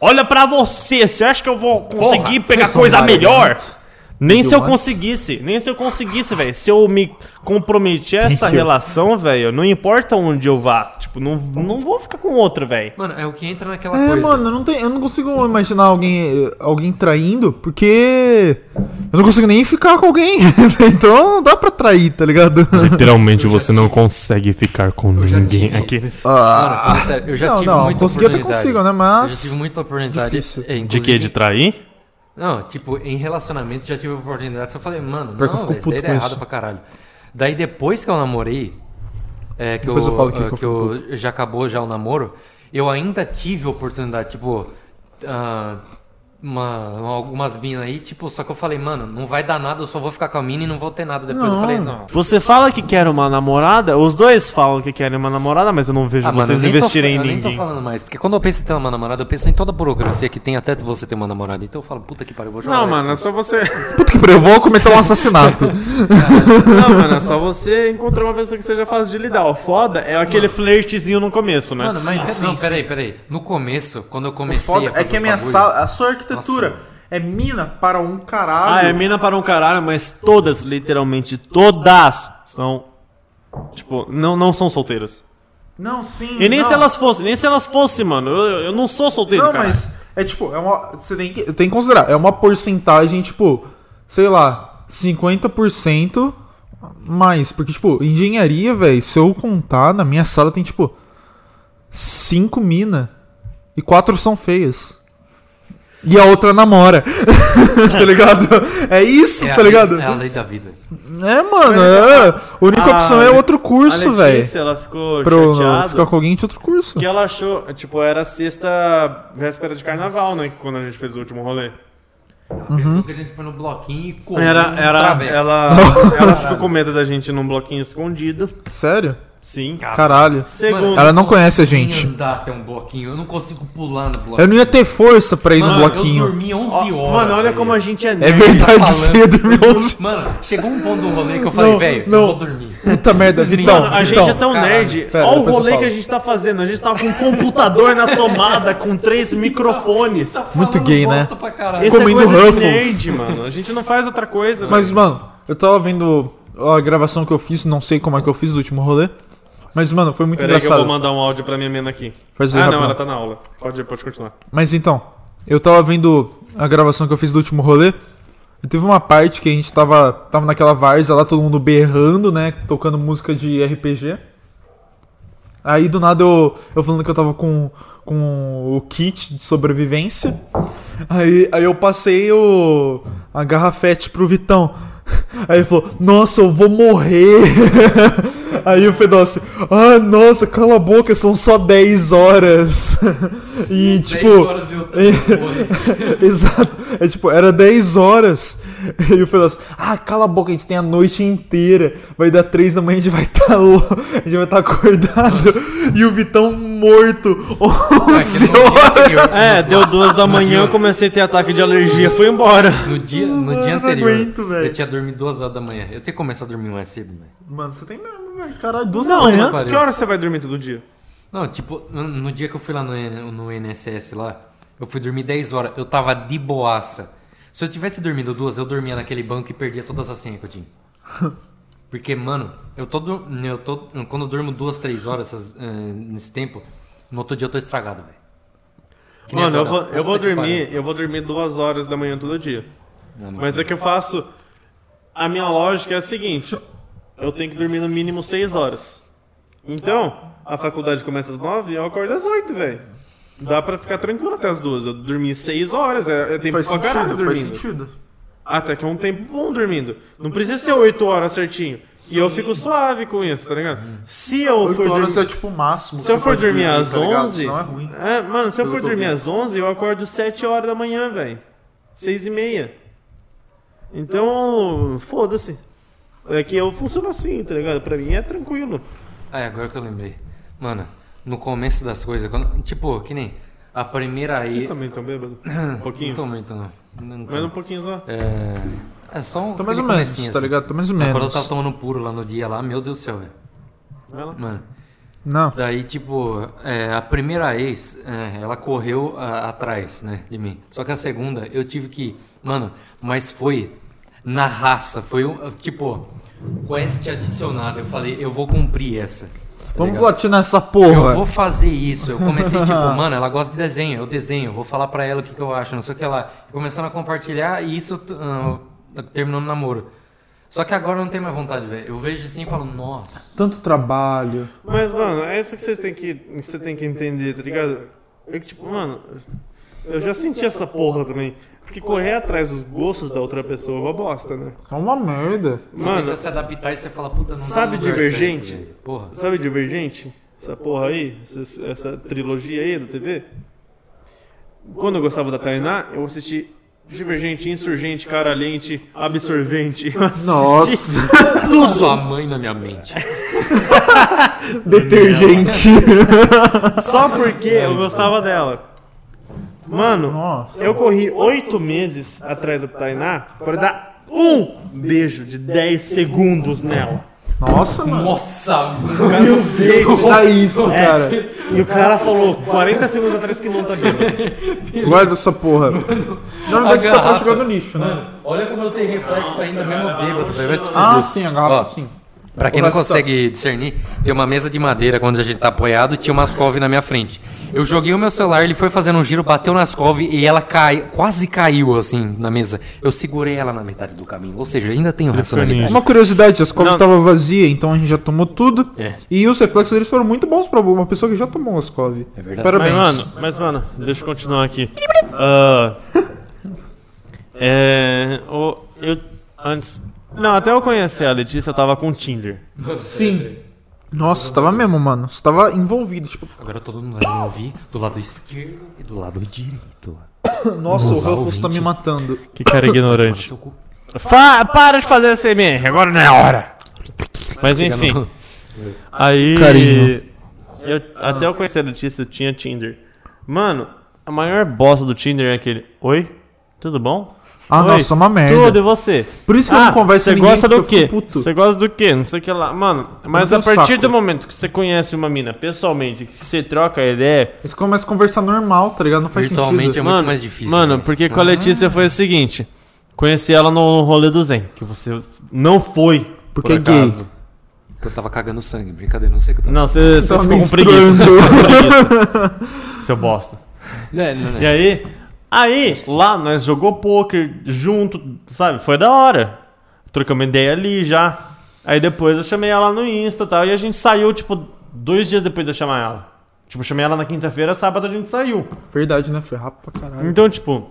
E: Olha pra você, você acha que eu vou conseguir pegar coisa melhor? Nem se eu
B: what?
E: conseguisse, nem se eu conseguisse, velho. Se eu me comprometer a essa
B: Thank you.
E: relação, velho, não importa onde eu vá, tipo, não, não vou ficar com outra, velho.
C: Mano, é o que entra naquela
B: É,
C: coisa.
B: mano, eu não, tenho, eu não consigo imaginar alguém, alguém traindo, porque eu não consigo nem ficar com alguém. então não dá pra trair, tá ligado?
A: Literalmente você não consegue ficar com
C: já
A: ninguém
C: tive.
A: aqui.
E: Aqueles.
B: Ah.
C: Mano, falando sério, eu já
B: não,
C: tive
B: não,
C: muita
B: consegui até
C: oportunidade.
B: consigo, né,
C: Eu já
B: mas-
C: tive muita oportunidade.
B: Difícil.
C: É,
E: De quê? De
C: inclusive-
E: trair?
C: Não, tipo, em relacionamento já tive oportunidade. Só falei, mano,
B: Pior que eu fico
C: não, velho, isso daí
B: puto
C: era
B: com
C: errado
B: isso.
C: pra caralho. Daí depois que eu namorei, é, que, eu,
B: Depois eu falo aqui
C: ah,
B: que eu
C: que eu já acabou já o namoro, eu ainda tive oportunidade, tipo, ah, uma- algumas minas aí, tipo, só que eu falei, mano, não vai dar nada, eu só vou ficar com a mina e não vou ter nada. Depois eu
B: Não.
C: falei, não.
E: Você fala que quer uma namorada, os dois falam que querem uma namorada, mas eu não vejo
C: Ah, mano,
E: vocês
C: eu nem tô
E: investirem
C: fa-
E: em
C: Eu nem
E: ninguém.
C: tô falando mais, porque quando eu penso em ter uma namorada, eu penso em toda a burocracia que tem até você ter uma namorada. Então eu falo, puta que pariu, eu vou jogar.
G: Não,
C: isso.
G: mano, é só você.
B: Puta que pariu, eu vou cometer um assassinato.
G: Não, mano, é só você encontrar uma pessoa que seja fácil de lidar. O foda é
E: É aquele flirtzinho no começo, né?
C: Mano, mas não, peraí, peraí. No começo, quando eu comecei
B: Foda,
C: a fazer
B: é que a
C: os
B: minha
C: bagulho-
B: sala, a sua arquitetura
C: Nossa.
B: é mina para um caralho.
E: Ah, é mina para um caralho, mas todas, literalmente todas, são. Tipo, não, não são solteiras.
B: Não, sim.
E: E nem
B: não.
E: se elas fossem, nem se elas fossem, mano. Eu, eu não sou solteiro,
B: Não,
E: cara.
B: mas é tipo, é uma, você tem que, tem que considerar, é uma porcentagem, tipo, sei lá, 50% mais. Porque, tipo, engenharia, velho, se eu contar, na minha sala tem, tipo, 5 mina e quatro são feias. E a outra namora. tá ligado? É isso,
C: É a
B: tá
C: lei-
B: ligado?
C: É a lei da vida.
B: É, mano, é. A única
E: Ah,
B: opção é
E: Le-
B: outro curso,
E: a
B: velho.
E: Letícia, ela ficou
B: Pra eu
E: chateada.
B: ficar com alguém de outro curso.
E: Que ela achou, tipo, era sexta véspera de carnaval, né? Quando a gente fez o último rolê.
C: Pensou que a gente foi no bloquinho e correu.
E: Era,
C: um
E: era,
C: traveco.
E: ela, ela ficou com medo da gente ir num bloquinho escondido.
B: Sério?
E: Sim.
B: Caralho.
E: Segundo,
B: Ela
C: eu
B: não conhece a
C: consigo
B: gente.
C: nem andar até um bloquinho, eu não consigo pular no bloquinho.
B: Eu não ia ter força pra ir
C: Mano,
B: no bloquinho.
C: Eu dormi 11
E: Ó,
C: horas.
E: mano, olha
C: velho.
E: como a gente é
B: É
E: nerd.
B: verdade,
C: falando.
B: você ia dormir 11.
C: Mano, chegou um ponto do rolê que eu falei,
B: Não,
C: velho,
B: não.
C: eu vou dormir.
B: Puta merda, Vitão.
E: Mano, a
B: Vitão.
E: gente é tão
C: caralho.
E: nerd.
B: Então, Pera,
E: Olha o
B: depois eu
E: rolê
B: falo.
E: que a gente tá fazendo. A gente tava com um computador na tomada com três microfones.
B: Muito
C: Tá Falando
B: gay, né?
C: bosta pra caralho.
E: Isso é
B: Comendo
E: coisa de
B: Ruffles.
E: nerd, mano. A gente não faz outra coisa.
B: Mas, mano, eu tava vendo a gravação que eu fiz, não sei como é que eu fiz do último rolê. Mas, mano, foi muito
E: Peraí que eu vou
B: engraçado.
E: mandar um áudio pra minha mina aqui.
B: Faz aí
E: Ah, não,
B: rapidão.
E: ela tá na aula. Pode, pode continuar.
B: Mas então, eu tava vendo a gravação que eu fiz do último rolê. E teve uma parte que a gente tava, tava naquela várzea lá, todo mundo berrando, né? Tocando música de RPG. Aí do nada eu, eu falando que eu tava com, com o kit de sobrevivência. Aí, aí eu passei o, a garrafete pro Vitão. Aí ele falou: Nossa, eu vou morrer. Aí o Fedócio, ah, nossa, cala a boca, são só 10 horas. E tipo.
C: 10 horas e eu
B: Exato. É tipo, era 10 horas. E o Fedócio, ah, cala a boca, a gente tem a noite inteira. Vai dar 3 da manhã, a gente vai estar a gente vai estar acordado. E o Vitão morto. 11 horas.
E: É, deu duas da manhã, eu comecei a ter ataque de alergia, fui embora.
C: No dia, no dia
B: eu não
C: anterior,
B: aguento, velho.
C: eu tinha dormido duas horas da manhã. Eu tenho que começar a dormir mais cedo, né? velho.
B: Mano, você tem mesmo, velho. Caralho, duas
E: Não,
B: da manhã.
E: mano, que hora você vai dormir todo dia?
C: Não, tipo, no, no dia que eu fui lá no, N- no NSS lá, eu fui dormir 10 horas. Eu tava de boaça. Se eu tivesse dormido duas, eu dormia naquele banco e perdia todas as senhas que eu tinha. Porque, mano, eu tô, dur- eu tô quando eu durmo duas, três horas essas, eh, nesse tempo, no outro dia eu tô estragado, velho. Que nem
E: Mano, eu
C: agora.
E: vou, eu vou
C: Puta que
E: dormir,
C: pariu.
E: eu vou dormir duas horas da manhã todo dia. Mas é que eu faço. A minha lógica é a seguinte: eu tenho que dormir no mínimo seis horas. Então, a faculdade começa às nove e eu acordo às oito, velho. Dá pra ficar tranquilo até as duas. Eu dormi seis horas, é, é tempo pra caralho dormindo.
B: sentido.
E: Até que é um tempo bom dormindo. Não precisa ser oito horas certinho. E eu fico suave com isso, tá ligado? Se eu for
B: 8 horas
E: dormir.
B: é tipo o máximo. que
E: Se eu
B: você
E: for
B: pode
E: dormir às
B: tá ligado?
E: 11.
B: Senão é ruim.
E: É, mano, se eu for
B: que eu
E: dormir
B: vi.
E: às 11, eu acordo 7 horas da manhã, velho. 6 e meia. Então, foda-se. É que eu funciono assim, tá ligado? Pra mim é tranquilo.
C: Ah, é agora que eu lembrei. Mano, no começo das coisas, quando- tipo, que nem a primeira
E: Vocês
C: aí.
E: também estão bêbados? Um
C: Não
E: pouquinho?
C: tô muito, não. Não, tô.
E: Mas um pouquinho só.
C: É. É só um.
B: Tô mais ou
C: aquele
B: menos,
C: comecinho,
B: tá
C: assim.
B: ligado? Tô mais ou
C: Quando eu tava
E: tá
B: menos.
C: tomando puro lá no dia lá, meu Deus do céu, velho.
E: Vai lá.
C: Mano,
E: Tá
B: Não.
C: daí tipo, é, a primeira ex, é, ela correu a- atrás, né, de mim. Só que a segunda, eu tive que, mano, mas foi na raça, foi um, tipo, quest adicionada. Eu falei, eu vou cumprir essa. tá
B: Vamos
C: ligado?
B: platinar essa
C: Eu vou
B: porra.
C: fazer isso. Eu comecei, tipo, mano, ela gosta de desenho, eu desenho, eu vou falar pra ela o que, que eu acho, não sei o que lá. Começando a compartilhar e isso t- ah, terminou no namoro. Só que agora eu não tenho mais vontade, velho. Eu vejo assim e falo, nossa.
B: Tanto trabalho.
E: Mas, mano, é isso que vocês têm que, que você tem que entender, tá ligado? É que, tipo, mano, eu já senti essa porra também. Porque correr atrás dos gostos da outra pessoa é uma bosta, né?
B: É uma merda.
C: Você
E: Mano,
C: tenta se adaptar e você fala, puta, não dá
E: sabe
C: no lugar
E: Divergente?
C: certo, velho. Porra.
E: Sabe Divergente? Essa porra aí, essa, essa trilogia aí da TV? Quando eu gostava da Tainá, eu assisti Divergente, Insurgente, Caralhente, Absorvente. Eu assisti
B: Nossa,
C: Sua mãe na minha mente.
B: detergente.
E: Só porque eu gostava dela. Mano,
B: Nossa.
E: eu corri oito meses atrás da Tainá pra dar um beijo de 10 segundos nela.
B: Nossa, mano.
C: Nossa,
E: Meu Deus!
B: Dá isso, cara.
E: E o cara falou 40 segundos atrás que não tá bêbado.
B: Guarda essa porra. Na verdade, tá
C: a
B: pra
C: garrafa. É.
B: jogar no lixo, né?
C: olha como eu tenho reflexo ainda mesmo bêbado. velho. Vai se
B: Ah,
C: fuder.
B: sim, a garrafa
C: Ó.
B: sim.
C: Pra quem não consegue discernir, tem uma mesa de madeira quando a gente tá apoiado e tinha umas cove na minha frente. Eu joguei o meu celular, ele foi fazendo um giro, bateu nas cove e ela cai, quase caiu assim na mesa. Eu segurei ela na metade do caminho, ou seja, ainda tenho racionalidade.
B: Uma curiosidade, a escola tava vazia, então a gente já tomou tudo.
C: É.
B: E os reflexos deles foram muito bons pra uma pessoa que já tomou as cove.
C: É verdade.
E: Mas
B: Parabéns.
E: mano, mas, mano, deixa eu continuar aqui. Ah, é, o- eu antes. Não, até eu conhecer a Letícia, eu tava com o Tinder.
B: Sim. Nossa, você tava mesmo, mano. Você tava envolvido. Tipo,
C: Agora todo mundo vai me ouvir do lado esquerdo e do lado direito.
B: nossa,
C: Nossa,
B: o Ruffles tá
C: ouvinte.
B: me matando.
E: Que cara ignorante.
C: Seu cu.
E: Fa- para de fazer SMR, agora não é a hora. Mas
C: Chega
E: enfim.
C: no-
E: Aí.
B: Carinho.
E: Eu, até eu conhecer a Letícia, eu tinha Tinder. Mano, a maior bosta do Tinder é aquele. Oi? Tudo bom?
B: Ah,
E: Oi,
B: nossa, uma merda.
E: Tudo, e você? Ah,
B: Por isso que eu não converso
E: Você
B: com ninguém,
E: gosta do
B: porque eu
E: quê?
B: fico puto.
E: Você gosta do quê? Não sei o que lá. Mano, mas
B: tenho um
E: a partir
B: saco.
E: do momento que você conhece uma mina pessoalmente, que você troca ideia.
B: Eles começam a conversar normal, tá ligado? Não faz
C: Virtualmente é
B: sentido.
C: muito
E: mano,
C: mais difícil.
E: Mano,
C: né?
E: porque com a Letícia foi o seguinte: conheci ela no rolê do Zen, que você não foi. Por
B: Porque é gay.
E: acaso.
C: Porque eu tava cagando sangue, brincadeira, não sei o que eu tava.
E: Não, você você
B: Tava
E: ficou com
B: menstruando.
E: preguiça. você ficou com preguiça. Seu bosta.
C: É, não, não.
E: E aí? Aí, lá, nós jogou poker junto, sabe? Foi da hora. Trocamos ideia ali já. Aí depois eu chamei ela no Insta e tal. E a gente saiu, tipo, dois dias depois de eu chamar ela. Tipo, eu chamei ela na quinta-feira, sábado a gente saiu.
B: Verdade, né? Foi rápido pra caralho.
E: Então, tipo,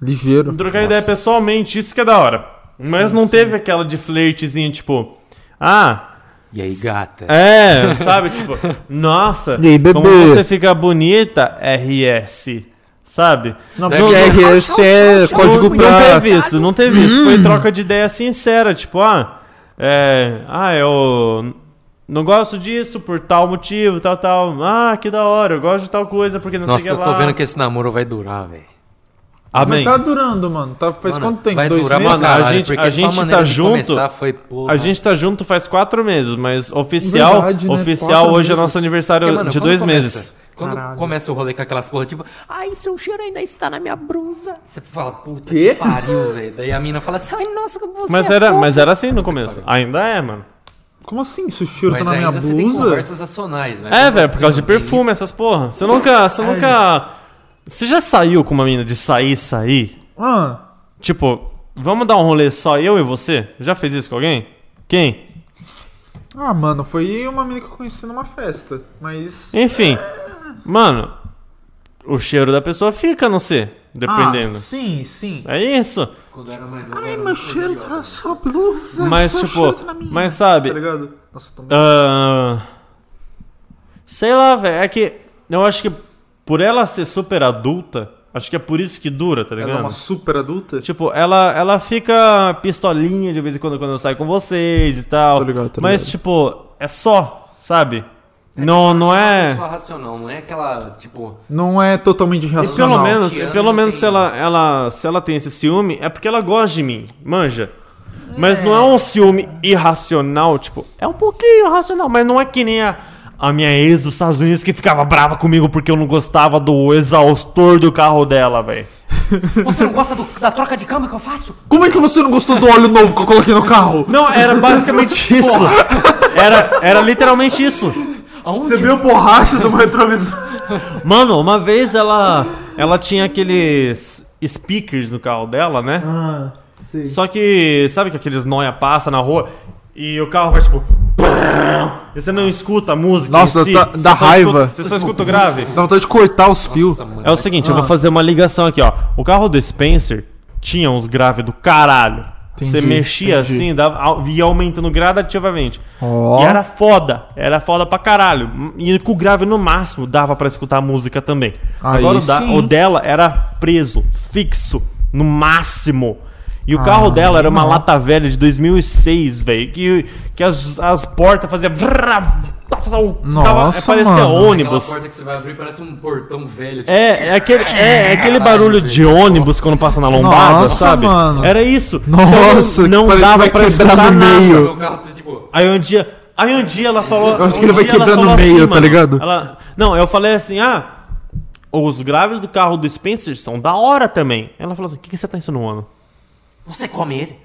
B: Ligeiro.
E: trocar ideia pessoalmente, isso que é da hora. Mas não teve aquela de flertezinho, tipo, ah,
C: E aí, gata?
E: É, sabe? Tipo, nossa,
B: E aí, bebê?
E: como você fica bonita, RS. Sabe?
B: Não,
C: porque
B: RS é código
E: não,
B: pra...
E: não teve isso, não teve isso. Foi troca de ideia sincera, tipo, ah, é, ah, eu não gosto disso por tal motivo, tal, tal. Ah, que da hora, eu gosto de tal coisa porque não
C: Nossa,
E: sei o
C: eu
E: que
C: tô
E: lá.
C: vendo que esse namoro vai durar, velho.
E: Amém.
B: Mas tá durando, mano. Tá, faz
C: Mano,
B: quanto tempo?
C: Vai
B: Dois
C: durar
B: meses?
C: pra caralho,
E: A gente-
C: porque só
E: a gente
C: maneira
E: tá
C: de
E: junto,
C: começar foi, porra.
E: A gente tá junto faz quatro meses, mas oficial,
B: Verdade, né?
E: oficial
B: Quatro
E: hoje é
B: meses.
E: nosso aniversário
C: Porque, mano,
E: de
C: quando
E: dois
C: começa-
E: meses.
C: Quando
B: Caralho.
C: começa o rolê com aquelas porra, tipo, ai, seu cheiro ainda está na minha blusa. Você fala, puta
B: Quê?
C: que pariu, velho. Daí a mina fala assim, ai, nossa, como você
E: Mas
C: é
E: era,
C: fofa."
E: mas era assim no começo. Ainda é, mano.
B: Como assim? Isso cheiro
C: Mas
B: tá na minha
C: ainda você tem
B: blusa?
C: conversas racionais, velho.
E: É,
C: Quando
E: velho,
C: você
E: por causa de
C: mantém
E: perfume, essas porra. Você nunca. Você nunca. Você já saiu com uma mina de sair, sair?
B: Ah,
E: Tipo, vamos dar um rolê só eu e você? Já fez isso com alguém? Quem?
B: ah, mano, foi uma menina que eu conheci numa festa. Mas.
E: Enfim. Mano, o cheiro da pessoa fica, não sei. Dependendo.
B: Ah, sim, sim.
C: Tá
E: É isso.
C: isso. Quando eu era mais novo,
B: Ai,
C: era
B: meu
C: muito
B: cheiro
C: idiota.
B: tá na sua blusa.
E: Mas,
B: seu
E: tipo.
B: cheiro tá na minha.
E: Mas
B: Tá
E: sabe.
B: ligado? Nossa, eu tô muito.
E: Ah, sei lá, velho. É que. Eu acho que por ela ser super adulta, acho que é por isso que dura, tá ligado?
B: Ela é uma super adulta?
E: Tipo, ela, ela fica pistolinha de vez em quando quando eu saio com vocês e tal.
B: Tô ligado, tô
E: mas,
B: ligado.
E: tipo, é só, sabe? não, não
C: Uma
E: é.
C: pessoa racional, não é aquela, tipo...
B: Não é totalmente
E: E pelo
B: irracional.
E: menos,
C: Tiana
E: pelo
C: não
E: menos
C: tem-
E: se, ela, ela, se ela tem esse ciúme, é porque ela gosta de mim, manja. Mas não é um ciúme irracional, tipo, é um pouquinho irracional, mas não é que nem a, a minha ex dos Estados Unidos que ficava brava comigo porque eu não gostava do exaustor do carro dela, velho.
C: Você não gosta do- da troca de cama que eu faço?
B: Como é que você não gostou do óleo novo que eu coloquei no carro?
E: Não, era basicamente isso. Era, era literalmente isso.
B: Você viu a borracha do meu retrovisor?
E: Mano, uma vez ela ela tinha aqueles speakers no carro dela, né?
B: Ah, sim.
E: Só que sabe que aqueles noia passa na rua e o carro faz tipo pam, e você não escuta a música
B: Nossa,
E: em si,
B: tá-
E: você
B: dá
E: só
B: raiva.
E: escuta- você só escuta o grave.
B: Dá vontade de cortar os fios.
C: Nossa, mano.
E: É o seguinte, eu vou fazer uma ligação aqui, ó. O carro do Spencer tinha uns graves do caralho. você
B: Entendi,
E: mexia
B: entendi.
E: assim, dava, au- ia aumentando gradativamente.
B: Ó.
E: E era foda, era foda pra caralho. E com o grave no máximo dava pra escutar a música também.
B: Aí
E: Agora o, da-
B: sim.
E: o dela era preso, fixo, no máximo. E o carro dela era uma lata velha de 2006, velho, que, que as, as portas faziam... vrrra,
B: Nossa,
E: parecia
B: mano.
E: ônibus.
C: que você vai abrir parece um portão velho.
E: É, é aquele, é, é aquele barulho de ônibus quando passa na lombada,
B: Nossa,
E: sabe?
B: mano.
E: Era isso.
B: Nossa,
E: Então, não
B: que parece que
E: dava
B: vai
E: pra
B: quebrar
E: escutar
B: no
E: nada.
B: meio.
C: tipo,
E: Aí um dia, aí um dia ela falou, eu
B: acho que ele vai quebrar no meio, tá ligado?
E: Ela, não, eu falei assim: "Ah, os graves do carro do Spencer são da hora também". Ela falou assim: "O que, que você tá insinuando?"
D: Você come ele?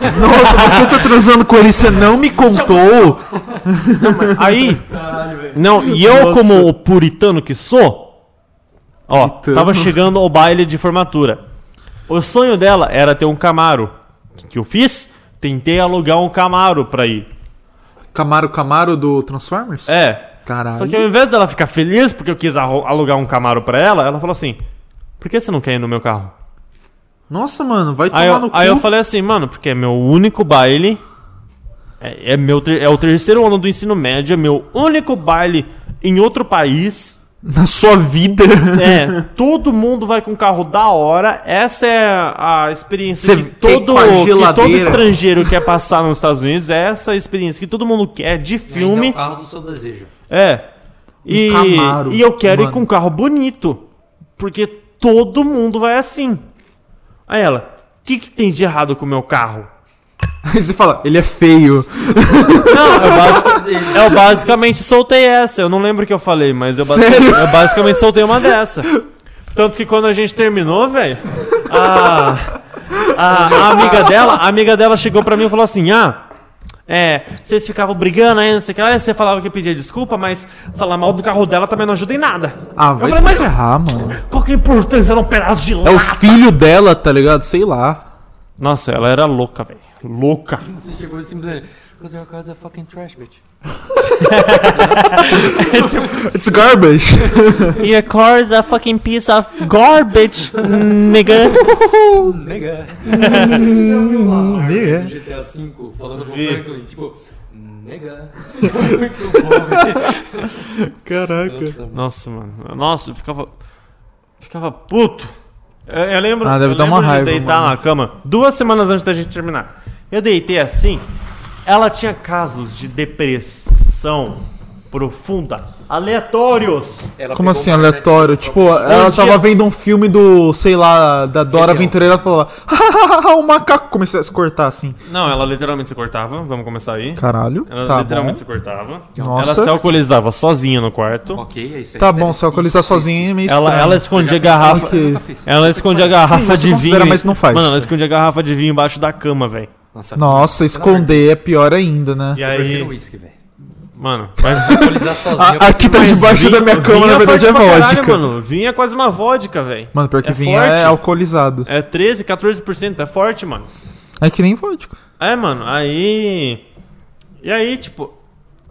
B: Nossa, você tá transando com ele, você não me contou?
E: Aí, não, e eu como o puritano que sou, ó, tava chegando ao baile de formatura. O sonho dela era ter um Camaro. O que, que eu fiz? Tentei alugar um Camaro pra ir.
B: Camaro Camaro do Transformers?
E: É.
B: Caralho.
E: Só que ao invés dela ficar feliz porque eu quis arro- alugar um Camaro pra ela, ela falou assim: Por que você não quer ir no meu carro?
B: Nossa, mano, vai tomar
E: Aí
B: no
E: eu,
B: cu.
E: aí eu falei assim, mano, porque é meu único baile. É, é meu ter- é o terceiro ano do ensino médio, é meu único baile em outro país.
B: Na sua vida.
E: É, todo mundo vai com carro da hora. Essa é a experiência
B: Você
E: que todo,
B: com a
E: que todo
B: geladeira.
E: estrangeiro quer passar nos Estados Unidos. É essa a experiência que todo mundo quer de
C: Filme.
E: filme.
C: é carro do seu desejo.
E: É. E,
B: um Camaro,
E: e eu quero ir
B: mano.
E: com um carro bonito. Porque todo mundo vai assim. Aí ela, o que, que tem de errado com o meu carro?
B: Aí você fala, ele é feio.
E: Não, eu, basic-
C: assim,
E: eu basicamente soltei essa. Eu não lembro o que eu falei, mas eu, basic-
B: Sério?
E: eu basicamente soltei uma dessa. Tanto que quando a gente terminou, velho, a, a- a amiga dela, a amiga dela chegou pra mim e falou assim: "Ah, é, vocês ficavam brigando aí, não sei o que lá, e você falava que pedia desculpa, mas falar mal do carro dela também não ajuda em nada.
B: Ah, vai
E: falei,
B: se
E: mas-
B: ferrar, mano.
E: Qual que é a importância num pedaço de
B: É
E: lata?
B: o filho dela, tá ligado? Sei lá.
E: Nossa, ela era louca, velho. Louca.
C: Você chegou e simplesmente. Because your car's a fucking trash, bitch.
B: It's garbage.
E: Your car is a fucking piece of garbage, nigga. Hum,
B: É?
C: Do
E: é.
C: GTA V falando com o Franklin, tipo. Nega. Muito bom, velho.
B: Caraca.
C: Nossa,
E: Nossa, mano. Nossa, eu ficava. Ficava puto. Eu, eu lembro,
B: Ah, deve
E: eu
B: dar uma
E: lembro
B: raiva,
E: de deitar
B: mano.
E: na cama duas semanas antes da gente terminar. Eu deitei assim. Ela tinha casos de depressão profunda, aleatórios.
C: ela
B: Como
C: pegou um
B: assim,
C: uma internet-
B: aleatório? Tipo, ela
E: dia-
B: tava vendo um filme do, sei lá, da Dora Aventureira e ela falou, "Hahaha, o macaco começou a se cortar assim.
E: Não, ela literalmente se cortava. Vamos começar aí.
B: Caralho.
E: Ela
B: tá
E: literalmente
B: bom.
E: se cortava.
B: Nossa.
E: Ela se alcoolizava sozinha no quarto.
C: Ok, é isso aí.
B: Tá bom, se alcoolizar sozinho é meio
E: Ela,
B: estranho.
E: ela
C: pensei
E: escondia garrafa. é
B: nisso, eu nunca
C: fiz.
E: Ela escondia garrafa
B: mas
E: de
B: considera,
E: vinho.
B: mas não faz.
E: Mano, ela escondia garrafa de vinho embaixo da cama, velho.
C: Nossa,
B: Nossa, esconder é pior ainda, né?
E: E
C: Eu prefiro
E: aí,
C: whisky, velho.
E: mano, mas
C: Atualizar sozinho. eu
B: A- aqui tá debaixo da minha cama, na verdade é
E: forte pra caralho,
B: vodka.
E: mano. Vinho é quase uma vodka, velho.
B: Mano, pior que
E: É
B: vinho
E: forte.
B: é alcoolizado.
E: É 13, 14%, é forte, mano.
B: É que nem vodka.
E: É, mano, aí. E aí, tipo,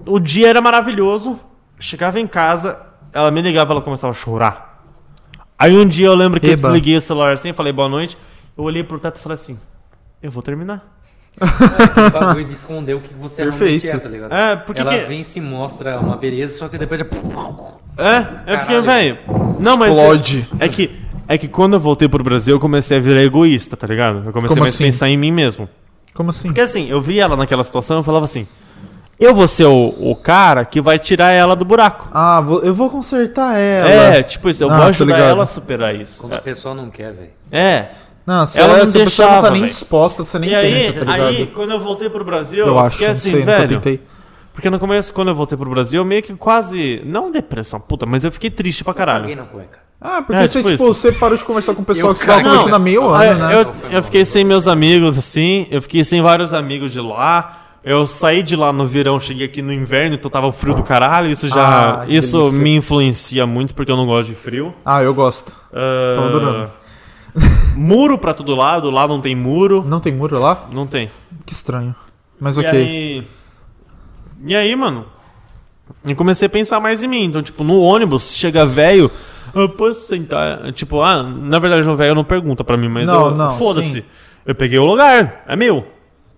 E: o dia era maravilhoso. Chegava em casa, ela me ligava, ela começava a chorar. Aí um dia eu lembro que eu
B: Eba.
E: desliguei o celular assim, falei boa noite. Eu olhei pro teto e falei assim: eu vou terminar.
C: prefiro o um bagulho de esconder o que você realmente é,
B: Perfeito.
C: tá ligado?
E: É, porque.
C: ela
E: que-
C: vem e se mostra uma beleza, só que depois é.
E: É, eu fiquei,
C: Caralho.
E: velho. Não, mas.
B: Explode.
E: É que, é que quando eu voltei pro Brasil, eu comecei a virar egoísta, tá ligado? Eu comecei
B: Como
E: mais
B: assim?
E: a pensar em mim mesmo.
B: Como assim?
E: Porque assim, eu vi ela naquela situação e falava assim: eu vou ser o, o cara que vai tirar ela do buraco.
B: Ah, vou- eu vou consertar ela.
E: É, tipo isso, eu
B: Ah,
E: vou
B: tô
E: ajudar
B: ligado.
E: ela a superar isso.
C: Quando a pessoa não quer, velho.
E: É.
B: Não, se
E: Ela
B: ela,
E: não
B: se a pessoa não
E: deixava,
B: tá nem
E: velho.
B: disposta, você nem
E: E aí,
B: tenta, tá ligado?
E: aí, quando eu voltei pro Brasil,
B: eu
E: eu,
B: acho,
E: fiquei
B: não
E: assim,
B: sei, nunca
E: velho.
B: tentei.
E: Porque no começo, quando eu voltei pro Brasil, eu meio que quase. Não depressão, puta, mas eu fiquei triste pra
C: Alguém
E: caralho.
C: na cueca.
B: Ah, porque
E: É,
B: você,
E: tipo
B: tipo,
E: isso.
B: você parou de conversar com o pessoal
C: Eu
B: que você tava
C: cago.
B: conversando há meio
E: Ah,
B: ano, né?
E: eu, eu fiquei sem meus amigos, assim, eu fiquei sem vários amigos de lá. Eu saí de lá no verão, cheguei aqui no inverno, então tava frio do caralho. Isso já.
B: Ah, que
E: isso
B: delícia.
E: me influencia muito porque eu não gosto de frio.
B: Ah, eu gosto.
E: Ah,
B: Tava adorando.
E: muro pra todo lado, lá não tem muro.
B: Não tem muro lá?
E: Não tem.
B: Que estranho. Mas
E: E
B: ok.
E: aí. E aí, mano? Eu comecei a pensar mais em mim. Então, tipo, no ônibus, chega velho. Eu posso sentar? Tipo, ah, na verdade, ah, o velho não pergunta pra mim, mas
B: Não,
E: eu.
B: não,
E: Foda-se.
B: sim.
E: Eu peguei o lugar, é meu.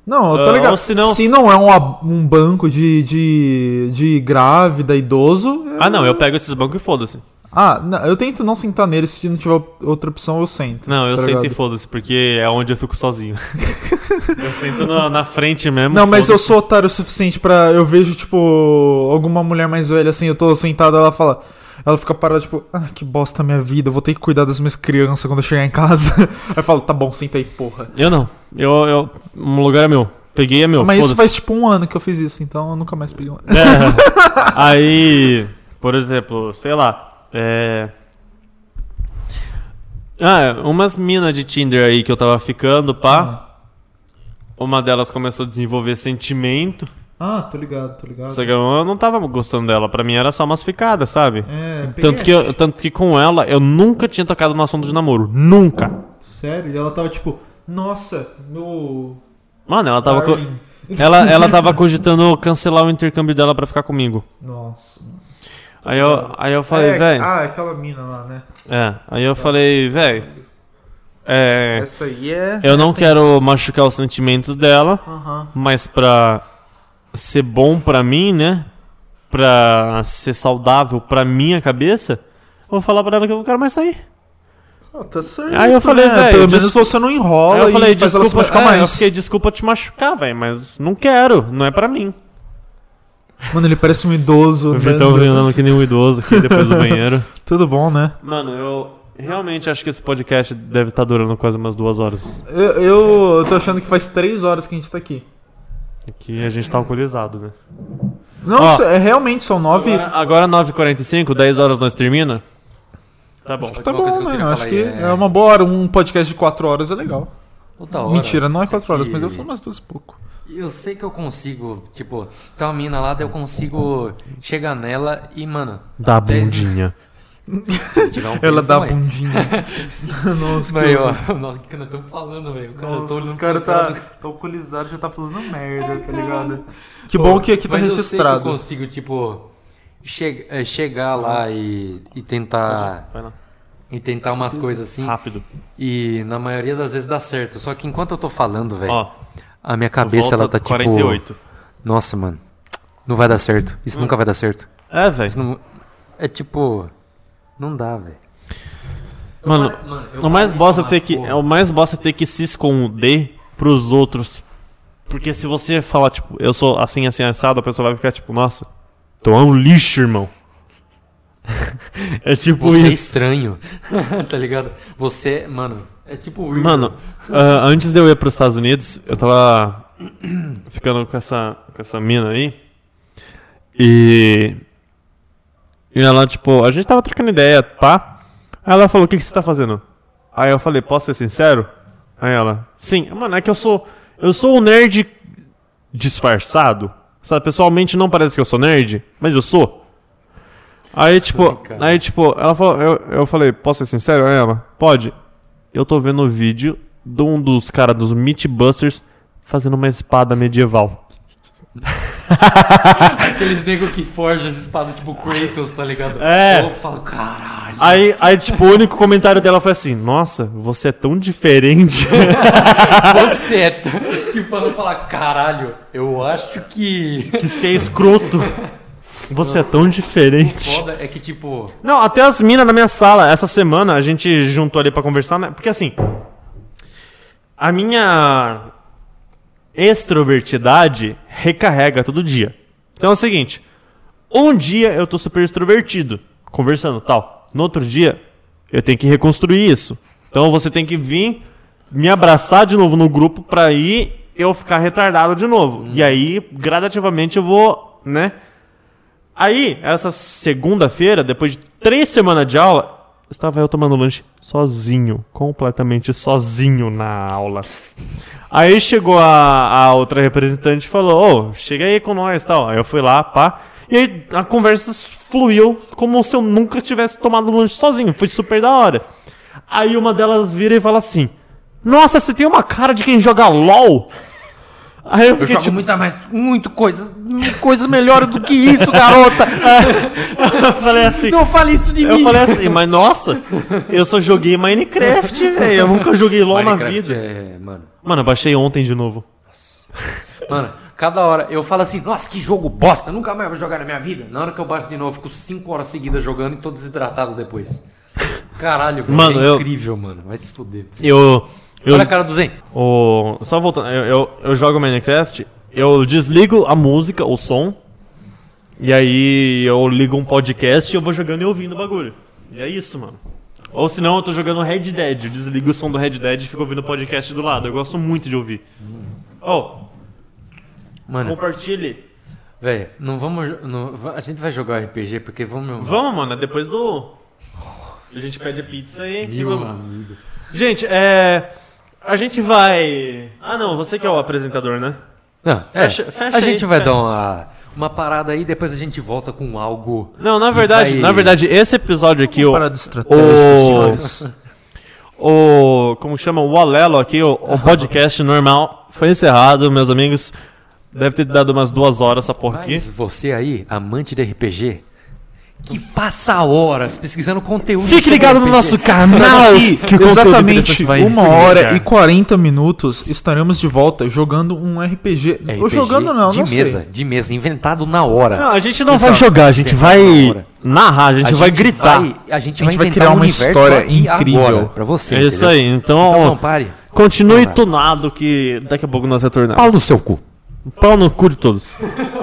B: Não, tá
E: Ah,
B: ligado.
E: ou se não-
B: Se não é um, ab- um banco de, de, de grávida, idoso. eu-
E: Ah, não, eu pego esses bancos e foda-se.
B: Ah, não, eu tento não sentar nele. Se não tiver outra opção, eu sento.
E: Não, eu
B: tá
E: sento e
B: ligado?
E: foda-se, porque é onde eu fico sozinho. eu sento na, na frente mesmo.
B: Não, mas eu
E: foda-se.
B: sou otário o suficiente pra. Eu vejo, tipo, alguma mulher mais velha assim, eu tô sentado, ela fala. Ela fica parada, tipo, ah, que bosta a minha vida, eu vou ter que cuidar das minhas crianças quando eu chegar em casa. Aí eu falo, tá bom, senta aí, porra.
E: Eu não. Eu, eu, um lugar é meu. Peguei é meu.
B: Mas isso
E: foda-se.
B: faz tipo um ano que eu fiz isso, então eu nunca mais peguei um.
E: É. Aí, por exemplo, sei lá. É. Ah, umas minas de Tinder aí que eu tava ficando, pá. Uma delas começou a desenvolver sentimento.
B: Ah, tô ligado, tô ligado.
E: Só que eu não tava gostando dela. Pra mim era só umas ficadas, sabe?
B: É, peguei.
E: Tanto que, eu- tanto que com ela eu nunca tinha tocado no assunto de namoro. Nunca.
B: Sério? E ela tava tipo, nossa, meu.
E: Mano, ela tava. co-
B: Darling.
E: Ela, ela tava cogitando cancelar o intercâmbio dela pra ficar comigo.
B: Nossa.
E: Aí eu, aí eu falei,
B: É,
E: velho.
B: Ah, aquela mina lá, né?
E: É, aí eu falei, velho. É.
B: Essa aí é.
E: Eu não quero machucar os sentimentos dela,
B: Aham.
E: mas pra ser bom pra mim, né? Pra ser saudável pra minha cabeça, eu vou falar pra ela que eu não quero mais sair.
B: Ah, tá certo.
E: Aí eu falei,
B: né?
E: velho,
B: Pelo menos
E: des-
B: você não enrola.
E: Aí eu falei,
B: e faz ela se
E: desculpa,
B: machucar
E: é,
B: mais.
E: eu fiquei, desculpa te machucar, velho, mas não quero, não é pra mim.
B: Mano, ele parece um idoso.
E: O
B: né?
E: Vitão vem andando que nem um idoso aqui depois do banheiro.
B: Tudo bom, né?
E: Mano, eu realmente acho que esse podcast deve estar durando quase umas duas horas.
B: Eu, eu, tô achando que faz três horas que a gente tá aqui.
E: Que a gente tá alcoolizado, né?
B: Não,
E: Ó.
B: é, realmente, são nove.
E: Agora, agora 9h45, 10 horas nós termina? Tá bom.
B: Tá
C: Uma coisa
B: bom,
C: que eu
B: né?
C: queria
B: acho
C: falar
B: que
C: aí
B: é...
C: é-
B: uma boa hora. Um podcast de quatro horas é legal.
C: Outra hora.
B: Mentira, não é quatro horas,
C: que-
B: mas deve ser umas duas e pouco.
C: Eu sei que eu consigo, tipo, tá uma mina lá, daí eu consigo chegar nela e, mano.
E: Da
C: dez-
E: bundinha.
C: se tiver um
B: Ela
C: peso,
B: dá a
C: não é.
B: bundinha. Nossa,
C: Mas, ó, nossa, o que nós estamos falando, velho? O cara, eu tô olhando pro lado.
B: tá alcoolizado, já tá falando merda, tá ligado? Que bom que aqui tá
C: Mas
B: registrado.
C: Eu sei que eu consigo, tipo, che- eh, chegar lá e, e tentar.
E: Vai lá.
C: E tentar umas coisas assim.
E: Rápido.
C: E na maioria das vezes dá certo. Só que enquanto eu tô falando, velho,
E: Ó,
C: a minha cabeça
E: volta
C: ela tá tipo.
E: 48.
C: Nossa, mano. Não vai dar certo. Isso nunca vai dar certo.
E: É, velho.
C: Isso não- É tipo. Não dá, velho.
E: Mano,
C: pare- mano, eu
E: o mais
C: parei
E: bosta é
C: de
E: ter
C: falar
E: que,
C: essas
E: é o mais bosta é ter que se esconder pros outros. Porque se você falar, tipo, eu sou assim, assim, assado, a pessoa vai ficar tipo, nossa, tu é um lixo, irmão. é tipo
C: Você é
E: isso.
C: estranho. tá ligado? Você, mano. É tipo. weirdo.
E: Mano, ah, antes de eu ir pros Estados Unidos, eu tava ficando com essa, com essa mina aí. E. E ela, tipo, a gente tava trocando ideia, pá. Aí ela falou: O que, que você tá fazendo? Aí eu falei: Posso ser sincero? Aí ela: Sim, mano, é que eu sou. Eu sou um nerd disfarçado. Sabe, pessoalmente não parece que eu sou nerd, mas eu sou. Aí, tipo,
C: Cara.
E: aí, tipo, ela falou, eu, eu falei, posso ser sincero? Aí ela, pode. Eu tô vendo o vídeo de um dos caras dos Meatbusters fazendo uma espada medieval.
C: Aqueles nego que forjam as espadas, tipo Kratos, tá ligado?
E: É.
C: Eu falo, caralho.
E: Aí, aí tipo, o único comentário dela foi assim, nossa, você é tão diferente.
C: Você é. t- tipo, pra não falar, caralho, eu acho que.
E: que você é escroto. Você é tão diferente.
C: Foda é que, tipo.
E: Não, até as minas na minha sala, essa semana a gente juntou ali pra conversar, né? Porque assim, a minha extrovertidade recarrega todo dia. Então é o seguinte, um dia eu tô super extrovertido, conversando, tal. No outro dia, eu tenho que reconstruir isso. Então você tem que vir me abraçar de novo no grupo pra ir eu ficar retardado de novo. E aí, gradativamente eu vou, né? Aí, essa segunda-feira, depois de três semanas de aula, estava eu tomando lanche sozinho, completamente sozinho na aula. Aí chegou a, a outra representante e falou: Ô, chega aí com nós tal. Aí eu fui lá, pá. E aí a conversa fluiu como se eu nunca tivesse tomado lanche sozinho. Foi super da hora. Aí uma delas vira e fala assim: Nossa, você tem uma cara de quem joga LOL. Aí eu
C: Eu
E: fiquei
C: jogo
E: tipo,
C: muita mais. Muito coisa.
H: coisas melhores do que isso, garota.
E: Eu falei assim.
H: Não fale isso
C: É
H: de
E: Eu
H: mim.
E: falei assim, mas nossa, eu só joguei Minecraft, velho. Eu nunca joguei LOL na
C: Minecraft
E: vida.
C: É, mano.
E: Mano, eu baixei ontem de novo.
C: Mano, cada hora eu falo assim, nossa, que jogo bosta, eu nunca mais vou jogar na minha vida. Na hora que eu baixo de novo, eu fico 5 horas seguidas jogando e tô desidratado depois. Caralho, velho,
E: Mano,
C: é
E: eu-
C: incrível, mano. Vai se fuder.
E: Eu. eu
C: Olha a cara do Zen.
E: o- só voltando, eu, eu, eu jogo Minecraft, eu desligo a música, o som, e aí eu ligo um podcast e eu vou jogando e ouvindo o bagulho. E é isso, mano. Ou senão eu tô jogando Red Dead, eu desligo o som do Red Dead e fico ouvindo o podcast do lado. Eu gosto muito de ouvir. Oh,
C: Mano,
E: compartilhe.
C: velho, não vamos. não- va- a gente vai jogar RPG porque vamos.
E: Vamos, mano, é depois do. A gente pede a pizza e. e
C: Meu
E: vamos.
C: amigo.
E: Gente, é. A gente vai. Ah, não, você que é o apresentador, né?
C: Não, é,
E: Fecha- fecha
C: a
E: aí,
C: gente vai
E: fecha.
C: dar uma, uma parada aí, depois a gente volta com algo.
E: Não, na
C: que
E: verdade,
C: vai-
E: na verdade, esse episódio aqui, o,
B: Para de assim, estratégias.
C: né?
E: o como chama, o Alelo aqui, o, o podcast normal foi encerrado, meus amigos. Deve ter dado umas duas horas essa porra aqui.
C: Mas você aí, amante de RPG, que passa horas pesquisando conteúdo.
E: Fique
C: sobre
E: ligado no
C: RPG.
E: nosso
B: Não,
E: canal.
B: que
E: conteúdo
B: exatamente
E: interessante vai
B: uma
E: se
B: hora
E: iniciar.
B: e 40 minutos estaremos de volta jogando um RPG.
C: É
B: Ou
C: RPG
B: jogando não,
C: de
B: não
C: mesa,
B: sei.
C: de mesa, inventado na hora.
E: Não, a gente não
C: Exato.
E: vai jogar, a gente vai
C: Agora.
E: narrar, a gente vai gritar.
C: vai- a gente
B: A gente
C: vai
B: vai
C: inventar
B: criar
C: um
B: uma
C: universo
B: história
C: aqui
B: incrível.
C: agora pra você.
E: É isso
C: entendeu?
E: aí, então,
C: Então não pare.
E: continue
C: Vai.
E: tunado que daqui a pouco nós retornamos.
C: Pau no seu cu.
E: Pau no cu de todos.